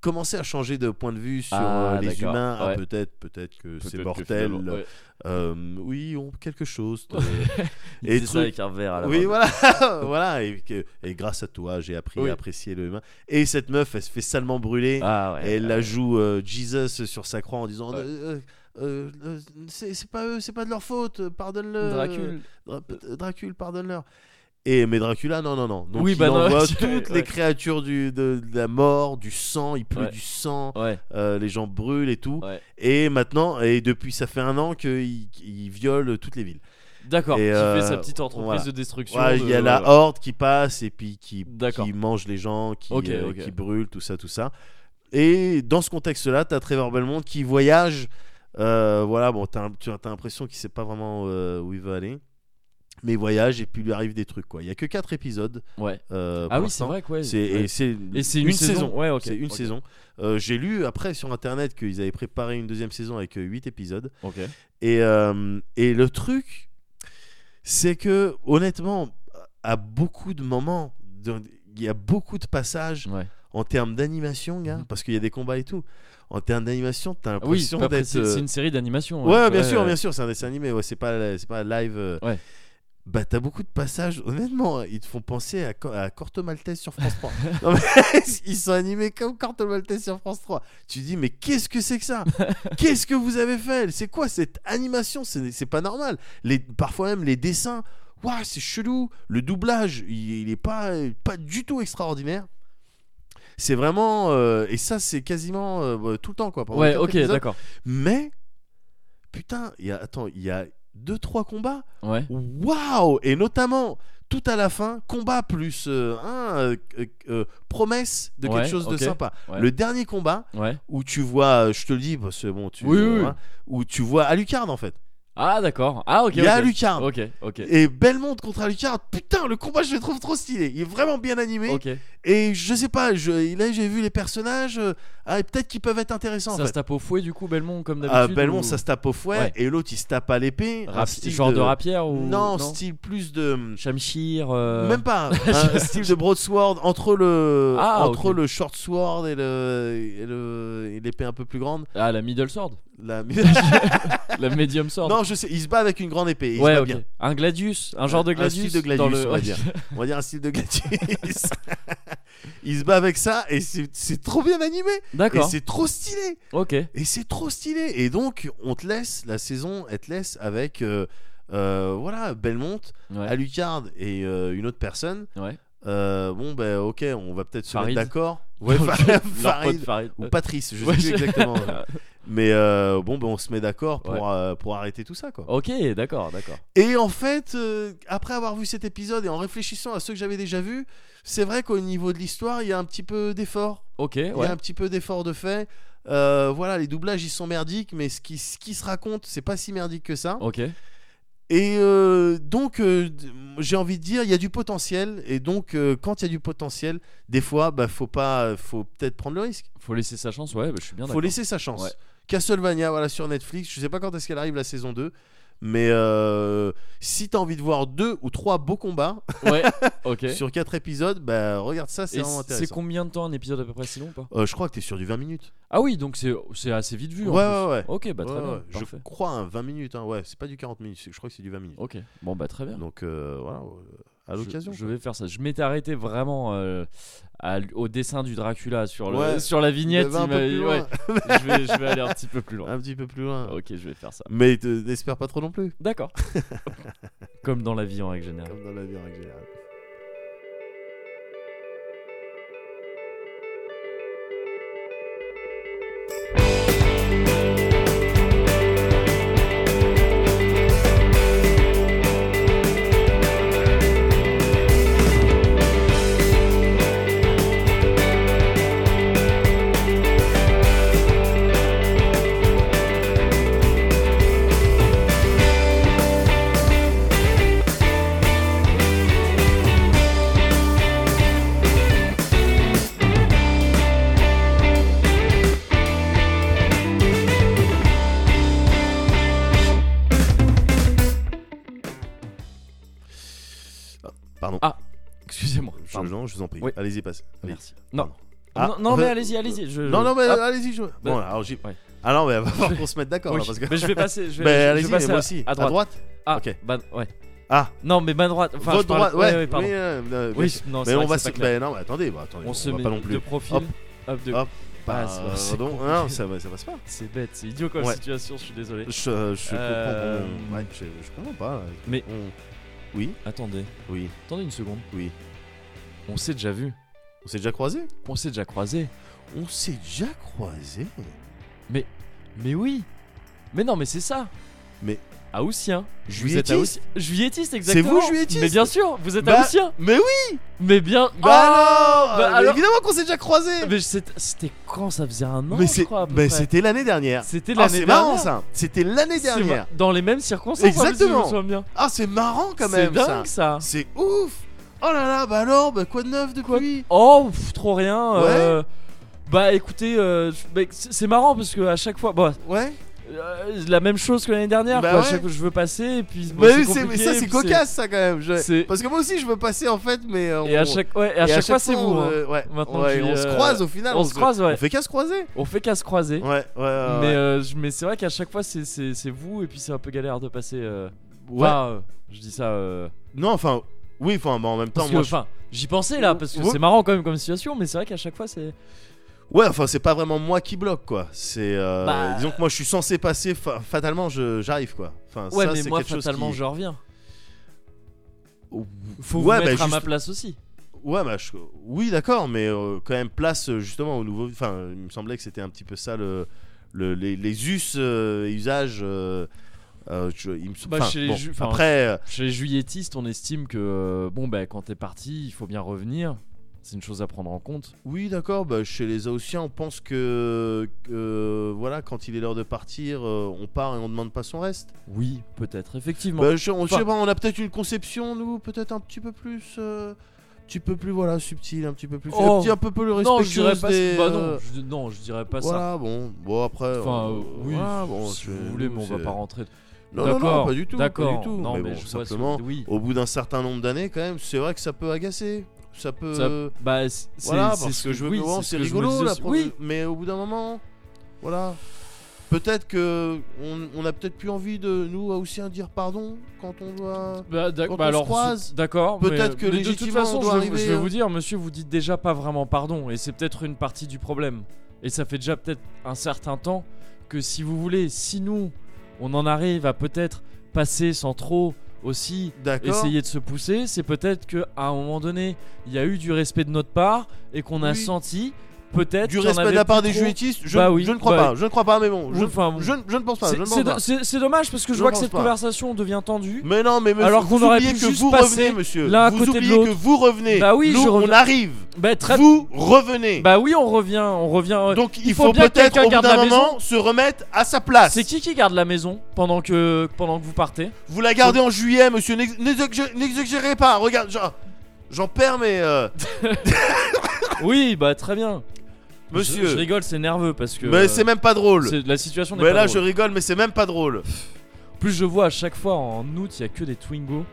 commençait à changer de point de vue sur
Ah,
euh, les
d'accord.
humains. Ah,
Ouais.
peut-être, peut-être que
Peut-être
c'est
que
mortel.
finalement, ouais.
Euh, oui, on, quelque chose. [laughs] de-
Il
Et
faisait ça
truc-
avec un verre à la
oui,
main.
voilà,
[laughs]
[laughs] voilà. Et, que- et grâce à toi, j'ai appris
Oui.
à apprécier le humain. Et cette meuf, elle se fait salement brûler.
Ah ouais.
et elle la joue euh, Jesus sur sa croix en disant
Ouais.
euh, euh, euh, c'est c'est pas eux, c'est pas de leur faute.
Euh,
Pardonne-le.
Dracul.
Dra- euh, Dracule, pardonne-leur. Et mais Dracula, non, non, non. Donc
Oui,
il
bah non,
envoie
[laughs] ouais,
toutes
ouais.
les créatures du, de, de la mort, du sang. Il pleut
Ouais.
du sang.
Ouais.
euh, les gens brûlent et tout.
Ouais.
Et maintenant, et depuis, ça fait un an qu'il il viole toutes les villes.
D'accord. Qui
Et,
fait
euh,
sa petite entreprise
voilà.
de destruction.
Ouais,
de-
il y a la
voilà.
horde qui passe et puis qui,
D'accord.
qui mange les gens, qui,
Ok,
euh,
ok.
qui brûle, tout ça, tout ça. Et dans ce contexte-là, t'as Trevor Belmont qui voyage. euh, voilà, bon, t'as, tu as l'impression qu'il sait pas vraiment euh, où il veut aller. Mais il voyage et puis lui arrive des trucs, quoi. Il y a que 4 épisodes.
Ouais.
euh,
Ah oui,
pour
c'est
l'instant.
vrai quoi.
C'est, et c'est,
Et c'est une, saison. Ouais, ok.
C'est une
Ok.
saison. Euh, j'ai lu après sur internet qu'ils avaient préparé une deuxième saison avec 8 épisodes.
Ok.
Et, euh, et le truc, c'est que honnêtement, à beaucoup de moments, de- il y a beaucoup de passages
Ouais.
en termes d'animation, gars,
Mhm. Ah
parce qu'il y a des combats et tout. En termes d'animation, t'as
Oui,
l'impression
c'est pas
d'être.
précis, c'est
euh,
une série d'animation. hein,
Ouais, bien sûr,
ouais.
bien sûr, c'est un dessin animé, ouais, c'est pas, c'est pas live. euh,
euh. Ouais.
Bah, t'as beaucoup de passages, honnêtement, hein, ils te font penser à, Co- à Corto Maltese sur France
[laughs]
3. Non, mais [laughs] ils sont animés comme Corto Maltese sur France 3. Tu dis, mais qu'est-ce que c'est
[laughs]
que ça Qu'est-ce que vous avez fait C'est quoi cette animation C'est c'est pas normal. Les, parfois même les dessins, waouh, c'est chelou. Le doublage, il, il est pas, pas du tout extraordinaire. C'est vraiment. euh, et ça, c'est quasiment euh, tout le temps, quoi. pendant
Ouais,
quatre
ok,
épisodes.
d'accord.
Mais putain, il y a attends, il y a deux trois combats.
Ouais.
Waouh Et notamment tout à la fin, combat plus euh, hein, euh, euh, euh, promesse de quelque
Ouais,
chose de
ok.
sympa.
Ouais.
Le dernier combat
Ouais.
où tu vois, euh, je te le dis parce que bon, tu
Oui, oui, oui.
hein, où tu vois Alucard en fait.
Ah d'accord. Ah ok.
il y a
ok.
Alucard.
Ok, ok.
Et Belmont contre Alucard, putain, le combat je le trouve trop stylé. Il est vraiment bien animé.
Ok.
Et je sais pas, je, là j'ai vu les personnages, euh, ah, et peut-être qu'ils peuvent être intéressants. en
Ça
fait.
se tape au fouet du coup Belmont comme
Ah,
d'habitude.
Belmont,
ou-
ça se tape au fouet
Ouais.
et l'autre il se tape à l'épée. Un
Rap-
style
genre de, rapière ou
Non, style plus de.
Shamshir. euh, [laughs]
Même pas. un style de broadsword entre le
Ah,
entre
ok.
le short sword et le et le- et l'épée un peu plus grande.
Ah la middle sword, [laughs]
La-
la medium sword.
non, je sais. Il se bat avec une grande épée. et il se
ouais,
bat
ok.
bien.
Un gladius, un genre de gladius.
style de
dans
gladius,
le...
on va dire. On va dire un style de gladius. [laughs] il se bat avec ça et c'est- c'est trop bien animé
[laughs]
et
D'accord.
c'est trop stylé.
Ok.
Et c'est trop stylé. Et donc, on te laisse, la saison, elle te laisse avec, euh, euh, voilà, Belmont,
Ouais.
Alucard et euh, une autre personne.
Ouais.
Euh, bon, ben, ok, on va peut-être se
Farid. Euh,
mettre d'accord.
Ouais,
Fa-
Farid. [laughs]
Farid Ou Patrice, je sais plus exactement. Mais euh, bon, ben, on se met d'accord pour,
Ouais.
euh, pour arrêter tout ça, quoi.
Ok, d'accord, d'accord.
Et en fait, euh, après avoir vu cet épisode et en réfléchissant à ceux que j'avais déjà vus, c'est vrai qu'au niveau de l'histoire, il y a un petit peu d'effort.
Ok,
Il y
ouais.
a un petit peu d'effort de fait. Euh, voilà, les doublages ils sont merdiques, mais ce qui, ce qui se raconte, c'est pas si merdique que ça.
Ok.
Et euh, donc, euh, d- j'ai envie de dire, il y a du potentiel. Et donc, euh, quand il y a du potentiel, des fois, bah, faut pas, faut peut-être prendre le risque.
Faut laisser sa chance, ouais, bah, je suis bien
Faut
d'accord.
laisser sa chance.
Ouais.
Castlevania, voilà, sur Netflix. Je sais pas quand est-ce qu'elle arrive la saison 2. Mais euh, si t'as envie de voir deux ou trois beaux combats
Ouais, ok. Et
[laughs] sur quatre épisodes, bah regarde ça, c'est
c'est
vraiment
c'est
intéressant.
combien de temps un épisode à peu près si long ou pas
Euh, je crois que t'es sur du 20 minutes.
Ah oui, donc c'est c'est assez vite vu. en
Ouais,
plus.
ouais, ouais.
Ok, bah très
Ouais,
bien.
ouais, je
parfait.
crois un 20 minutes, hein, ouais, c'est pas du 40 minutes, c'est- je crois que c'est du 20 minutes.
Ok, bon bah très bien.
Donc euh, voilà, euh, à
Je-
l'occasion.
Je, vais faire ça. Je m'étais arrêté vraiment euh, à l- au dessin du Dracula sur, le, [laughs]
Ouais.
sur la vignette.
Mais va un
il
peu
m'a-
plus loin.
ouais. je, vais, je vais aller un petit peu plus loin.
[laughs] Un petit peu plus loin.
Ok, je vais faire ça.
Mais te- n'espère pas trop non plus.
D'accord. [laughs] Comme dans la vie en règle générale.
Comme dans la vie en règle générale. Pardon.
Ah, Excusez-moi.
Je-
Pardon.
non, je vous en prie.
Oui.
Allez-y, passe. Allez.
Merci. Non.
Pardon. Ah,
non, non, mais
euh,
allez-y, allez-y. je-
Non, non, mais
Hop.
allez-y. Je... Bon,
Bah-
alors, j'ai-
Ouais.
Ah non, mais va [laughs] falloir qu'on se mette d'accord.
Oui,
là, parce que...
Mais je vais passer. Je vais, je vais
Ben, allez-y, mais
passer
moi
à-
aussi.
À droite. Ah,
ok.
bah, ouais.
Ah,
Non, mais ma droite. Enfin,
votre
je parle-
droite.
Ouais,
Ouais,
ouais, pardon.
oui, euh, euh, bien
Oui,
sûr.
non, c'est
Mais
vrai
on
que
va
c'est
se.
pas clair.
Ben non, mais attendez, bah, attendez.
on, se
va
met
pas non
de
plus.
profil.
Hop.
Hop, de-
Hop.
Ah,
Bah,
c'est-
euh,
c'est
donc,
compliqué.
non, ça va, ça passe pas.
C'est bête, c'est idiot comme
Ouais.
situation, je suis désolé.
Je, je, comprends,
Euh,
on- ouais, je, je comprends pas. là.
mais-
On- oui,
Attendez,
oui,
attendez une seconde.
oui.
On s'est déjà vu,
On s'est déjà croisé.
on s'est déjà croisé.
On s'est déjà croisé.
Mais oui Mais non, mais c'est ça
Mais-
À Oussien Vous êtes
Juliette
à Oussien Juliétiste, exactement
vous, Juliétiste
Mais bien sûr, vous êtes à
Bah-
Oussien
Mais oui.
Mais bien. Ah
Bah,
bah
alors,
alors-
Évidemment qu'on s'est déjà croisé.
Mais c'est- c'était quand Ça faisait un an,
mais
je
c'est-
crois. à peu
mais
près.
c'était l'année dernière.
C'était
Ah,
l'année
c'est
dernière.
marrant ça. C'était l'année
C'est
dernière.
mar- Dans les mêmes circonstances, en plus, si je me
Exactement.
souviens bien.
Ah, c'est marrant quand
C'est
même ça.
dingue ça.
C'est ouf. Oh là là, bah alors, bah quoi de neuf
Quoi
depuis
Oh, pff, trop rien.
Ouais.
euh, Bah écoutez, euh, je- bah, c'est c'est marrant parce que à chaque fois, bah,
Ouais.
euh, la même chose que l'année dernière.
Bah
quoi. À
ouais.
chaque fois, je veux passer et puis. bon,
Bah oui, c'est- mais
compliqué,
ça
et
c'est
puis
cocasse ça quand même. Je-
c'est-
Parce que moi aussi je veux passer en fait, mais euh,
Et à
on-
chaque, ouais, et à
et
chaque fois, c'est vous. hein.
euh, ouais.
Maintenant
Ouais,
que
on
je-
se croise au final.
on se croise, ouais.
On fait qu'à se croiser.
On fait qu'à se croiser.
Ouais, ouais. ouais,
Mais,
ouais.
euh, je- mais c'est vrai qu'à chaque fois, c'est- c'est c'est vous et puis c'est un peu galère de passer. euh,
Ouais.
enfin, euh, je dis ça. euh,
Non, enfin, oui, enfin, bah, en même temps,
parce que,
moi, je-
enfin, j'y pensais là parce que
Ouais.
c'est marrant quand même comme situation, mais c'est vrai qu'à chaque fois, c'est.
ouais, enfin, c'est pas vraiment moi qui bloque, quoi. C'est, euh,
Bah-
disons que moi, je suis censé passer fa- fatalement, je- j'arrive, quoi. Enfin,
Ouais,
ça,
mais
c'est
moi,
quelque chose
fatalement,
qui-
je reviens. Faut
ouais,
vous
bah,
mettre à
juste-
ma place aussi.
Ouais, bah, je- oui, d'accord, mais euh, quand même place euh, justement au nouveau. Enfin, il me semblait que c'était un petit peu ça le, le- les, les us euh, et usages. euh, euh, je- il me...
Bah,
enfin,
chez les
bon,
ju- enfin,
après, euh,
Chez les juilletistes, on estime que euh, bon bah quand t'es parti, il faut bien revenir. C'est une chose à prendre en compte.
oui, d'accord. Bah, chez les Aossiens, on pense que que, voilà, quand il est l'heure de partir, euh, on part et on demande pas son reste.
Oui, peut-être effectivement.
Bah, je, on, je
Enfin-
sais pas, on a peut-être une conception nous, peut-être un petit peu plus, euh, un petit peu plus voilà subtile, un petit peu plus,
Oh.
un petit un peu plus
non,
respectueuse
je dirais pas.
des,
bah
euh,
non, je, non, je dirais pas ça.
Voilà, bon, bon après.
Enfin,
euh,
euh, oui,
voilà, bon,
si
c'est-
vous voulez,
nous,
mais on va
c'est-
pas rentrer.
Non, non,
d'accord,
non, pas du tout. pas
D'accord.
du tout.
Non,
mais,
mais
bon,
je vois ce-
simplement,
oui.
au bout d'un certain nombre d'années, quand même, c'est vrai que ça peut agacer. Ça peut.
Ça- bah, c'est
euh, voilà,
c'est-
parce
c'est ce
que je veux
oui,
me voir, c'est
ce que je me
rigolo,
disais
la
aussi.
pro-
Oui,
mais au bout d'un moment, voilà. Peut-être que on, on a peut-être plus envie de nous aussi dire pardon quand on doit.
Bah, d'ac-
Quand
bah
on se
alors,
croise,
sou- d'accord.
peut-être
mais-
que
mais de toute
légitimement, on
façon,
doit
je, vais-
arriver,
je vais
hein.
vous dire, monsieur, vous dites déjà pas vraiment pardon, et c'est peut-être une partie du problème. Et ça fait déjà peut-être un certain temps que, si vous voulez, si nous, on en arrive à peut-être passer sans trop aussi
D'accord.
essayer de se pousser, c'est peut-être que à un moment donné, il y a eu du respect de notre part et qu'on a
Oui.
senti peut-être
Du
qu'il y en
respect de
avait
la part
plus
des
trop.
juétistes, je,
Bah oui,
je ne crois
bah-
pas. Je ne crois pas, mais bon.
Oui,
Je,
enfin, bon.
je, ne- je ne pense pas.
C'est-
Je ne pense
c'est
pas.
do- C'est c'est dommage parce que je,
Je
vois que
pense
cette
pas.
conversation devient tendue.
Mais non, mais monsieur,
Alors qu'on
vous
aurait
oubliez
pu
que
juste
vous
passer
revenez, monsieur.
l'un à
vous
côté de
oubliez
l'autre.
que vous revenez.
Bah oui,
Nous,
je
on
reviens.
arrive.
Bah, très...
Vous revenez.
bah oui, on revient, on revient. euh,
Donc il
faut
faut,
bien que
peut-être
quelqu'un
au bout
garde
d'un
la
moment se remettre à sa place.
C'est qui qui garde la maison pendant que pendant que vous partez
Vous la gardez en juillet, monsieur. n'ex- n'exagé- N'exagérez pas. Regarde, j'en- j'en perds, mais euh,
Oui, bah très bien.
monsieur.
je, je rigole, c'est nerveux parce que.
mais
euh,
c'est même pas drôle.
c'est- la situation n'est
Mais
pas
là, je
drôle.
rigole, mais c'est même pas drôle.
Plus je vois à chaque fois en août, il y a que des Twingo.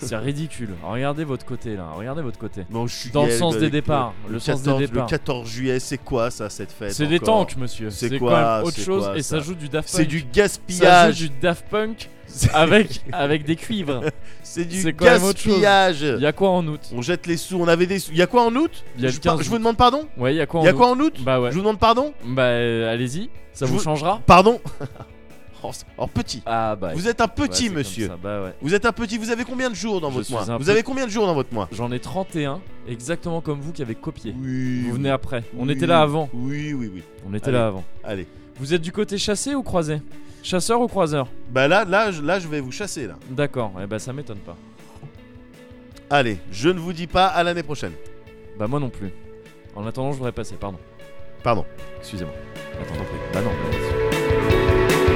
C'est ridicule. Regardez votre côté là, regardez votre côté.
Non, je suis
Dans le
Gaël,
sens
le-
des départs, bah, le,
Le
sens
14
des départs.
Le 14 juillet, c'est quoi ça, cette fête
C'est des
encore
tanks, monsieur.
C'est
C'est quand
quoi,
même autre
c'est
chose
quoi,
et ça
ça
joue du Daft Punk.
C'est du
ça
gaspillage
joue du Daft Punk avec avec des cuivres.
C'est
c'est
du
quand même autre chose.
gaspillage
Il y a quoi en août
On jette les sous, on avait des sous. Il y a quoi en août
Il y a le
je, par-
15
je vous demande pardon
Ouais, il y a quoi en
Il y a
août
quoi en août
Bah ouais.
Je vous demande pardon
Bah euh, allez-y, ça
Je
vous
vous-
changera.
Pardon [laughs] Oh, c'est- Alors petit.
Ah bah.
Vous êtes un
ouais, c'est
petit
comme
monsieur.
ça, Bah ouais.
Vous êtes un petit, vous avez combien de jours dans
Je
votre
suis
mois
un
Vous
peu-
avez combien de jours dans votre mois
J'en ai 31 exactement comme vous qui avez copié.
Oui.
Vous venez après. On
oui,
était là avant.
Oui, oui, oui.
On était
Allez.
là avant.
Allez.
Vous êtes du côté chassé ou croisé Chasseur ou croiseur
Bah là, là, je- là, je vais vous chasser là.
D'accord, eh bah ça m'étonne pas.
Allez, je ne vous dis pas à l'année prochaine.
Bah moi non plus. En attendant, je voudrais passer, pardon.
Pardon.
Excusez-moi. Attends, t'en prie. Bah non. bah,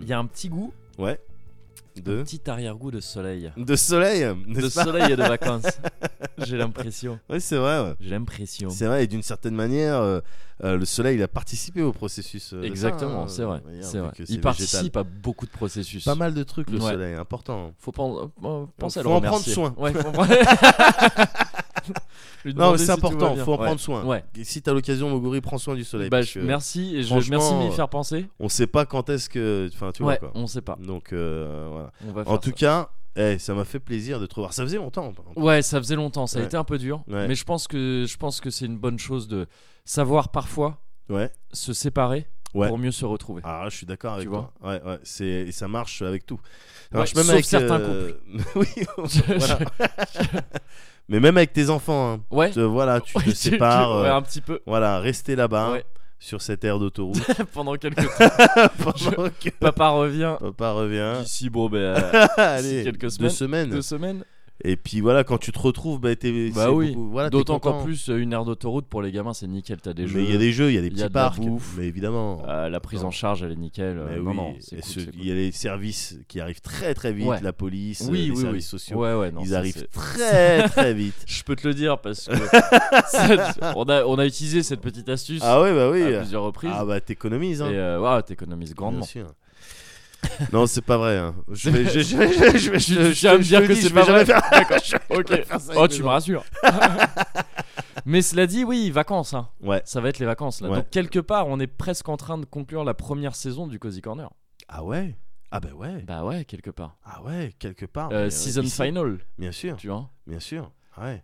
Il y a un petit goût,
Ouais.
un
De.
petit arrière-goût de soleil.
De soleil.
De
n'est-ce pas
soleil et de
[laughs]
vacances. J'ai l'impression.
Ouais, c'est vrai. ouais.
J'ai l'impression.
C'est vrai, et d'une certaine manière, euh, euh, le soleil il a participé au processus. euh, de ça,
Exactement,
hein,
c'est
euh,
vrai.
manière,
C'est
vu
vrai.
que c'est
Il
végétal.
participe à beaucoup de processus.
Pas mal de trucs, le
Ouais.
soleil, important.
Faut prendre, euh, penser à le
Faut en
remercier.
prendre
Ouais,
[laughs]
faut en prendre- Lui
Non,
demander
mais c'est
si tout va
important,
bien.
faut en
Ouais.
prendre soin.
Ouais.
Et Si t'as l'occasion, Moguri, prends soin du soleil.
Bah,
parce
je-
que
merci et je merci
franchement,
de m'y
euh,
faire penser.
On sait pas quand est-ce que. Enfin, tu
Ouais,
vois quoi.
on sait pas.
Donc, euh, voilà.
On va
En
faire
tout
ça.
cas, eh, ça m'a fait plaisir de te revoir. Ça faisait longtemps. par contre.
Ouais, ça faisait longtemps, ça a
Ouais.
été un peu dur,
Ouais.
mais je pense que je pense que c'est une bonne chose de savoir parfois
Ouais.
se séparer
Ouais.
pour mieux se retrouver.
Ah, je suis d'accord avec
Tu
toi. Ouais, ouais, c'est et ça marche avec tout. Ça
Ouais,
marche même
sauf
avec
certains
couples. [laughs] oui. voilà. Mais même avec tes enfants, hein.
Ouais. [laughs]
Te- voilà, tu
Ouais,
te
tu- tu-
sépares. euh, hein.
ouais, un petit peu.
Voilà, restez là-bas
Ouais. [laughs]
sur cette aire d'autoroute
Pendant quelques temps,
pendant que
papa revient.
papa revient.
D'ici bon ben euh,
Allez,
quelques
deux
semaines.
semaines.
deux semaines.
Et puis voilà, quand tu te retrouves, bah, t'es-
Bah
c'est
oui.
beaucoup- voilà, t'es
D'autant
content.
qu'en plus euh, une aire d'autoroute pour les gamins c'est nickel, t'as des
Mais
jeux.
il y a des jeux, il y a des
il y a
petits
de la
parcs,
bouffe.
mais évidemment.
euh, la prise en charge elle est nickel.
Mais
euh, non
oui,
non, c'est
et
cool,
ce-
c'est cool.
il y a les services qui arrivent très très vite,
Ouais.
la police, euh,
Oui
les
oui
services
oui.
sociaux,
Ouais ouais non.
ils
ça,
arrivent [laughs]
c'est- [laughs]
très très vite.
Je peux te le dire parce
[laughs]
que ça- on a on a utilisé cette petite astuce
Ah ouais, bah oui.
à plusieurs reprises.
Ah bah t'économises, hein.
Et euh, waouh, t'économises
Bien
grandement. [laughs]
sûr. non, c'est pas vrai. hein. Je vais, je, je- je- je- je-
Tu-
je-
tu viens
je
me dire
te
que
dis,
c'est
je
pas
vais jamais
vrai.
faire-
D'accord.
[laughs] je vais
Ok.
faire ça avec
Oh,
mes
tu me
enfants. [laughs]
rassures. Mais cela dit, oui, vacances. hein.
Ouais.
Ça va être les vacances. Là.
Ouais.
Donc quelque part, on est presque en train de conclure la première saison du Cozy Corner.
Ah ouais. Ah bah ouais.
Bah ouais, quelque part.
Ah ouais, quelque part.
Euh,
mais, euh,
season
ici.
final,
Bien sûr,
tu vois.
bien sûr. Ouais.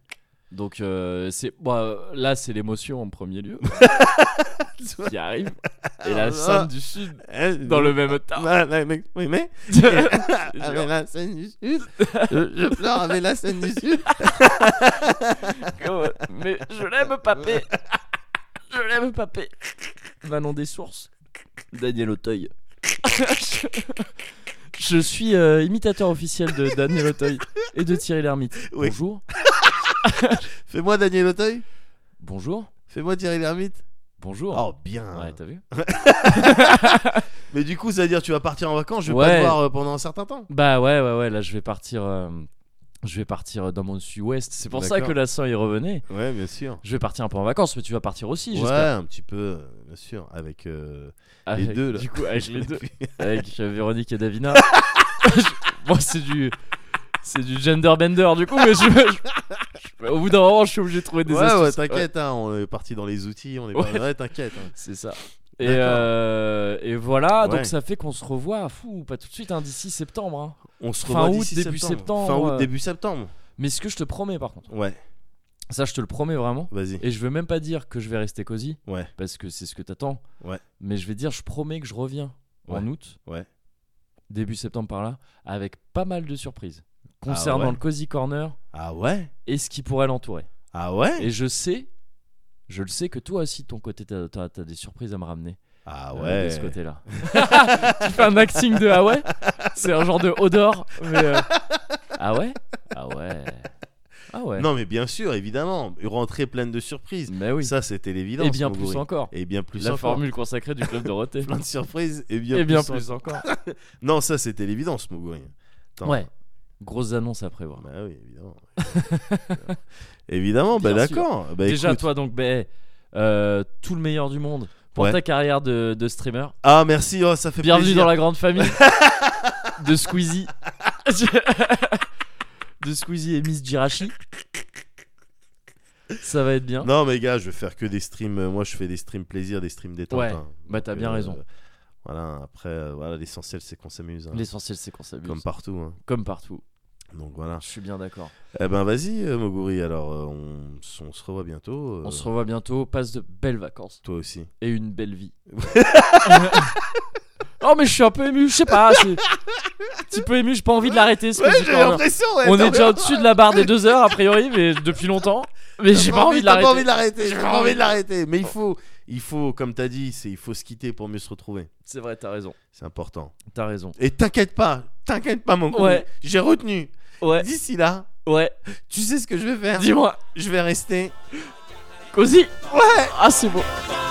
Donc euh, c'est bah, là, c'est l'émotion en premier
[laughs]
lieu qui arrive. Et la scène du sud dans le Ah, même
[laughs]
temps.
Ah, là, mec, oui, Euh, mais. avec
Genre,
la scène du Sud. je, je pleure avec la scène
[laughs]
du Sud.
euh, mais je l'aime, papé. Je l'aime, papé. Manon des sources. Daniel
[laughs]
Auteuil. Je suis euh, imitateur officiel de Daniel Auteuil et de Thierry Lhermitte.
Oui.
Bonjour.
Fais-moi Daniel Auteuil.
Bonjour.
Fais-moi Thierry Lhermitte.
Bonjour.
Oh, bien.
Ouais, t'as vu
Mais du coup, ça veut dire que tu vas partir en vacances. Je vais
Ouais.
pas te voir euh, pendant un certain temps.
Bah ouais, ouais, ouais, là je vais partir. euh, je vais partir euh, dans mon sud-ouest. C'est pour ça
D'accord.
que la soeur y revenait.
Ouais, bien sûr.
Je vais partir un peu en vacances, mais tu vas partir aussi,
Ouais,
j'espère.
un petit peu, euh, bien sûr, avec euh, [laughs] les
Avec-
deux là.
Du coup, avec les deux.
Puis-
Avec euh, Véronique et Davina. [laughs] Je- Moi, c'est du. C'est du gender bender, du coup, mais je. je- je- au bout d'un moment, je suis obligé de trouver des
ouais,
astuces.
ouais, t'inquiète, hein, on est parti dans les outils, on est
Ouais.
pas... ouais, t'inquiète. hein.
C'est ça. Et,
D'accord.
euh, et voilà, donc
Ouais.
ça fait qu'on se revoit, fou, pas tout de suite, hein, d'ici septembre. hein.
On se
Fin
revoit
août,
d'ici
début septembre,
Fin
euh.
août, début septembre.
Mais ce que je te promets, par contre,
Ouais,
ça, je te le promets vraiment.
vas-y.
Et je veux même pas dire que je vais rester cosy,
Ouais.
parce que c'est ce que t'attends.
Ouais.
Mais je vais dire, je promets que je reviens en
Ouais.
août,
Ouais.
début septembre par là, avec pas mal de surprises concernant
Ah ouais.
le cozy corner
Ah ouais
et ce qui pourrait l'entourer.
Ah ouais
Et je sais je le sais que toi aussi, de ton côté, t'as as, des surprises à me ramener.
Ah
euh,
ouais.
de ce côté-là. [laughs] tu fais un acting de ah ouais C'est un genre de odor. Mais euh, Ah ouais Ah ouais. Ah ouais.
Non, mais bien sûr, évidemment. Une rentrée pleine de surprises.
Mais oui.
Ça, c'était l'évidence.
et bien
mon
plus
gorille.
encore.
Et bien plus
la
encore.
formule consacrée du club Dorothée.
[laughs] Plein de surprises et bien,
et bien
plus,
plus encore.
Non, ça, c'était l'évidence, Mougouri. Attends.
Ouais. Grosse annonce à prévoir.
Bah oui, évidemment. [laughs] évidemment, bah
Bien sûr.
d'accord. Bah,
Déjà,
écoute.
toi, donc, ben, euh, tout le meilleur du monde pour
Ouais.
ta carrière de, de streamer.
Ah, merci, oh, ça fait
Bienvenue
plaisir.
dans la grande
[laughs]
famille de Squeezie. [laughs] de Squeezie et Miss Jirachi. Ça va être bien.
Non, mais gars, je vais faire que des streams. euh, Moi, je fais des streams plaisir, des streams détente.
Ouais,
hein.
bah, t'as
Donc,
bien
euh,
raison.
Voilà, après, euh, voilà, l'essentiel, c'est qu'on s'amuse. hein.
L'essentiel, c'est qu'on s'abuse.
Comme Ah,
Comme,
partout. hein.
partout.
Donc voilà.
Je suis bien d'accord.
Eh ben, vas-y, euh, Moguri. Alors, euh, on, s- on se revoit bientôt. euh,
On se revoit bientôt. Passe de belles vacances
Toi aussi.
et une belle [laughs] vie. oh, mais je suis un peu ému. Je sais pas. c'est- Un petit peu ému. J'ai pas envie de l'arrêter. ce petit corner. On est déjà au-dessus de la barre des deux heures, a priori, mais depuis longtemps. Mais j'ai pas envie de
T'as pas envie
l'arrêter.
de l'arrêter. J'ai pas envie de l'arrêter. Mais il faut, il faut, comme t'as dit, c'est il faut se quitter pour mieux se retrouver.
C'est vrai, t'as raison.
C'est important.
T'as raison.
Et t'inquiète pas, t'inquiète pas, mon gars.
Ouais.
J'ai retenu.
Ouais,
D'ici là,
ouais.
tu sais ce que je vais faire.
Dis-moi,
Je vais rester.
Cozy Ouais Ah, c'est beau.
Bye.